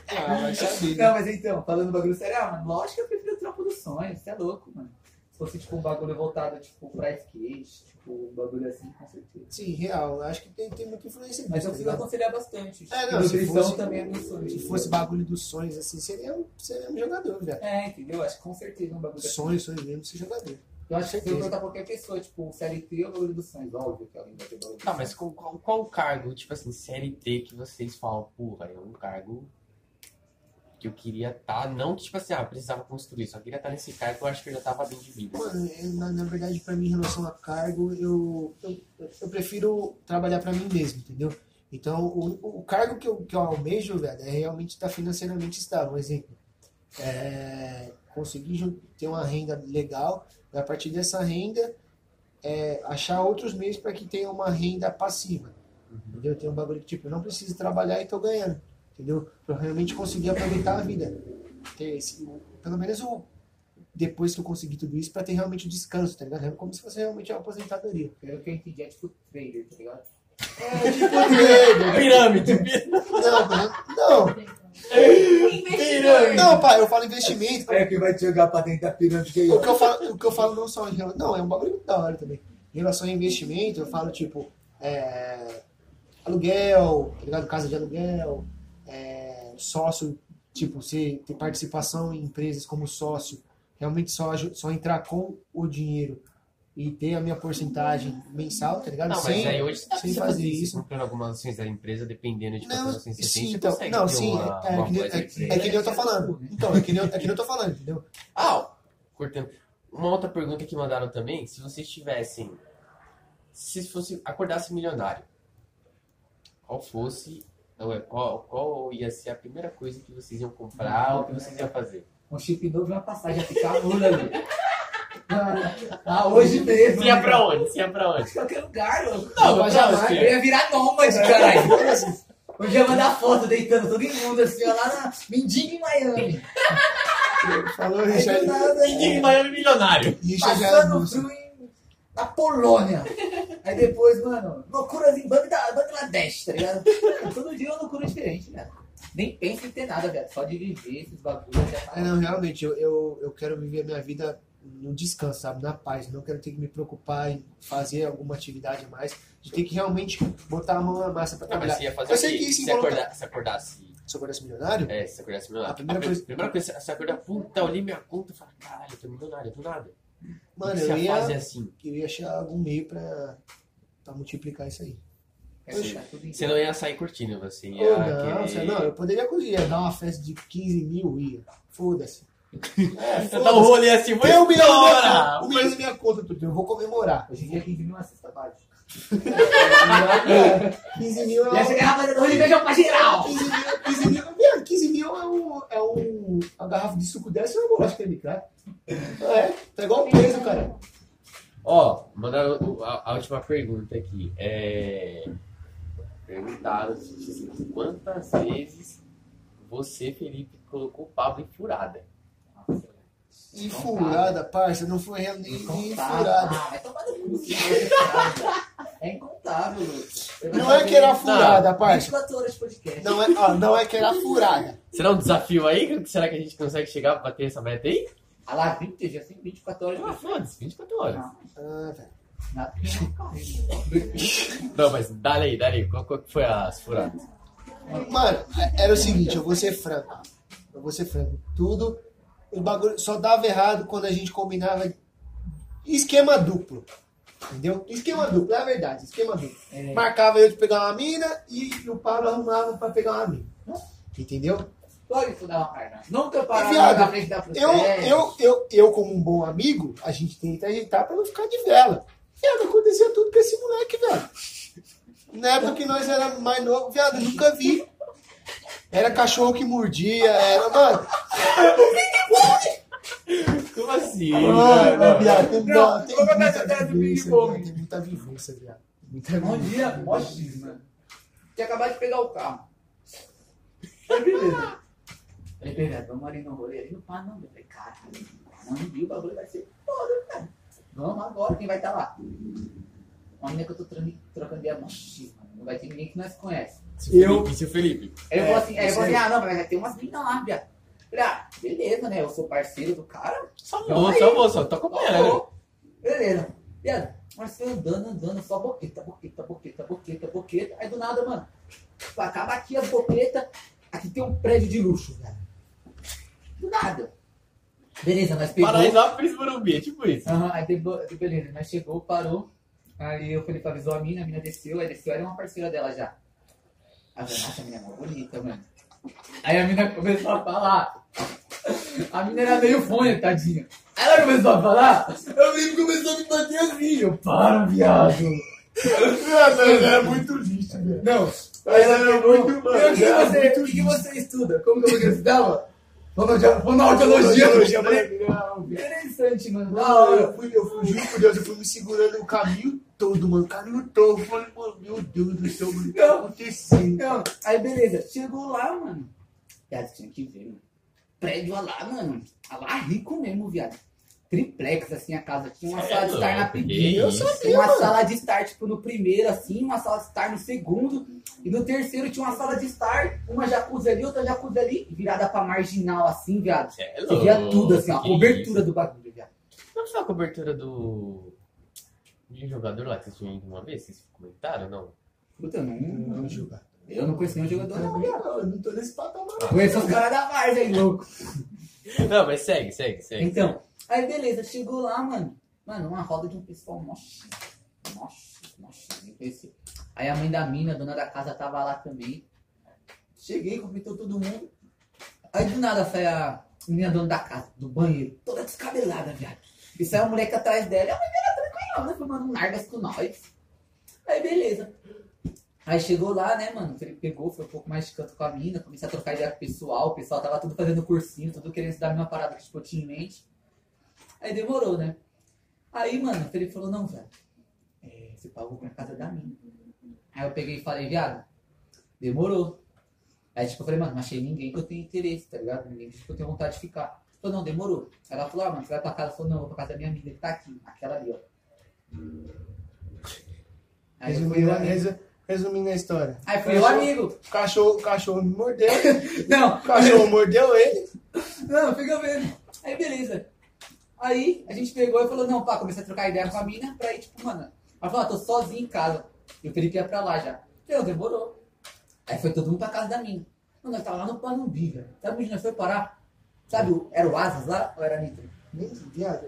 Speaker 1: Ah, vai saber.
Speaker 2: Não, mas é então, falando bagulho sério, ah, mano, lógico que eu prefiro o trampo do sonho, você é louco, mano. Se fosse, tipo, um bagulho voltado, tipo, pra skate, tipo, um bagulho assim, com certeza.
Speaker 3: Sim, real. Eu acho que tem, tem muita influência
Speaker 2: Mas
Speaker 3: nisso,
Speaker 2: eu consigo
Speaker 3: tá ligado?
Speaker 2: aconselhar bastante.
Speaker 3: É,
Speaker 2: Tipo,
Speaker 3: não, se
Speaker 2: nutrição
Speaker 3: fosse-
Speaker 2: também é meu sonho.
Speaker 3: Se fosse bagulho dos sonhos, assim, seria um, seria um jogador, velho.
Speaker 2: É, entendeu? Acho que com certeza é um bagulho assim.
Speaker 3: Sonhos, sonhos mesmo, ser jogador.
Speaker 2: Eu acho que se eu
Speaker 3: Certeza.
Speaker 2: perguntar qualquer pessoa, tipo, CLT ou bagulho dos sonhos, óbvio que é alguém vai ter bagulho dos
Speaker 1: Tá, mas qual, qual, qual o cargo, tipo assim, CLT que vocês falam, porra, é um cargo que eu queria estar, não que, tipo assim, ah, precisava construir, só queria estar nesse cargo, eu acho que eu já tava bem de vida.
Speaker 3: Mano, eu, na, na verdade, pra mim, em relação a cargo, eu, eu, eu prefiro trabalhar pra mim mesmo, entendeu? Então, o, o cargo que eu, que eu almejo, velho, é realmente estar financeiramente estável. Um exemplo, é, conseguir jun- ter uma renda legal, e a partir dessa renda, é, achar outros meios para que tenha uma renda passiva, entendeu? Tem um bagulho que, tipo, eu não preciso trabalhar e tô ganhando, entendeu? Pra eu realmente conseguir aproveitar a vida. Ter esse, pelo menos o depois que eu conseguir tudo isso, pra ter realmente o descanso, tá ligado? É Como se fosse realmente uma aposentadoria.
Speaker 2: sonhos. Pelo que eu entendi, é tipo trader, tá ligado?
Speaker 1: Pirâmide!
Speaker 3: Não, não, não,
Speaker 4: Investidor.
Speaker 3: não, pai, eu falo investimento.
Speaker 2: É que vai te jogar pra dentro da pirâmide é
Speaker 3: O que eu falo, o que eu falo não só em relação. Não, é um bagulho muito da hora também. Em relação a investimento, eu falo tipo. é, aluguel, tá ligado? Casa de aluguel, é, sócio, tipo, você ter participação em empresas como sócio, realmente só, aju- só entrar com o dinheiro e ter a minha porcentagem mensal, tá ligado?
Speaker 1: Não, mas
Speaker 3: Sem-
Speaker 1: aí hoje dá pra
Speaker 3: sem
Speaker 1: você
Speaker 3: fazer
Speaker 1: fazer
Speaker 3: isso.
Speaker 1: isso. comprando algumas ações da empresa, dependendo de
Speaker 3: Não,
Speaker 1: quantas ações você tem,
Speaker 3: sim,
Speaker 1: você
Speaker 3: então,
Speaker 1: consegue
Speaker 3: não,
Speaker 1: ter
Speaker 3: sim,
Speaker 1: uma,
Speaker 3: é,
Speaker 1: uma
Speaker 3: que nem-
Speaker 1: boa
Speaker 3: É que nem eu tô
Speaker 2: É,
Speaker 3: falando. Então, é que nem eu, é que nem eu tô falando, entendeu?
Speaker 1: Ah, cortando. Uma outra pergunta que mandaram também, se vocês tivessem, se fosse acordasse milionário, qual fosse, ou é, qual, qual ia ser a primeira coisa que vocês iam comprar ou que vocês iam fazer?
Speaker 2: Um chip novo e uma passagem a ficar lula ali. Ah, hoje mesmo.
Speaker 1: Se ia pra onde? Se ia pra onde?
Speaker 2: Qualquer lugar, louco.
Speaker 1: Não,
Speaker 3: mas
Speaker 1: pra
Speaker 3: jamais.
Speaker 1: onde?
Speaker 2: Eu ia É. virar nômade, caralho. Hoje ia mandar foto deitando todo mundo assim, ó, lá na Mendiga em Miami.
Speaker 3: Falou,
Speaker 2: Aí do
Speaker 3: Richard.
Speaker 2: nada,
Speaker 1: Ninguém em Miami milionário.
Speaker 3: Richard era
Speaker 2: Passando
Speaker 3: monstro.
Speaker 2: frio em... na Polônia. Aí depois, mano, loucuras em Bangla- Bangladesh, tá ligado? Todo dia é uma loucura diferente, né? Nem pensa em ter nada, velho. Só de viver esses bagulhos já tá.
Speaker 3: É, não, realmente, eu, eu, eu quero viver a minha vida no descanso, sabe? Na paz. Não quero ter que me preocupar em fazer alguma atividade a mais. De ter que realmente botar a mão na massa pra
Speaker 1: Não, mas
Speaker 3: trabalhar.
Speaker 1: você ia fazer
Speaker 3: Eu
Speaker 1: o
Speaker 3: sei
Speaker 1: quê?
Speaker 3: que isso
Speaker 1: se,
Speaker 3: involuntari-
Speaker 1: acordar, se acordasse,
Speaker 3: Se eu fosse milionário,
Speaker 1: é, se acordasse milionário.
Speaker 3: A primeira coisa-
Speaker 1: primeira coisa, se acordar, puta, eu olhei minha conta e falei, caralho, eu tô milionário, do nada. O
Speaker 3: mano,
Speaker 1: que você
Speaker 3: eu
Speaker 1: ia fazer
Speaker 3: ia,
Speaker 1: assim?
Speaker 3: eu ia achar algum meio pra, pra multiplicar isso aí.
Speaker 2: Quero deixar tudo em
Speaker 1: Você não ia sair curtindo, você ia
Speaker 3: Ou não,
Speaker 1: querer-
Speaker 3: sei lá, não, eu poderia ia dar uma festa de 15 mil, ia. Foda-se. É,
Speaker 1: Você dá um rolê assim,
Speaker 3: Foi um milhão na minha
Speaker 1: Bora!
Speaker 3: conta, um milhão na minha conta, Tutu. Eu vou comemorar.
Speaker 2: Hoje em dia, 15 mil é uma cesta básica.
Speaker 3: 15 mil
Speaker 2: Já
Speaker 3: é um.
Speaker 2: cheguei na bandeira do Rio e beijão pra geral!
Speaker 3: 15 mil, 15 mil, meu, 15 mil é um. É um uma garrafa de suco dessa é uma bolacha que ele cara. É, tá igual peso, cara.
Speaker 1: Ó, mandaram o- a, a última pergunta aqui. É... Perguntaram se- quantas vezes você, Felipe, colocou o Pablo em furada.
Speaker 3: E furada, parça, não foi real nem, nem furada.
Speaker 2: Ah, vai tomar no cu. né, É incontável, louco. Eu
Speaker 3: Não
Speaker 2: vou
Speaker 3: é que era
Speaker 2: fazer
Speaker 3: furada, parça.
Speaker 2: 24 horas de podcast.
Speaker 3: Não é, ó, não é que era furada.
Speaker 1: Será um desafio aí? Será que a gente consegue chegar pra bater essa meta aí?
Speaker 2: Ah lá, 20 dias, assim, 24 horas de
Speaker 1: Ah, foda-se, 24 horas.
Speaker 3: Ah, velho.
Speaker 2: Nada.
Speaker 1: Não, mas dá aí, dá aí. Qual, qual que foi as furadas?
Speaker 3: Mano, é- era o seguinte, eu vou ser franco. Eu vou ser franco. Tudo. O bagulho só dava errado quando a gente combinava esquema duplo. Entendeu? Esquema duplo, é a verdade, esquema duplo.
Speaker 2: É.
Speaker 3: Marcava eu de pegar uma mina e o Paulo arrumava pra pegar uma mina. né? Entendeu?
Speaker 2: Pode estudar uma carne. Nunca
Speaker 3: E,
Speaker 2: parar na
Speaker 3: viado,
Speaker 2: frente da processo.
Speaker 3: eu, eu, eu, eu, como um bom amigo, a gente tenta ajeitar pra não ficar de vela. Viado, acontecia tudo com esse moleque, velho. Na época que nós era mais novo, viado, eu nunca vi. Era cachorro que mordia, era, mano.
Speaker 1: Como assim?
Speaker 3: Mano,
Speaker 1: Não, não.
Speaker 3: viado, tem,
Speaker 2: Não,
Speaker 3: não, tem
Speaker 2: vou contar essa
Speaker 3: muita
Speaker 2: história do
Speaker 3: vivência,
Speaker 2: Big Bom.
Speaker 3: viado, tem muita vivência, viado. Muita
Speaker 2: Bom
Speaker 3: vivência.
Speaker 2: um dia, né? mó X, mano. Tinha acabado de pegar o carro. Aí, É beleza. Falei, verdade, vamos ali no rolê ali no Panamá. Eu falei, cara, Panambi, o bagulho vai ser foda, cara. Vamos agora, quem vai estar lá? Uma menina que eu tô trocando, trocando de amor. X, mano, Não vai ter ninguém que nós conhece.
Speaker 1: Eu. Isso é Felipe.
Speaker 2: Aí eu
Speaker 3: É,
Speaker 2: vou assim, aí eu vou
Speaker 3: isso
Speaker 2: assim, ah, não, mas vai ter umas minas lá, viado. Falei, ah, beleza, né? Eu sou parceiro do cara.
Speaker 1: Só
Speaker 2: Calma
Speaker 1: vou,
Speaker 2: aí.
Speaker 1: só vou, só tô acompanhando. né?
Speaker 2: Ó, Beleza. Viado, mas foi andando, andando, só boqueta, boqueta, boqueta, boqueta, boqueta. Aí do nada, mano, acaba aqui a boqueta, aqui tem um prédio de luxo, velho. Do nada. Beleza, nós pegou.
Speaker 1: Paraisópolis, Morumbi, é tipo isso.
Speaker 2: Aham, aí pegou, aí beleza, nós chegou, parou. Aí eu falei pra avisou a mina, a mina desceu, aí desceu, era uma parceira dela já. Aí eu falei, nossa, a mina é mó bonita, mano. Aí a mina começou a falar. A mina era meio fone, tadinha. Aí ela começou a falar, eu menino começou a me bater assim, eu, para, viado.
Speaker 3: É muito lixo, velho.
Speaker 2: Não, é
Speaker 3: Mas era muito,
Speaker 2: Meu, o
Speaker 3: mano.
Speaker 2: que,
Speaker 3: era
Speaker 2: você, o que você estuda? Como que eu vou que eu estudava? Fonoaudiologia. mano.
Speaker 3: mano.
Speaker 2: Interessante, mano. Da
Speaker 3: Não,
Speaker 2: hora.
Speaker 3: eu fui, eu fui, juro por Deus, eu fui me segurando o caminho todo, mano. O caminho todo. Eu falei, mano, meu Deus do céu, mano, o que tá
Speaker 2: Não.
Speaker 3: acontecendo?
Speaker 2: Então, aí beleza, chegou lá, mano. Viado, tinha que ver, mano. Prédio olha lá, mano. Olha lá rico mesmo, viado. Triplex, assim, a casa. Tinha uma
Speaker 1: Cê é
Speaker 2: sala de estar na
Speaker 1: louco,
Speaker 2: pequena.
Speaker 1: que
Speaker 2: Eu
Speaker 1: isso,
Speaker 2: sabia, Uma sala de estar, tipo, no primeiro, assim, uma sala de estar no segundo. E no terceiro tinha uma sala de estar, uma jacuzzi ali, outra jacuzzi ali, virada pra marginal, assim, viado.
Speaker 1: Cê é
Speaker 2: Você via
Speaker 1: louco,
Speaker 2: tudo, assim, ó, a
Speaker 1: que
Speaker 2: cobertura do bagulho, viado.
Speaker 1: isso. Não foi a cobertura do. De um jogador lá que vocês tinham ido uma vez? Vocês comentaram não?
Speaker 2: Puta, eu não.
Speaker 3: Não, jogar.
Speaker 2: Eu não conheci nenhum jogador, não,
Speaker 3: Também
Speaker 2: viado.
Speaker 3: não, eu não tô nesse patamar.
Speaker 2: Conheço os caras da Varsa, hein, louco.
Speaker 1: Não, mas segue, segue, segue.
Speaker 2: Então, aí beleza, chegou lá, mano. Mano, uma roda de um pessoal mó chique. Mó chique, mó chique, nem conhecia. Aí a mãe da mina, a dona da casa, tava lá também. Cheguei, cumprimentou todo mundo. Aí do nada sai a menina dona da casa, do banheiro, toda descabelada, viado. E sai uma moleque atrás dela. E a mãe dela tranquilona, falou, mano, largas com nós. Aí beleza. Aí chegou lá, né, mano? Ele pegou, foi um pouco mais de canto com a mina, comecei a trocar ideia com o pessoal, o pessoal tava tudo fazendo cursinho, tudo querendo se dar a mesma parada que tipo, eu tinha em mente. Aí demorou, né? Aí, mano, ele falou, não, velho, é, você pagou pra casa da mina. Aí eu peguei e falei, viado, demorou. Aí tipo, eu falei, mano, não achei ninguém que eu tenho interesse, tá ligado? Ninguém que eu tenho vontade de ficar. Ele Falou, não, demorou. Aí ela falou, ah, mano, você vai pra casa? Eu falei, não, eu vou pra casa da minha amiga que tá aqui, aquela ali, ó. Aí eu fui né?
Speaker 3: Resumindo,
Speaker 2: o
Speaker 3: a-
Speaker 2: amigo.
Speaker 3: resu- resumindo a história.
Speaker 2: Aí fui o amigo.
Speaker 3: O cachorro, o cachorro me mordeu.
Speaker 2: Não,
Speaker 3: O cachorro mordeu ele.
Speaker 2: não, fica vendo. Aí, beleza. Aí, a gente pegou e falou, não, pá, comecei a trocar ideia com a mina pra ir, tipo, mano. Ela falou, ah, tô sozinho em casa. E o Felipe ia pra lá já. Eu, demorou. Aí foi todo mundo pra casa da mina. Mano, nós tava lá no Panumbi, velho. Sabe onde nós foi parar? Sabe, o- era o Asas lá ou era a Nitro?
Speaker 3: Meu viado.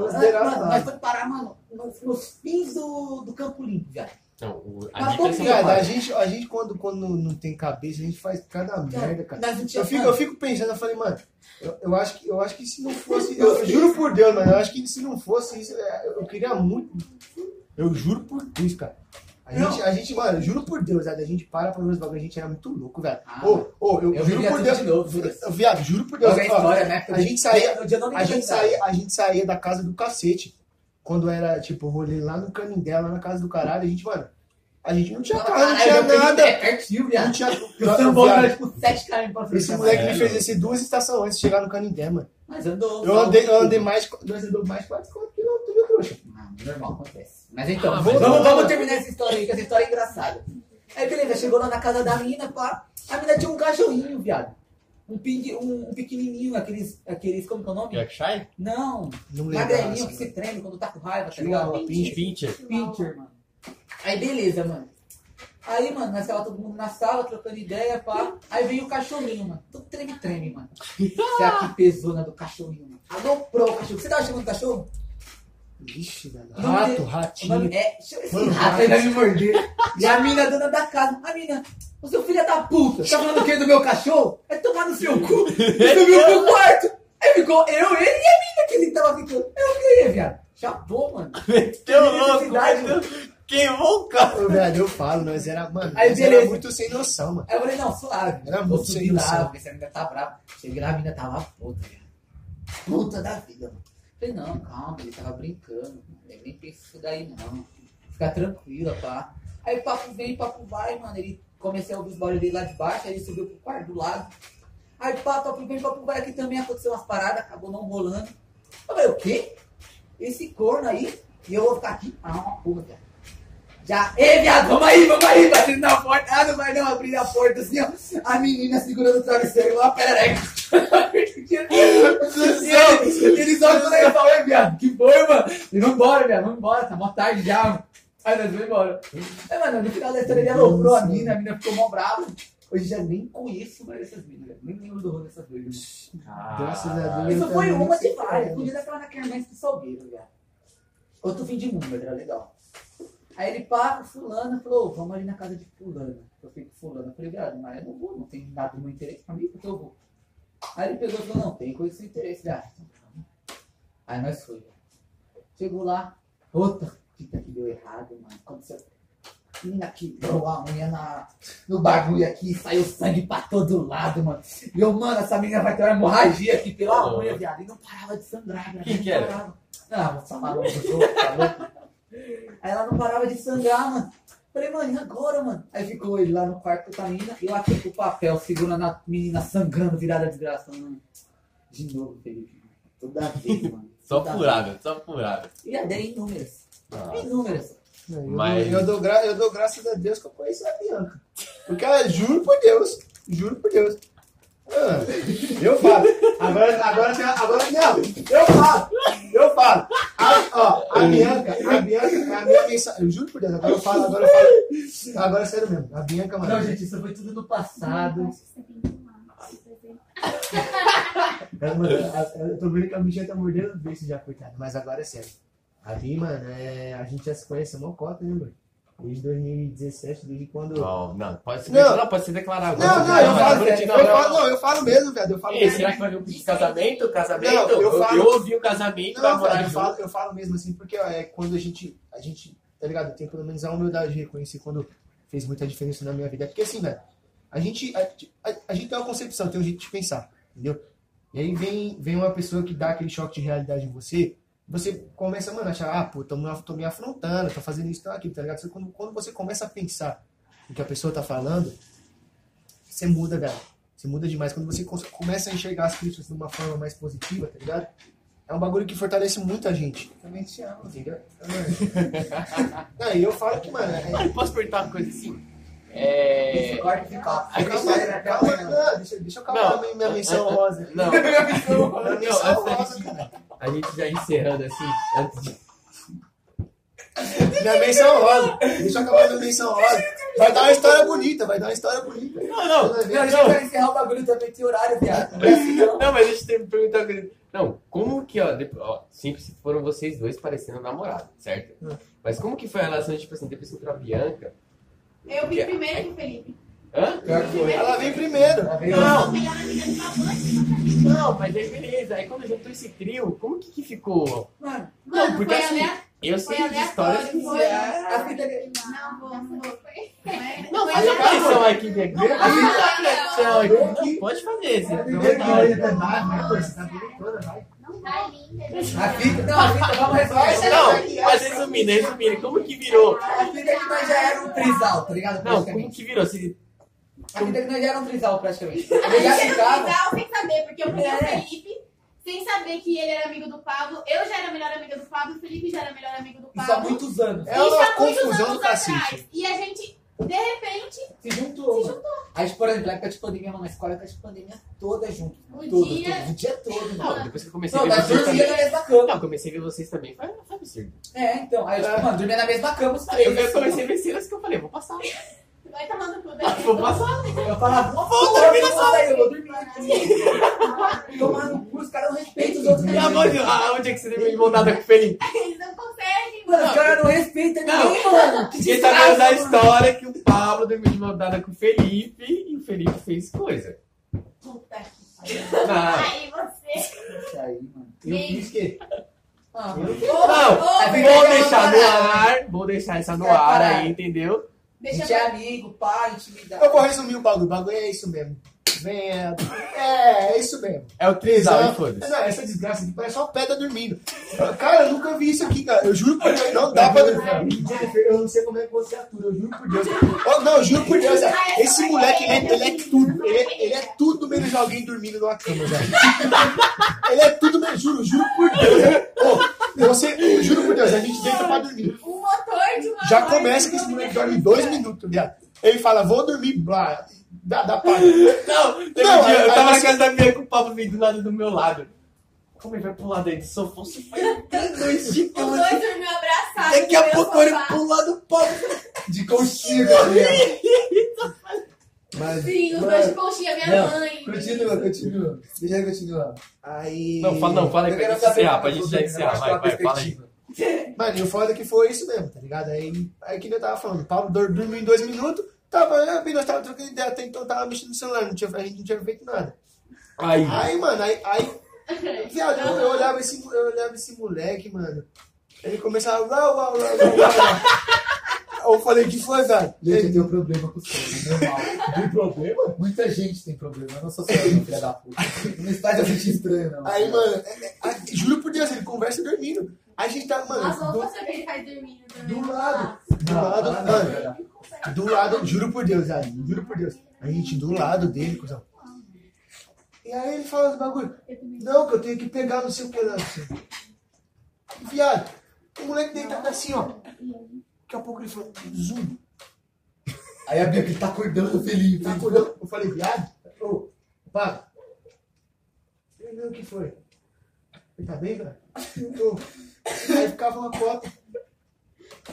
Speaker 2: Nós, mano, nós foi parar, mano, nos, nos fins do, do Campo Limpo, velho.
Speaker 1: Não, o- a
Speaker 2: Mas
Speaker 1: dica é
Speaker 2: como
Speaker 1: só
Speaker 2: que é?
Speaker 1: pra-
Speaker 3: Viado, a gente, a gente quando, quando não tem cabeça, a gente faz cada merda, cara.
Speaker 2: Nós não tinha
Speaker 3: Eu fico,
Speaker 2: mano,
Speaker 3: eu fico pensando, eu falei, mano, eu, eu acho que, eu acho que se não fosse. Eu, eu juro por Deus, mano, eu acho que se não fosse isso, é, eu queria muito. Eu juro por Deus, cara. A
Speaker 2: Não.
Speaker 3: gente, a gente, mano, eu juro por Deus, velho, a gente para pra ver os bagulhos, a gente era muito louco, velho.
Speaker 2: Ah,
Speaker 3: Ô, ô, eu, juro
Speaker 2: eu viria
Speaker 3: por
Speaker 2: tudo
Speaker 3: Deus.
Speaker 2: de novo, juro.
Speaker 3: eu- Viado, juro por Deus.
Speaker 2: Mas a
Speaker 3: ó,
Speaker 2: história, né?
Speaker 3: a gente saía,
Speaker 2: Eu já não me
Speaker 3: a gente
Speaker 2: lembro.
Speaker 3: saía, a gente saía da casa do cacete. Quando era, tipo, rolê lá no Canindé, lá na casa do caralho, a gente, mano, a gente não tinha carro, não
Speaker 2: Caralho,
Speaker 3: tinha
Speaker 2: meu Felipe
Speaker 3: nada.
Speaker 2: É pertinho,
Speaker 3: Não
Speaker 2: viado.
Speaker 3: tinha. um
Speaker 2: Eu tambor
Speaker 3: Viado,
Speaker 2: era tipo sete caras pra frente.
Speaker 3: esse
Speaker 2: mano.
Speaker 3: moleque
Speaker 1: É,
Speaker 3: ele fez esse duas estações antes de chegar no Canindé, mano.
Speaker 2: Mas andou.
Speaker 3: Eu andei, eu andei mais, nós andamos mais 4, 4 quilômetros, viu, trouxa?
Speaker 2: Ah, normal, acontece. Mas então,
Speaker 1: Ah, mas
Speaker 2: vamos,
Speaker 3: vamos-
Speaker 2: vamos terminar essa história aí, que essa história é engraçada. É Aí beleza, chegou lá na casa da mina, pá. A mina tinha um cachorrinho, viado. Um, pig, um, um pequenininho, aqueles, aqueles, como que é o nome?
Speaker 1: Yorkshire?
Speaker 2: Não,
Speaker 3: Não
Speaker 2: magrelinho
Speaker 3: assim,
Speaker 2: que se treme quando tá com raiva, tá
Speaker 3: Tinha
Speaker 2: ligado?
Speaker 3: uma pinche.
Speaker 1: Pincher.
Speaker 2: Pincher, mano. Aí beleza, mano. Aí, mano, nós tava todo mundo na sala, trocando ideia, pá. Aí veio o cachorrinho, mano. Todo treme-treme, mano. Será que pesona do cachorrinho, mano? Aloprou o cachorro. Você tava chamando o cachorro?
Speaker 3: Vixe, velho.
Speaker 2: Não,
Speaker 3: Rato,
Speaker 2: ele-
Speaker 3: ratinho.
Speaker 2: Mano, é, deixa eu- esse
Speaker 3: Mano,
Speaker 2: rato aí vai me morder. E a mina dona da casa, a mina, o seu filho é da puta, tá falando o que do meu cachorro? Vai tomar no seu cu,
Speaker 3: É
Speaker 2: subiu pro quarto. Aí ficou eu, ele e a mina que ele tava ficando. Eu fiquei, viado. Chapou, mano.
Speaker 1: Meteu
Speaker 2: louco,
Speaker 1: louco, queimou o carro.
Speaker 3: Ô, velho, eu falo, nós era, mano,
Speaker 2: Aí,
Speaker 3: nós
Speaker 2: beleza.
Speaker 3: era muito sem noção, mano.
Speaker 2: Aí eu falei, não, suave.
Speaker 3: Era
Speaker 2: Vou
Speaker 3: muito
Speaker 2: subir
Speaker 3: sem
Speaker 2: lá,
Speaker 3: noção.
Speaker 2: porque essa mina tá brava. Cheguei lá, a mina tava puta, viado. Puta da vida, mano. Falei, não, calma, ele tava brincando. mano. Eu nem penso isso daí, não. Fica tranquila, pá. Aí papo vem, papo vai, mano. Ele comecei a ouvir os barulhos dele lá de baixo, aí ele subiu pro quarto do lado. Aí pá, papo vem, papo vai. Aqui também aconteceu umas paradas, acabou não rolando. Eu falei, o quê? Esse corno aí, e eu vou ficar aqui? Ah, uma porra, cara. Já, ei, viado, vamos aí, vamos aí, batendo na porta. Ah, não vai não, abrir a porta assim, ó. A menina segurando o travesseiro igual uma perereca. Ele- Eles olham pra ele e falam, ei, viado, que foi, mano? E vambora, viado, vambora, tá mó tarde já, mano. Aí nós vamos embora. Aí, mano, no final da história ele aloprou a mina, a mina ficou mó brava. Hoje já nem conheço mais essas minas, velho. nem lembro do rolo dessas duas.
Speaker 3: Graças
Speaker 1: Ah,
Speaker 3: a Deus.
Speaker 2: Isso
Speaker 3: eu
Speaker 2: foi
Speaker 3: também
Speaker 2: uma
Speaker 3: sei
Speaker 2: de várias.
Speaker 3: como.
Speaker 2: Podia dar aquela na Kermesse do Salgueiro, velho. Outro fim de mundo, era legal. Aí ele pá, fulano, falou, "Ô, vamos ali na casa de fulano. Eu fiquei com fulano. Eu falei, viado, mas eu não vou, não tem nada de meu interesse pra mim, porque eu vou. Aí ele pegou e falou, não, tem coisa de seu interesse. Eu falei, Ah, então calma. Aí nós foi, velho. Chegou lá, outra fita que deu errado, mano. Aconteceu. Menina quebrou a unha na, no bagulho aqui, saiu sangue pra todo lado, mano. E eu, mano, essa menina vai ter uma hemorragia aqui pela
Speaker 1: Oh.
Speaker 2: unha, viado. E não parava de sangrar, velho.
Speaker 1: Quem
Speaker 2: Não
Speaker 1: que era?
Speaker 2: parava. Ah, vou chamar o nome do jogo, tá louco? Aí ela não parava de sangrar, mano. Falei, mano, e agora, mano? Aí ficou ele lá no quarto com a menina, eu aqui com o papel, segurando a menina sangrando, virada desgraça, mano. De novo, Felipe. Toda vez, mano.
Speaker 1: Só
Speaker 2: Toda
Speaker 1: furada, só furada.
Speaker 2: e a 10 inúmeras.
Speaker 1: Ah.
Speaker 2: Inúmeras.
Speaker 3: Não, eu,
Speaker 1: Mas-
Speaker 3: dou, eu, dou gra- eu dou graças a Deus que eu conheço a Bianca. Porque ela, juro por Deus, juro por Deus. Ah, eu falo. Agora, agora, tem- agora não, eu falo, eu falo. A, ó, a Bianca, a Bianca, a Bianca, isso- eu juro por Deus, agora eu falo, agora eu falo. Agora é sério mesmo, a Bianca, mano.
Speaker 2: Não, gente, isso foi tudo no passado.
Speaker 3: Ela, mano, a- a- Ah, eu tô vendo que a bichinha tá mordendo o beijo já, coitada, mas agora é sério. Ali, mano, é, a gente já se conhece há mó cota, né, mano? Desde 2017, desde quando.
Speaker 1: Não, não, pode se
Speaker 3: Não.
Speaker 1: declarar, pode se declarar agora.
Speaker 3: Não, não, eu
Speaker 1: mas
Speaker 3: falo,
Speaker 1: vou te
Speaker 3: velho.
Speaker 1: dar
Speaker 3: Eu
Speaker 1: uma-
Speaker 3: falo, não, eu falo mesmo, velho. Eu falo
Speaker 1: Ei,
Speaker 3: mesmo.
Speaker 1: será que vai vir um pedido de casamento? Casamento?
Speaker 3: Não, eu
Speaker 1: eu,
Speaker 3: falo-
Speaker 1: eu ouvi o casamento, vai
Speaker 3: Não,
Speaker 1: morar
Speaker 3: velho, eu
Speaker 1: junto.
Speaker 3: falo, eu falo mesmo assim, porque ó, é quando a gente, a gente, tá ligado? Eu tenho pelo menos a humildade de reconhecer quando fez muita diferença na minha vida. Porque assim, velho, a gente, a, a- a gente tem uma concepção, tem um jeito de pensar, entendeu? E aí vem, vem uma pessoa que dá aquele choque de realidade em você, você começa, mano, a achar, ah, pô, tô, me- tô me afrontando, tô fazendo isso, tô aquilo, tá ligado? Só que Quando, quando você começa a pensar no que a pessoa tá falando, você muda, velho. Você muda demais. Quando você cons- começa a enxergar as críticas de uma forma mais positiva, tá ligado? É um bagulho que fortalece muito a gente.
Speaker 2: Também te amo.
Speaker 3: Entendeu? Não, e eu falo que, mano, é.
Speaker 1: Mano, posso perguntar uma coisa assim? É.
Speaker 2: Esse corte fica.
Speaker 3: é calma, calma, calma, deixa, deixa eu acabar
Speaker 1: Não. é,
Speaker 3: minha- minha menção rosa.
Speaker 1: Não,
Speaker 3: Não, minha
Speaker 1: Não,
Speaker 3: menção
Speaker 1: essa
Speaker 3: rosa, cara.
Speaker 1: a gente já encerrando assim, antes de.
Speaker 3: Minha menção rosa. Deixa eu acabar minha menção rosa. Vai dar uma história bonita, vai dar uma história bonita.
Speaker 1: Não, não,
Speaker 2: Não,
Speaker 1: não,
Speaker 2: deixa eu
Speaker 1: não.
Speaker 2: quero encerrar o bagulho também, tem horário, viado. Não é assim, não.
Speaker 1: Não, mas deixa eu ter- perguntar uma coisa. Não, como que, ó, depois, ó, sempre foram vocês dois parecendo namorado, certo?
Speaker 3: Hum.
Speaker 1: Mas como que foi a relação, tipo assim, depois que entrou a Bianca?
Speaker 4: Eu vim primeiro que o Felipe.
Speaker 1: Hã?
Speaker 2: Pior que foi.
Speaker 3: Ela vem primeiro.
Speaker 2: Ela veio.
Speaker 1: Não,
Speaker 4: Melhor amiga de uma mãe.
Speaker 1: não, mas aí beleza. Aí quando juntou esse trio, como que, que ficou?
Speaker 2: Mano,
Speaker 1: Não,
Speaker 4: Mano,
Speaker 1: porque
Speaker 4: foi
Speaker 1: assim-
Speaker 4: aleatório.
Speaker 1: Eu
Speaker 4: Foi
Speaker 1: sei de histórias que.
Speaker 4: aleatório, foi.
Speaker 2: a fita dele.
Speaker 4: Não, vou, não é? vou.
Speaker 1: Não, é faz a conexão aqui, minha grande.
Speaker 4: Não, não,
Speaker 1: Faz a
Speaker 4: não.
Speaker 1: conexão aqui. é Não, Pode fazer, você
Speaker 3: Primeiro que eu
Speaker 1: é
Speaker 3: ia cantar,
Speaker 1: não,
Speaker 3: mas, pô, você tá bem toda, vai.
Speaker 4: Não tá linda.
Speaker 2: A fita, não, a fita, vamos resolver.
Speaker 1: não, mas resumindo, resumindo, como que virou?
Speaker 2: A fita que nós já era um trisal, tá ligado?
Speaker 1: Não, como
Speaker 2: Praticamente.
Speaker 1: que virou? Se-
Speaker 2: A fita que nós já era um trisal, praticamente.
Speaker 4: A
Speaker 2: Eu já
Speaker 4: gente era
Speaker 2: ficava.
Speaker 4: legal sem saber, porque eu conheci o
Speaker 2: É.
Speaker 4: Felipe sem saber que ele era amigo do Pablo. Eu já era a melhor amiga do Pablo, o Felipe já era a melhor amigo do
Speaker 2: Isso há
Speaker 4: Pablo.
Speaker 2: muitos anos.
Speaker 3: É uma
Speaker 4: Isso há muitos
Speaker 3: confusão
Speaker 4: anos
Speaker 3: do cacete.
Speaker 4: atrás. E a gente, de repente,
Speaker 2: Se juntou. mano. A gente, por exemplo, a época de pandemia, mano, a escola época de pandemia toda junto.
Speaker 4: O
Speaker 2: todo,
Speaker 4: dia-
Speaker 2: todo, o dia todo, mano.
Speaker 1: Não, tá depois que eu comecei a
Speaker 2: Não,
Speaker 1: ver
Speaker 2: nós
Speaker 1: vocês
Speaker 2: dormia
Speaker 1: também.
Speaker 2: na mesma cama.
Speaker 1: Não, comecei a ver vocês também. Foi foi absurdo.
Speaker 2: É, então. Aí, tipo, mano, dormia na mesma cama os três.
Speaker 1: Eu, eu
Speaker 2: assim,
Speaker 1: comecei a ver cenas que eu falei, vou passar.
Speaker 4: vai tomando tudo.
Speaker 1: Ah, Vou passar.
Speaker 2: Eu falava, vou
Speaker 1: dormir
Speaker 2: dormir
Speaker 1: na
Speaker 2: na
Speaker 1: sala.
Speaker 2: Eu vou dormir aqui. Tomar no cu, os caras não respeitam os outros.
Speaker 1: E aonde, aonde é que você deu de montada com o Felipe?
Speaker 4: Eles não conseguem,
Speaker 2: Mano,
Speaker 4: mano.
Speaker 2: os caras não respeitam
Speaker 1: Não.
Speaker 2: ninguém, mano. Que
Speaker 1: Você tá vendo a
Speaker 2: desgraça, mano.
Speaker 1: história que o Pablo deu de montada com o Felipe e o Felipe fez coisa.
Speaker 4: Puta que
Speaker 1: Não,
Speaker 4: Aí você.
Speaker 2: Isso aí, mano.
Speaker 3: Eu fiz o quê?
Speaker 2: Ah,
Speaker 1: não. É
Speaker 2: Ô,
Speaker 1: Vou
Speaker 2: Felipe,
Speaker 1: deixar no
Speaker 2: vamos
Speaker 1: ar, vou deixar essa no ar aí, entendeu?
Speaker 2: A
Speaker 4: Deixa
Speaker 2: gente
Speaker 4: eu.
Speaker 3: é
Speaker 2: é amigo, pai, intimidade.
Speaker 3: Eu vou resumir o bagulho. O bagulho é isso mesmo. venha. É, é isso mesmo.
Speaker 1: É o trisal,
Speaker 3: Exato.
Speaker 1: e foda-se.
Speaker 3: Não, essa desgraça aqui parece uma pedra dormindo. Cara, eu nunca vi isso aqui, cara. Eu juro por Deus, não dá pra dormir.
Speaker 5: Jennifer, eu não sei como é que você atura, eu juro por Deus.
Speaker 3: Oh, não, eu juro por Deus, cara. esse moleque, ele é, ele é tudo. Ele é, ele é tudo menos alguém dormindo numa cama, velho. Ele é tudo menos, juro, juro por Deus. Ô, você, eu juro por Deus, a gente deita pra dormir.
Speaker 4: O Um motor de uma
Speaker 3: Já
Speaker 4: loja
Speaker 3: começa
Speaker 4: de
Speaker 3: que esse moleque
Speaker 4: propaganda.
Speaker 3: dorme dois minutos, viado. Ele fala, vou dormir, blá. Dá, dá pra.
Speaker 1: Não, teve
Speaker 3: Não,
Speaker 1: um dia, eu
Speaker 3: aí
Speaker 1: tava na
Speaker 3: você-
Speaker 1: casa da minha com o Pablo veio do lado do meu lado. Como ele vai pular dentro do sofá? Você vai dois de
Speaker 4: Os
Speaker 1: cama.
Speaker 4: dois dormiam abraçados.
Speaker 1: Daqui a
Speaker 4: no meu
Speaker 1: pouco ele
Speaker 4: sofá.
Speaker 1: pula do Pablo.
Speaker 3: De conchinha, galera.
Speaker 5: Mas,
Speaker 4: Sim, os dois de conchinha, minha
Speaker 5: Não,
Speaker 4: mãe.
Speaker 5: continua, continua. Deixa eu continuar.
Speaker 3: Aí.
Speaker 1: Não, fala, não, fala aí
Speaker 5: Eu
Speaker 1: pra
Speaker 5: quero
Speaker 1: gente
Speaker 5: saber
Speaker 1: encerrar, pra
Speaker 5: como é que
Speaker 1: gente já
Speaker 5: foi, eu
Speaker 1: encerrar.
Speaker 5: gosto
Speaker 1: Vai, vai,
Speaker 5: da
Speaker 1: fala aí.
Speaker 5: perspectiva.
Speaker 3: Mano, e o um foda que foi isso mesmo, tá ligado? Aí, aí que nem eu tava falando, o Paulo dor- dormiu em dois minutos, tava, né, nós tava trocando ideia, até então tava mexendo no celular, não tinha, a gente não tinha feito nada.
Speaker 1: Aí.
Speaker 3: Aí, mano, aí, aí viado, eu, eu olhava esse, eu olhava esse moleque, mano, ele começava, uau, uau, uau, uau, uau. Eu falei, que foi, velho?
Speaker 5: Gente,
Speaker 3: Ele-
Speaker 5: eu tenho problema com o sono, é normal. Tem problema? Muita gente tem problema, eu não sou só eu, filha da puta. Não está de sentir estranho, não.
Speaker 3: Aí, mano, é- é- aí, juro por Deus, ele conversa dormindo. Aí a gente tá, mano,
Speaker 4: Nossa,
Speaker 3: do-
Speaker 4: vamos fazer o que ele faz dormindo também.
Speaker 5: Do lado.
Speaker 3: do lado, mano, do lado, juro por Deus, velho, juro por Deus. A gente do lado dele, cuzão. E aí ele fala os bagulho. Não, que eu tenho que pegar no seu pedaço. Viado, o moleque deitado assim, ó. Daqui a pouco ele falou, zoom,
Speaker 5: Aí a Bia que tá acordando o Felipe.
Speaker 3: tá acordando. Eu falei, viado, ô, pá. Ele não, o que foi? Ele tá bem, cara? Ô. Aí ficava uma cota.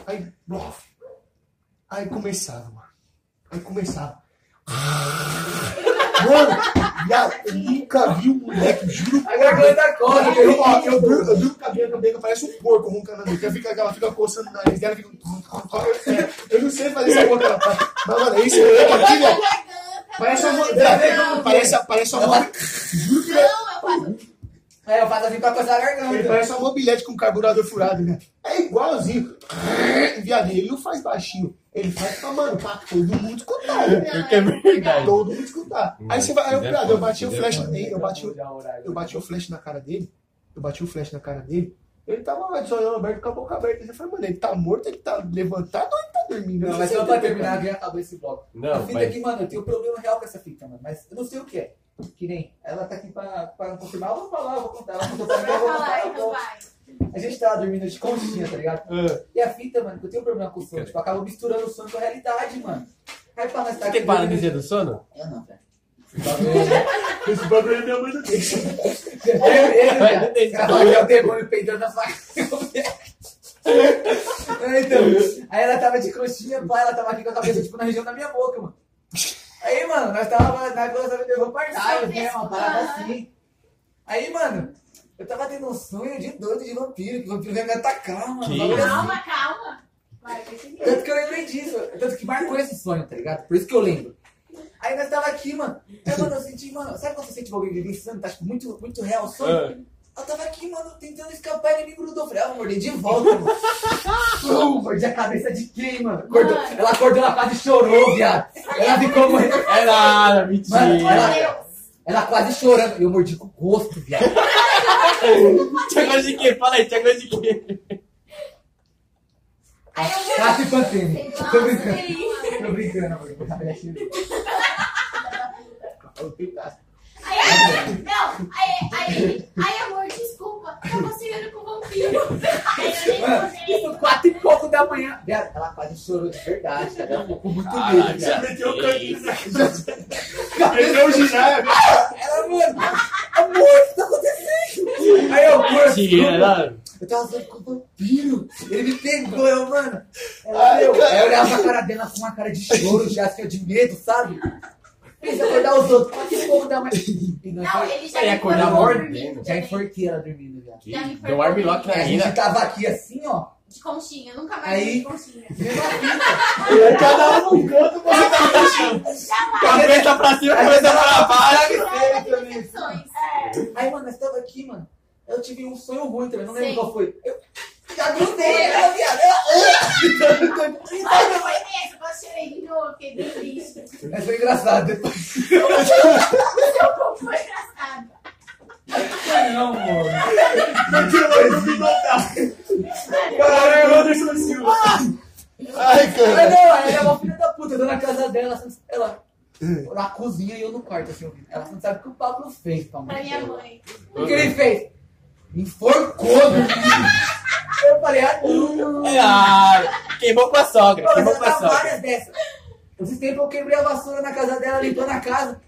Speaker 3: Aí, blof. Aí começava, mano. Aí começava. Mano, viado, eu nunca vi um moleque, juro
Speaker 5: A garganta
Speaker 3: Ó,
Speaker 5: corre,
Speaker 3: eu, ó, eu, durmo- eu durmo com a Bianca, a Bianca parece um porco roncando na noite. Ela fica, ela fica coçando o nariz dela, fica... um É, Eu não sei fazer essa boca. ela faz. Mas, mano, é isso aqui, velho. Parece uma... Viado, Parece, parece uma... mo- Juro que é-
Speaker 4: Não, eu faço.
Speaker 2: Aí eu faço assim pra coçar a
Speaker 3: ele
Speaker 2: garganta.
Speaker 3: parece uma mobilete com carburador furado, né? É igualzinho. Viado, ele não faz baixinho. Ele faz pra, mano, pra todo mundo escutar, né?
Speaker 4: Porque é verdade.
Speaker 3: Todo mundo escutar. Aí você vai... Aí, eu, viado, eu bati o flash nele, eu bati o... Eu
Speaker 5: o...
Speaker 3: bati o flash na cara dele. Eu bati o flash na cara dele. Ele tava lá de olhando aberto com a boca aberta. Eu falei, mano, ele tá morto, ele tá levantado ou ele tá dormindo? Eu
Speaker 2: Não,
Speaker 3: não
Speaker 2: mas
Speaker 3: sei
Speaker 2: só pra
Speaker 3: entender, cara.
Speaker 2: terminar, já acabou esse bloco. a
Speaker 1: Não,
Speaker 2: fita
Speaker 1: mas
Speaker 2: aqui, mano, eu tenho um problema real com essa fita, mano. Mas eu não sei o que é. Que nem, ela tá aqui pra, pra confirmar, eu vou falar, eu vou contar. Ela contou pra mim,
Speaker 4: Vai
Speaker 2: eu vou
Speaker 4: falar,
Speaker 2: contar. eu
Speaker 4: então
Speaker 2: vou-
Speaker 4: vai.
Speaker 2: A gente tava dormindo de conchinha, tá ligado?
Speaker 1: Ah,
Speaker 2: E a fita, mano, que eu tenho problema com o sono. Tipo, eu acabo misturando o sono com a realidade, mano. Aí pra nós tá
Speaker 1: você tem paralisia do sono?
Speaker 2: Eu não, velho.
Speaker 3: Esse bagulho é minha mãe não tem.
Speaker 1: Vai, não
Speaker 2: Ele,
Speaker 1: tem
Speaker 2: ele, cara,
Speaker 1: problema.
Speaker 2: olha o demônio peidando na faca. Então, É, então, aí ela tava de coxinha, pá, ela tava aqui com a cabeça, tipo, na região da minha boca, mano. Aí, mano, nós tava na coisa, tava derrubando parceiros, né, uma parada assim. Aí, mano, eu tava tendo um sonho de doido de vampiro, que o vampiro veio me atacar, mano.
Speaker 1: Que
Speaker 2: Um bagulho assim.
Speaker 4: Calma, calma. Vai, vai seguir.
Speaker 2: Tanto que eu lembrei disso. Tanto que marcou esse sonho, tá ligado? Por isso que eu lembro. Aí nós tava aqui, mano. Aí, mano, eu senti, mano. Sabe quando você sente o bagulho vivenciando? Tá tipo, muito, muito real o sonho?
Speaker 1: Ah,
Speaker 2: Eu tava aqui, mano, tentando escapar e ele me grudou. Falei, ah, vou morder de volta, mano. Pum, mordi a cabeça de quem, mano? Acordou-
Speaker 4: Mano.
Speaker 2: Ela acordou na casa e chorou, viado. Ela ficou morrendo.
Speaker 1: É nada,
Speaker 2: Mano,
Speaker 1: mentira.
Speaker 2: ela, ela quase chorando. E eu mordi com o rosto, viado.
Speaker 1: Tinha coisa de quê? Fala aí, tinha coisa de quê?
Speaker 4: Aí eu vou.
Speaker 2: Cata e Pantene. Tô
Speaker 4: Nossa,
Speaker 2: brincando.
Speaker 4: delícia.
Speaker 2: Tá Tô brincando, amor. Vou saber aquilo.
Speaker 4: Aí eu. Não, aí, aí, aí, amor, desculpa. Tava sonhando com o vampiro. Aí
Speaker 2: Mano,
Speaker 4: eu nem
Speaker 2: isso quatro e pouco da manhã. Viado, ela quase chorou de verdade, tá ligado? Ficou com muito medo, viado.
Speaker 1: meteu o cantinho.
Speaker 3: Perdeu o ginásio.
Speaker 2: Ela, mano, amor, o que tá acontecendo? Aí eu, amor,
Speaker 1: Mentira,
Speaker 2: desculpa.
Speaker 1: não.
Speaker 2: eu tava falando com o vampiro. Ele me pegou, eu, mano. Ela,
Speaker 3: Ai,
Speaker 2: eu,
Speaker 3: cara.
Speaker 2: aí eu olhava a cara dela com uma cara de choro, já assim, de medo, sabe? Pensei em acordar os outros, quatro e pouco da manhã. E nós
Speaker 4: Não, ele já
Speaker 1: Ele
Speaker 4: me
Speaker 1: acordava
Speaker 4: formou
Speaker 1: mordendo.
Speaker 2: né?
Speaker 4: dormindo
Speaker 2: já
Speaker 4: também.
Speaker 2: enforquei ela dormindo, viado.
Speaker 4: Já me
Speaker 1: Deu um armlock na
Speaker 2: A gente
Speaker 1: mina.
Speaker 2: tava aqui assim, ó.
Speaker 4: De conchinha, nunca mais
Speaker 2: Aí-
Speaker 4: de conchinha.
Speaker 3: Cada um num canto, você tá no chão.
Speaker 1: Cabeça pra cima, cabeça pra baixo.
Speaker 4: Opções. É.
Speaker 2: Aí, mano, nós tava aqui, mano. Eu tive um sonho ruim também, não lembro
Speaker 4: Sim. Tá
Speaker 2: qual né, foi. Eu já grudei, ela, viado. Ela,
Speaker 4: Olha, foi esse, quase chorei de novo, fiquei bem triste.
Speaker 2: Mas foi engraçado. Depois
Speaker 4: O seu corpo foi engraçado.
Speaker 2: não, mano.
Speaker 1: Caralho, Anderson Silva.
Speaker 3: Ai,
Speaker 2: Mas
Speaker 3: cara.
Speaker 2: não, ela é uma filha da puta, eu tô na casa dela, assim, ela
Speaker 1: É.
Speaker 2: na cozinha e eu no quarto, assim, ouvindo. Ela não sabe o que o Pablo fez pra mãe.
Speaker 4: Pra minha
Speaker 2: dela.
Speaker 4: mãe.
Speaker 2: O que ele fez? Me enforcou, meu filho. Eu falei, ah, não.
Speaker 1: É, Ah, queimou com a sogra,
Speaker 2: Pô,
Speaker 1: queimou
Speaker 2: eu
Speaker 1: com a
Speaker 2: tava
Speaker 1: sogra.
Speaker 2: tá várias dessas. Esses tempos eu quebrei a vassoura na casa dela, limpando a casa.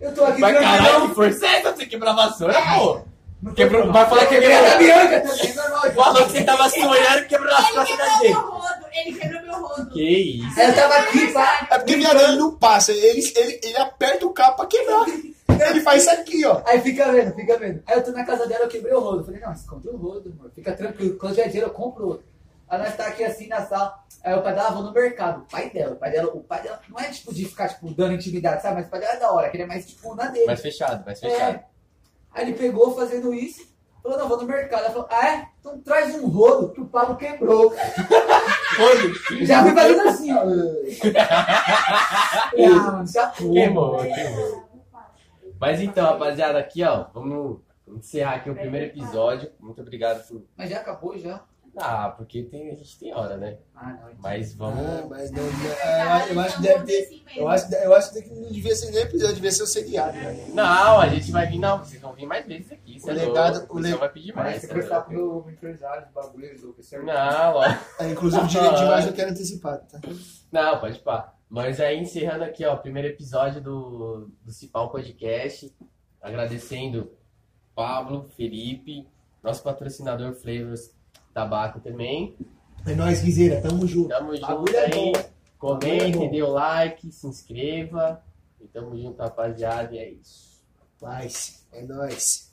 Speaker 2: Eu tô aqui
Speaker 1: Vai caralho,
Speaker 2: tranquilão.
Speaker 1: que força é essa? Você quebrou a vassoura, pô.
Speaker 2: Não foi
Speaker 1: Quebrou,
Speaker 2: normal.
Speaker 1: vai falar que é
Speaker 2: Quebrei a é da
Speaker 1: quebrou.
Speaker 2: Bianca, também, normal.
Speaker 1: Falou que você tava sonhando e quebrou as
Speaker 4: Ele
Speaker 1: costas da
Speaker 4: quebrou meu
Speaker 1: gente.
Speaker 4: rodo, ele quebrou meu rodo.
Speaker 1: Que isso.
Speaker 2: Ela tava aqui, pá.
Speaker 3: É porque viadão ele não passa, ele, ele, ele aperta o cabo pra quebrar. Ele faz isso aqui, ó.
Speaker 2: Aí fica vendo, fica vendo. Aí eu tô na casa dela, eu quebrei o rodo. Eu Falei, não, esconde o rodo, amor. Fica tranquilo. Quando tiver dinheiro, eu compro outro. Aí nós tá aqui assim na sala. Aí o pai dela, "Ah, vou no mercado. O pai dela, o pai dela, o pai dela não é tipo de ficar, tipo, dando intimidade, sabe? Mas o pai dela é da hora, que ele é mais tipo na dele.
Speaker 1: Mais fechado, mais fechado.
Speaker 2: É. Aí ele pegou fazendo isso, falou, não, vou no mercado. Ela falou, ah, é? Então traz um rolo que o Pablo quebrou.
Speaker 1: Olha,
Speaker 2: Já fui fazendo assim, ó. ah, mano, já foi.
Speaker 1: Queimou,
Speaker 4: Tá,
Speaker 3: É,
Speaker 1: queimou. Mas então, rapaziada, aqui ó, vamos encerrar aqui o primeiro episódio. Muito obrigado por.
Speaker 2: Mas já acabou, já.
Speaker 1: Ah, porque tem, a gente tem hora, né?
Speaker 2: Ah, não. então.
Speaker 1: Mas
Speaker 3: Ah,
Speaker 1: vamos.
Speaker 3: mas não, não,
Speaker 4: tá,
Speaker 3: ah, eu acho que deve ter.
Speaker 4: assim
Speaker 3: Eu acho, que- eu acho que não devia ser nem episódio, devia ser o seriado, né?
Speaker 1: Não, a gente vai vir, não, vocês vão vir mais vezes aqui. Você
Speaker 3: O
Speaker 1: é
Speaker 3: legado-
Speaker 1: louco,
Speaker 3: o
Speaker 1: você
Speaker 3: le-
Speaker 1: vai pedir mais.
Speaker 2: Parece
Speaker 1: cê
Speaker 2: que tá
Speaker 1: é
Speaker 2: eu
Speaker 1: louco.
Speaker 2: estava com o meu empresário, os bagulhos, o pessoal.
Speaker 1: Não, ó.
Speaker 3: Ah, inclusive o direito de imagem eu quero antecipado, tá?
Speaker 1: Não, pode pá. Mas aí, encerrando aqui, ó, o primeiro episódio do, do Cipal Podcast. Agradecendo Pablo, Felipe, nosso patrocinador Flavors Tabaco também.
Speaker 3: É nóis, Guizeira, tamo junto.
Speaker 1: Tamo junto
Speaker 3: Bagulho é
Speaker 1: aí.
Speaker 3: bom. Bagulho é
Speaker 1: Comente,
Speaker 3: bom.
Speaker 1: dê o like, se inscreva. E tamo junto, rapaziada. E é isso.
Speaker 3: Mas, é nóis.